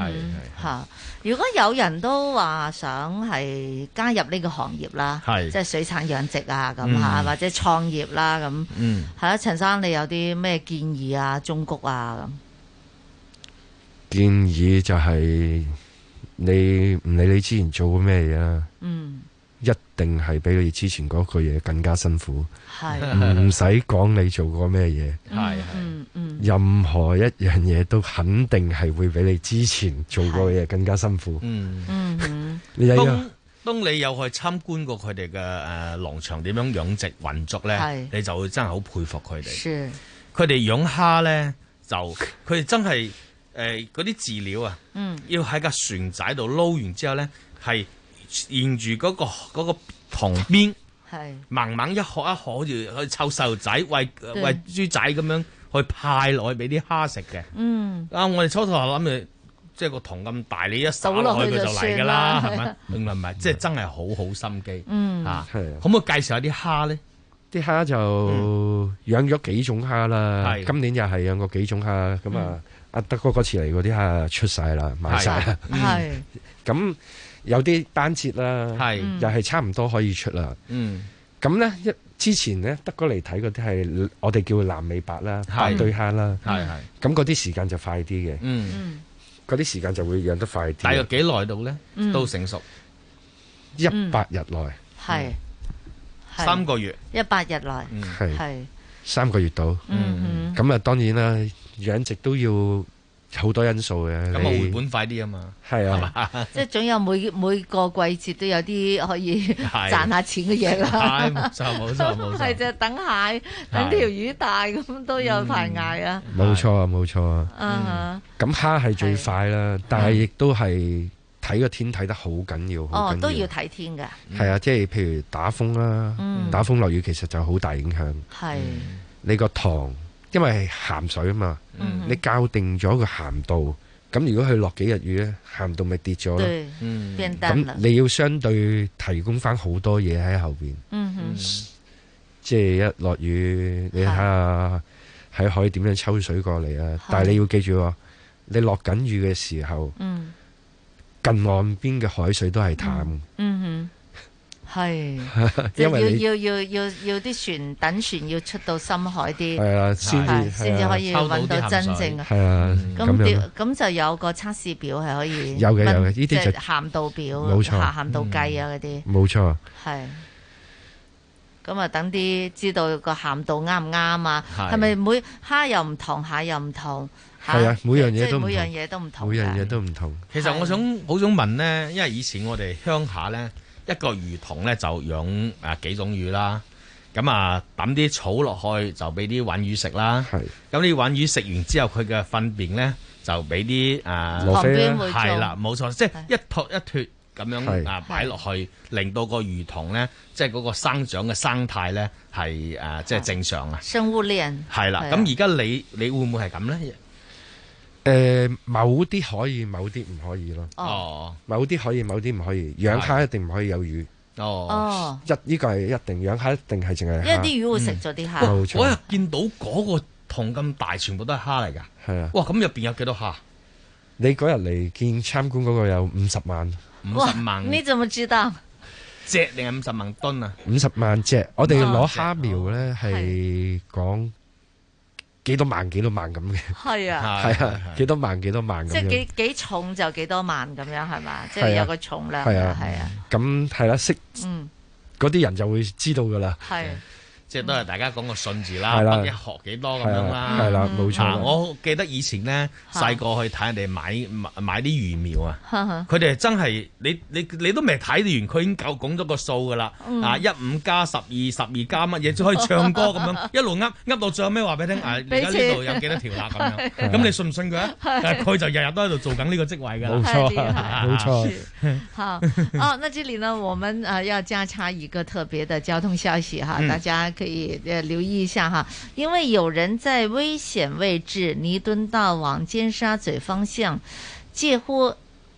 S5: 吓。如果有人都話想係加入呢個行業啦，
S24: 係
S5: 即係水產養殖啊咁
S24: 嗯
S5: 吓，或者創業啦咁，
S24: 嗯
S5: 係啦，陳生你有啲咩建議啊、忠告啊
S24: 建議就係你唔理你之前做過咩嘢啦，
S5: 嗯
S24: 一定係比你之前嗰句嘢更加辛苦。
S5: 係
S24: 唔使講你做過咩嘢，
S5: 咁？係嗯嗯
S24: 任何一樣嘢都肯定係會比你之前做過嘅嘢更加辛苦。
S16: 嗯
S5: 嗯哼
S24: 你又要
S16: 當當你有去參觀過佢哋嘅呃誒農場點樣養殖運作
S5: 係
S16: 咧，你就會真係好佩服佢哋。
S5: 是
S16: 佢哋養蝦咧，就佢哋真係誒嗰啲飼料啊，
S5: 嗯
S16: 要喺架船仔度撈完之後咧，係沿住嗰、個嗰、個塘邊。
S5: 係
S16: 猛猛一殼一殼，好似好似湊細路仔喂呃
S5: 對
S16: 喂豬仔咁樣去派落去俾啲蝦食嘅。
S5: 嗯
S16: 啊，我哋初頭諗住，即係個桶咁大，你一撒
S5: 倒落
S16: 落
S5: 去
S16: 去佢
S5: 就
S16: 就嚟㗎
S5: 算啦
S16: 啦，係咪？唔係唔係，即係真係好好心機。
S5: 嗯
S16: 啊，
S24: 係
S16: 可唔可以介紹下啲蝦咧？
S24: 啲蝦就養咗幾種蝦啦，
S16: 係
S24: 今年又嗯係養過幾種蝦，咁啊
S16: 嗯，
S24: 阿德哥嗰次嚟嗰啲蝦出晒啦，賣晒啦，
S5: 係
S24: 咁有啲單節啦，
S5: 嗯
S16: 係
S24: 又係差唔多可以出啦。
S16: 嗯，
S24: 咁呢，一之前呢，德哥嚟睇嗰啲係我哋叫藍尾白啦，
S16: 係
S24: 白對蝦啦，
S16: 係係
S24: 咁嗰啲時間就快啲嘅，
S16: 嗯，
S24: 嗰啲時間就會養得快啲。
S16: 大約幾耐到咧
S24: 嗯？
S16: 到成熟
S24: 一
S5: 嗯
S24: 百日內，
S5: 係
S24: 嗯
S5: 係
S16: 三個月，
S5: 一百日內
S16: 嗯
S24: 係
S5: 係
S24: 三個月到。
S5: 嗯
S24: 咁啊，當然啦，養殖都要好多因素嘅。
S16: 咁啊
S24: 你
S16: 回本快啲啊嘛。
S24: 係啊，
S5: 即係總有每每個季節都有啲可以
S24: 係
S5: 賺下錢嘅嘢啦
S16: 係。冇錯冇 錯冇錯
S5: 係就等蟹，等條魚大咁都有排嗌啊。
S24: 冇錯啊，冇錯
S5: 嗯
S24: 啊。咁蝦係最快啦，但係亦都係睇個天睇得好緊要，好
S5: 哦，都
S24: 緊
S5: 要
S24: 要。
S5: 睇天嘅。
S24: 係啊，即係譬如打風啦
S5: 嗯，
S24: 打風落雨其實就好大影響。
S5: 係
S24: 你個糖，因為係鹹水啊嘛，
S5: 嗯
S24: 你校定咗個鹹度，咁如果佢落幾日雨咧，鹹度咪跌咗咯。
S5: 對，
S16: 嗯
S5: 變淡
S24: 咁
S5: 啦。
S24: 你要相對提供翻好多嘢喺後邊。
S5: 嗯哼，
S24: 即係一落雨，你睇下喺海點樣抽水過嚟啊！但係你要記住喎，你落緊雨嘅時候，
S5: 嗯
S24: 近岸邊嘅海水都係淡，
S5: 嗯哼，係。嗯即
S24: 因為
S5: 係
S24: 你
S5: 要要要要要啲船等船要出到深海啲，
S24: 係啊，先
S5: 係
S24: 至
S5: 先至可以揾到真正
S24: 係啊，咁
S5: 咁
S24: 樣
S5: 調咁就有個測試表係可以
S24: 有嘅有嘅
S5: 問
S24: 呢啲
S5: 即係
S24: 就
S5: 鹹度表、啊
S24: 冇錯嗯
S5: 鹹鹹度計啊嗰啲
S24: 冇錯。
S5: 係。咁啊，等啲知道個鹹度啱唔啱啊？
S24: 係
S5: 係咪每蝦又唔同，蟹又唔同？嚇
S24: 係啊，每樣嘢
S5: 即係
S24: 都唔同
S5: 每樣嘢都唔同㗎。
S24: 每樣嘢都唔同。
S16: 其實我想好想問呢，因為以前我哋鄉下呢，一個魚塘呢就養啊幾種魚啦，咁啊抌啲草落去就俾啲鯇魚食啦，咁啲鯇魚食完之後佢嘅糞便呢就俾啲啊
S24: 羅非啦旁邊會種
S16: 係啦冇錯，即係一托一脱咁樣
S24: 係
S16: 啊擺落去，令到個魚塘呢，即係嗰個生長嘅生態呢係啊即係正常啊，
S5: 生物鏈啊
S16: 係啦，咁而家你你會唔會係咁呢？
S24: 誒，某啲可以，某啲唔可以咯。
S16: 哦，
S24: 某啲可以，某啲唔可以。養蝦一定唔可以有魚。
S5: 哦
S24: 一呢個係一定養蝦，一定係淨係蝦。
S5: 因為啲魚會食咗啲蝦。
S24: 嗯冇
S16: 我
S24: 錯
S16: 又，見到嗰個桶咁大，全部都係蝦嚟㗎。
S24: 係啊。
S16: 哇！咁入邊有幾多蝦？
S24: 你嗰日嚟見參觀嗰個有五十萬，
S16: 五
S5: 哇
S16: 十萬
S5: 你怎麼知道？
S16: 隻定係五十萬噸啊？
S24: 五十萬隻。我哋攞蝦
S5: 哦
S24: 苗呢係講幾多萬幾多萬咁嘅，
S5: 係啊，
S24: 係啊，幾多萬幾多萬
S5: 即
S24: 咁
S5: 係
S24: 樣。
S5: 幾幾重就幾多萬咁樣係嘛？即
S24: 係
S5: 係
S24: 啊
S5: 有個重量
S24: 係啊，
S5: 係啊，
S24: 咁係啦，識
S5: 嗯
S24: 嗰啲人就會知道㗎啦。
S5: 係。啊
S16: 即係都係大家講個信字啦，
S24: 係啦
S16: 北一學幾多咁樣啦，
S24: 係啦係啦冇錯啦
S16: 啊我記得以前咧
S5: 嚇
S16: 細個去睇人哋買買買啲魚苗啊。
S5: 哈哈
S16: 佢哋真係你你你都未睇完，佢已經夠講咗個數噶啦
S5: 嗯，
S16: 啊一五加十二十二加乜嘢，可以唱歌咁 樣，一路噏噏到最後尾話俾你聽，啊而
S5: 俾
S16: 家
S5: 錢
S16: 呢度有幾多條啦咁
S5: 係
S16: 樣，咁你信唔信佢啊？
S5: 係
S16: 但係佢就日日都喺度做緊呢個職位㗎啦，
S5: 冇錯係厲 害
S16: 冇
S5: 錯好哦，那这里呢，我们呃要加插一个特别的交通消息哈，
S3: 嗯
S5: 大家可以呃留意一下哈，因为有人在危险位置弥敦道往尖沙咀方向，介乎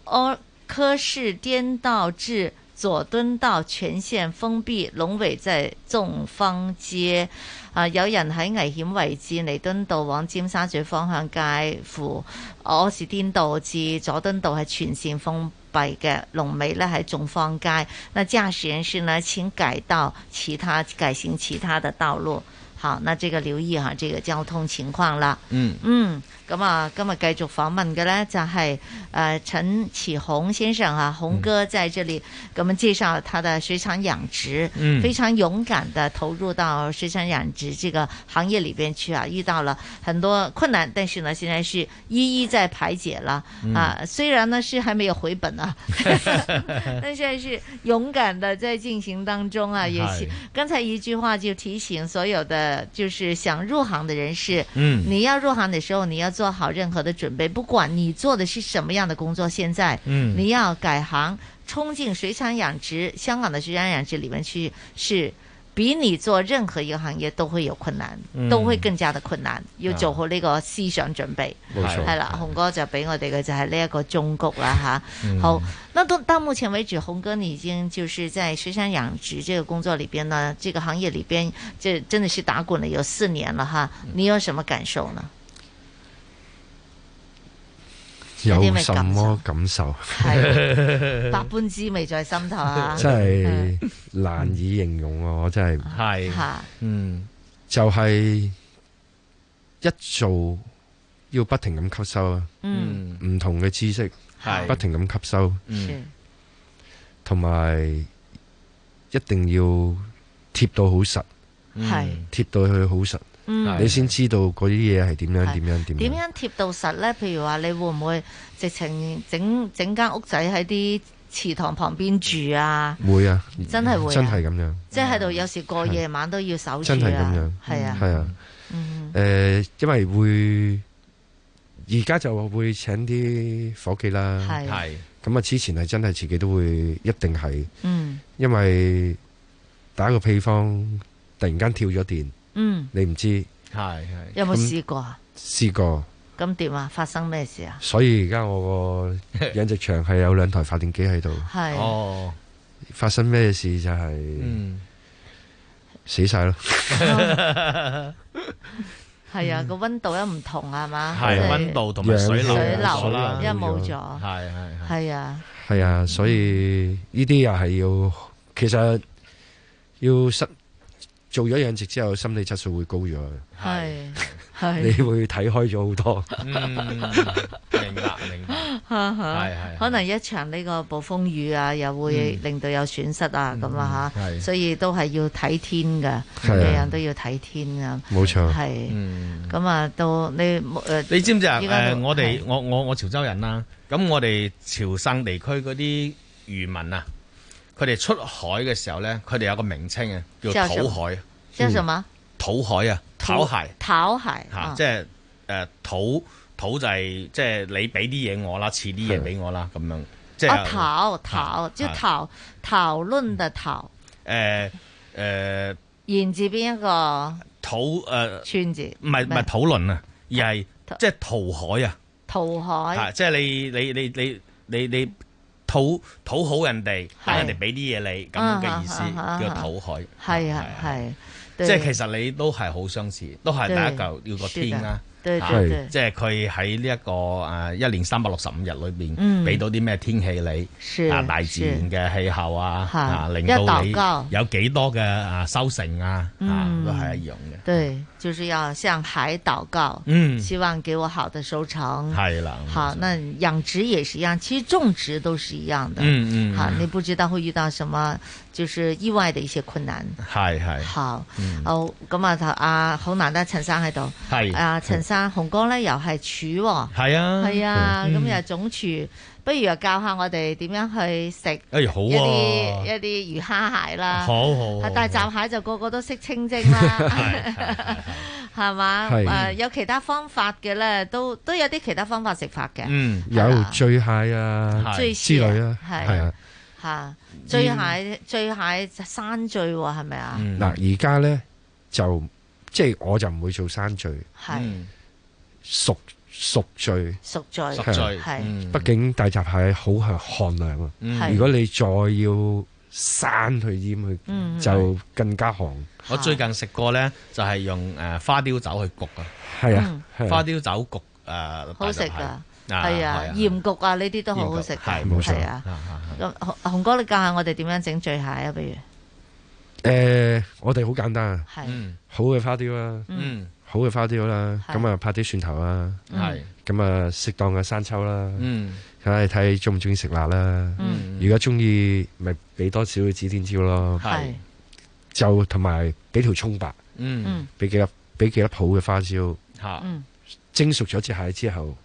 S5: 柯科士颠道至佐敦道全线封闭，龙尾在众坊街。啊！有人喺危險位置彌敦道往尖沙咀方向介乎柯士甸道至佐敦道係全線封閉嘅，龍尾呢喺眾坊街。那駕駛人士呢，請改道其他改行其他的道路。好，那這個留意下這個交通情況啦。
S16: 嗯
S5: 嗯，咁啊，今日繼續訪問嘅呢，就係、呃陳啟洪先生啊，
S15: 嗯
S5: 洪哥在這裡給我們介紹他的水產養殖，
S15: 嗯
S5: 非常勇敢的投入到水產養殖這個行業裡邊去啊，遇到了很多困難，但是呢，現在是一一在排解了、
S15: 嗯
S5: 啊。雖然呢是還沒有回 本啊， 但是還是勇敢的在進行當中啊，也
S15: 是
S5: 是剛才一句話就提醒所有的就是想入行的人士，
S15: 嗯
S5: 你要入行的時候，你要做好任何的準備，不管你做的是什麼樣的工作，現在，
S15: 嗯
S5: 你要改行衝進水產養殖，香港的水產養殖裡面去，是比你做任何一個行業都會有困難，
S15: 嗯
S5: 都會更加的困難，要做好呢個思想準備。
S15: 冇錯
S5: 係啦，洪哥就俾我哋嘅就係呢一個忠告啦吓，
S15: 嗯
S5: 好，那到到目前為止，洪哥你已經就是在水產養殖這個工作裡邊呢，這個行業裡邊，這真的是打滾了有四年了哈，
S24: 嗯
S5: 你有什麼感受呢？有啲
S24: 有
S5: 咩
S24: 什麼感受？
S5: 係百般滋味在心頭啊！
S24: 嗯 真係難以形容啊！我真
S16: 係
S5: 嚇
S16: 嗯，
S24: 就係一做要不停咁吸收啊，
S5: 嗯
S24: 唔同嘅知識
S16: 係
S24: 不停咁吸收，
S16: 嗯
S24: 同埋一定要貼到好實，
S16: 嗯
S5: 係
S24: 貼到佢好實，
S5: 嗯
S24: 你先知道嗰啲嘢係點樣點樣點
S5: 點
S24: 樣。
S5: 樣貼到實呢？譬如話，你會唔會直情整整間屋仔喺啲池塘旁邊住啊？
S24: 會啊，
S5: 真係會啊
S24: 真係咁樣，
S5: 即係喺度有時過夜晚都要守住
S24: 真係咁樣
S5: 啊，，係啊，
S24: 係啊，
S5: 嗯
S24: 誒，因為會而家就會請啲伙計啦，
S5: 係係
S24: 咁啊，之前係真係自己都會一定係，
S5: 嗯
S24: 因為打個比方，突然間跳咗電，
S5: 嗯，
S24: 你唔知
S16: 係係
S5: 有冇試過啊？
S24: 試過，
S5: 咁點啊？發生咩事啊？
S24: 所以而家我個養殖場係有兩台發電機喺度，
S5: 嗯係
S16: 哦，
S24: 發生咩事就係
S16: 嗯，
S24: 死晒咯。
S5: 係啊，個温度一唔同啊係嘛？
S24: 係
S5: 即係
S24: 溫度同埋水流
S5: 水
S24: 水
S5: 流
S24: 流
S5: 一啊冇咗，
S16: 係 係
S5: 係啊，
S24: 係啊，所以呢啲又係要，其實要失做咗養殖之後，心理質素會高咗，
S5: 係
S24: 你
S5: 係。
S24: 會睇開咗好多。
S16: 明白明白，
S5: 哈哈
S24: 係係係
S5: 可能一場呢個暴風雨啊，又會
S24: 嗯
S5: 令到有損失啊，咁啊嚇，
S24: 嗯係
S5: 所以都係要睇天嘅，
S16: 係啊
S5: 樣樣都要睇天啊。
S24: 冇錯
S5: 係
S16: 嗯。
S5: 咁啊，到你誒，
S16: 你知唔知啊？
S5: 依
S16: 誒、
S5: 家都
S16: 我哋
S5: 係
S16: 我我我潮州人啦，咁我哋潮汕地區嗰啲漁民啊，佢哋出海嘅時候咧，佢哋有個名稱啊，
S5: 叫
S16: 叫
S5: 什麼
S16: 土海，
S5: 叫什麼？
S16: 土海啊，討嗯鞋
S5: 討鞋
S16: 嚇、
S5: 啊
S16: 即係誒土土就係、即係你俾啲嘢我啦，賜啲嘢俾我啦，咁樣即係
S5: 啊，討討就討討論的討，
S16: 誒誒
S5: 言字邊一個
S16: 土誒，
S5: 村字，
S16: 唔係唔係討論啊，而係即係土海啊。
S5: 討
S16: 啊，
S5: 海，
S16: 即係你你你你你你討討好人哋，
S5: 係
S16: 人哋俾啲嘢你咁樣嘅意思
S5: 啊啊啊啊
S16: 叫討海，
S5: 係啊係，
S16: 即係
S5: 對
S16: 其實你都係好相似，都係第
S5: 對
S16: 一嚿要個天啦，
S5: 對對
S16: 啊
S5: 對
S16: 即係佢喺呢一個誒一年三百六十五日裏邊，
S5: 嗯
S16: 俾到啲咩天氣
S5: 是
S16: 你啊，大自然嘅氣候啊，
S5: 是
S16: 啊，令
S5: 要
S16: 到
S5: 禱
S16: 你
S5: 告
S16: 有幾多嘅啊收成啊，啊
S5: 嗯
S16: 都係一樣嘅。
S5: 对，就是要向海祷告，
S16: 嗯
S5: 希望给我好的收成。
S16: 係啦
S5: 好，那养殖也是一样，其实种植都是一样的。
S16: 嗯嗯
S5: 好，
S16: 嗯
S5: 你不知道会遇到什么，就是意外的一些困难。
S16: 係係
S5: 好
S16: 嗯，
S5: 哦，咁啊，頭啊，好難得陳生喺度。
S16: 係
S5: 啊，陳生，洪哥咧又係廚喎。
S16: 係啊
S5: 係啊，
S16: 嗯
S5: 咁又總廚，不如又教下我哋點樣去食。
S16: 哎好啊
S5: 一啲一啲魚蝦蟹啦。
S16: 好好好
S5: 啊但係雜蟹就個個都識清蒸 啦。 係嘛？
S24: 係
S5: 誒有其他方法嘅咧，都都有啲其他方法食法嘅。
S16: 嗯，
S24: 有醉蟹啊
S5: 係
S24: 之
S5: 醉蟹
S24: 類啊，
S5: 係
S24: 係啊。
S5: 嚇，醉蟹醉蟹山醉喎，係咪啊？
S16: 嗯
S24: 嗱，而家咧就即係我就唔會做山醉，
S5: 係
S16: 嗯
S24: 熟熟醉。
S5: 熟醉，
S24: 係
S5: 係
S24: 畢竟大閘蟹好係寒涼啊。
S5: 嗯係
S24: 如果你再要山去腌
S5: 嗯
S24: 佢，就更加寒。
S16: 我最近食過咧，就係用誒花雕酒去焗啊，
S24: 係啊嗯係啊
S16: 花雕酒焗誒
S5: 好食㗎
S16: 啊，
S5: 係啊，鹽焗啊呢啲都好好食㗎，
S16: 鹽焗係冇錯
S5: 係啊。咁洪洪哥，你教下我哋點樣整醉蟹啊？不如
S24: 誒，呃我哋好簡單啊
S5: 係嗯，
S24: 好嘅花雕啦
S16: 嗯，
S24: 好嘅花雕啦，
S5: 係嗯
S24: 咁啊拍啲蒜頭啦，
S16: 係
S24: 咁啊適當嘅生抽啦，
S16: 嗯，
S24: 梗係睇你中唔中意食辣啦
S16: 嗯。
S24: 如果中意，咪俾多少嘅指天椒咯，
S16: 係
S24: 就同埋俾條葱白，
S16: 嗯
S24: 俾幾粒俾幾粒好嘅花椒。
S16: 嚇
S5: 嗯
S24: 蒸熟咗隻蟹之後，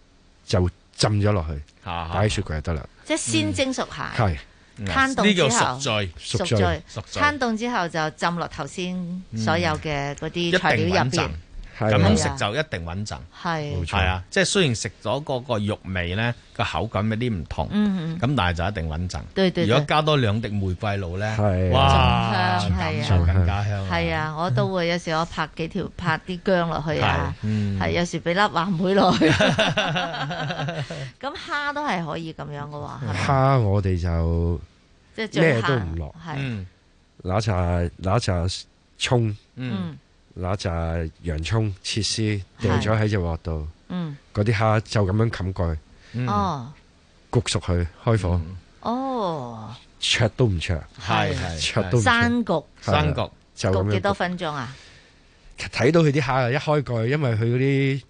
S24: 就浸咗落去，
S16: 嚇
S24: 擺喺雪櫃就得啦。
S5: 即係先蒸熟蟹，
S24: 嗯係
S5: 攤凍之後
S24: 熟
S5: 熟
S24: 醉
S5: 醉，，攤凍之後就浸落頭先所有嘅嗰
S16: 一
S5: 啲
S16: 定
S5: 材料入
S16: 穩
S5: 邊
S16: 陣，，
S24: 係
S16: 咁
S24: 啊
S16: 樣食就一定穩陣。
S5: 係
S16: 係啊，即係雖然食咗嗰個肉味咧，個口感有啲唔同，
S5: 嗯嗯
S16: 咁但係就一定穩陣。
S5: 對對對
S16: 如果加多兩滴玫瑰露咧
S24: 係，
S16: 哇，
S5: 仲香係啊
S16: 就更加香。
S5: 係啊，我都會有時我拍幾條拍啲姜落去啊，
S16: 嗯
S5: 係有時俾粒話唔會落去，咁蝦都係可以咁樣嘅喎，係咪
S24: 蝦我哋就
S5: 即係最
S24: 咩
S5: 蝦
S24: 都唔落，
S5: 係
S16: 嗯
S24: 嗱扎嗱扎葱，
S5: 嗯
S24: 嗱扎洋葱切絲掉咗喺隻鑊度，
S5: 嗯
S24: 嗰啲蝦就咁樣冚蓋，
S16: 嗯
S5: 哦
S24: 焗熟佢，開火，
S5: 哦，
S24: 灼都唔灼，
S16: 係係
S24: 灼都唔灼
S5: 生焗
S24: 係啊
S16: 生焗
S24: 就咁
S5: 焗
S24: 樣
S5: 幾多
S24: 焗
S5: 分鐘啊？
S24: 睇到佢啲蝦啊，一開蓋，因為佢嗰啲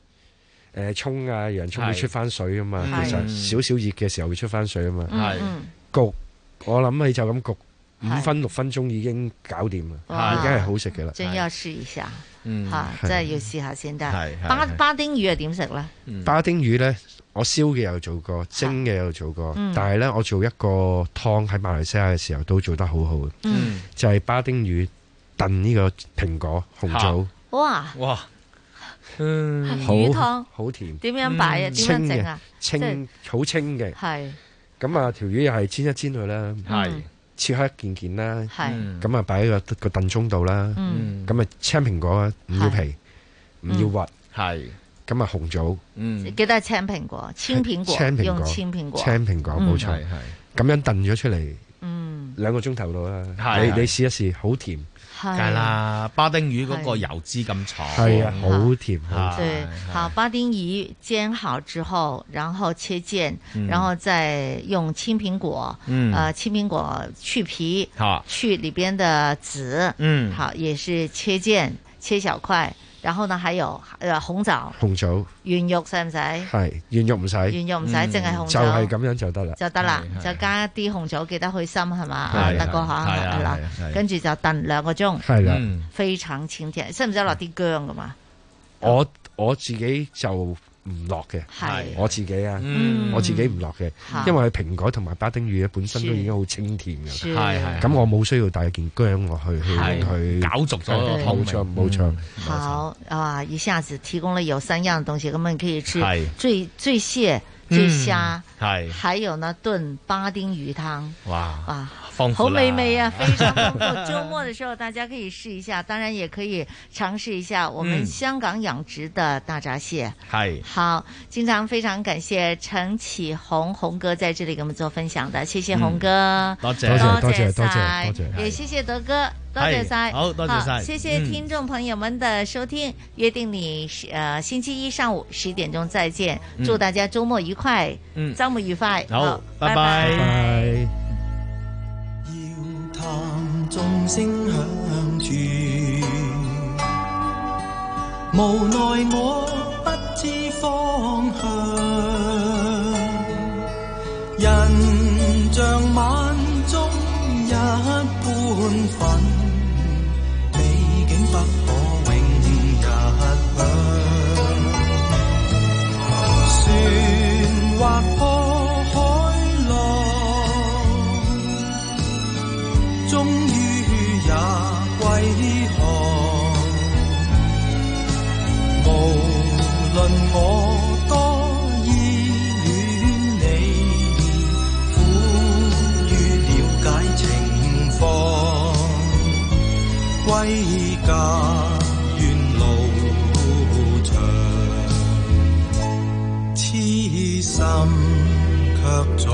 S24: 誒葱啊、洋葱會
S16: 係
S24: 出翻水噶嘛，
S16: 係
S24: 其實少少熱嘅時候會出翻水啊嘛。
S16: 係
S24: 係焗，我諗你就咁焗五
S5: 嗯係
S24: 分六分鐘已經搞掂啦，
S5: 哇
S24: 已經係好食嘅啦。
S5: 啊真要試一下
S24: 啊嗯
S5: 嚇，
S24: 係
S5: 真係要試下先得
S24: 係。係
S5: 巴
S24: 係
S5: 巴丁魚係點食咧？
S24: 巴丁魚呢，我燒嘅又做過，蒸嘅又做過
S5: 嗯，
S24: 但係呢，我做一個湯喺馬來西亞嘅時候都做得好好嘅
S5: 嗯，
S24: 就係巴丁魚燉呢個蘋果紅棗，
S5: 哇！
S16: 哇，
S24: 好
S5: 魚湯
S24: 好甜，
S5: 點樣擺啊點樣
S24: 清
S5: 整
S24: 嘅
S5: 啊，即係
S24: 清好清嘅。
S5: 係嗯
S24: 咁啊，條魚又係煎一煎佢啦，
S16: 係
S24: 切開一件件啦，
S5: 係嗯
S24: 咁啊擺喺個個燉盅度啦，
S5: 嗯
S24: 咁啊青蘋果啊，唔要皮，唔
S5: 嗯
S24: 要核，
S16: 係
S24: 咁啊紅棗，
S16: 嗯
S5: 記得係青蘋果，青蘋果
S24: 青蘋
S5: 用
S24: 果，
S5: 青蘋果，
S24: 青蘋果
S5: 嗯
S24: 冇錯，咁樣燉咗出嚟
S5: 嗯，
S24: 兩個鐘頭度啦，
S16: 係
S24: 你你試一試，好甜，
S5: 係
S16: 梗係啦，巴丁魚嗰個油脂咁重，
S24: 係啊，好甜，好
S5: 对
S24: 甜，，
S5: 好，巴丁鱼煎好之后，然后切件，
S24: 嗯
S5: 然后再用青苹果，
S24: 嗯
S5: 呃，青苹果去皮，
S16: 好
S5: 去里边的籽，
S24: 嗯
S5: 好，也是切件，切小块，然后呢，还有呃红枣、
S24: 紅棗
S5: 原肉使唔使？
S24: 係原肉唔使，
S5: 原肉唔使淨係紅棗
S24: 就係咁樣就得啦，
S5: 就得啦，就
S24: 係
S5: 加啲紅棗，記得去心係嘛，
S24: 係
S5: 啊得
S24: 係
S5: 個嚇
S24: 係啊
S5: 係啦
S24: 係啊係啊，
S5: 跟住就燉兩個鐘，
S24: 係啦
S5: 嗯，非常清甜，使唔使落啲薑噶嘛？
S24: 我我自己就唔落嘅
S5: 係，
S24: 我自己啊
S5: 嗯，
S24: 我自己唔落嘅
S5: 嚇，
S24: 因為蘋果同埋巴丁魚咧本身都
S16: 是
S24: 已經好清甜嘅
S16: 是
S24: 啦，
S16: 係係
S24: 咁我冇需要帶件薑落去去
S16: 係
S24: 去
S16: 搞熟咗嗯個湯
S24: 冇錯
S16: 味
S24: 嗯冇錯，
S5: 好啊，一下子提供了有三樣東西，咁你可以吃
S24: 係嗯
S5: 醉醉蟹、醉蝦，
S16: 係
S5: 還有呢燉巴丁魚湯。
S16: 哇，
S5: 啊，
S16: 豐富
S5: 好
S16: 啦
S5: 美味 啊，非常丰富。周末的时候大家可以试一下，当然也可以尝试一下我们
S16: 嗯
S5: 香港养殖的大闸蟹。
S16: 係
S5: 好，经常非常感谢陈启宏洪哥在这里给我们做分享的，谢谢
S16: 嗯
S5: 洪哥，
S16: 多謝
S5: 多
S16: 多謝多謝
S5: 晒
S16: 多謝
S5: 也谢谢德哥，多謝晒，
S16: 係好多謝晒
S5: 好謝謝
S16: 嗯
S5: 聽眾朋友們的收聽，約定你呃星期一上午十點鐘再見，
S16: 嗯
S5: 祝大家周末愉快，
S16: 嗯
S5: 周末愉快，
S16: 好，拜
S5: 拜
S16: 拜。
S11: 談眾聲響處，無奈我不知方向。人像晚鐘一般粉，美景不可永日響。船劃破海浪。終於也歸航。無論我多依戀你，苦於了解情況，歸家遠路長，痴心卻在。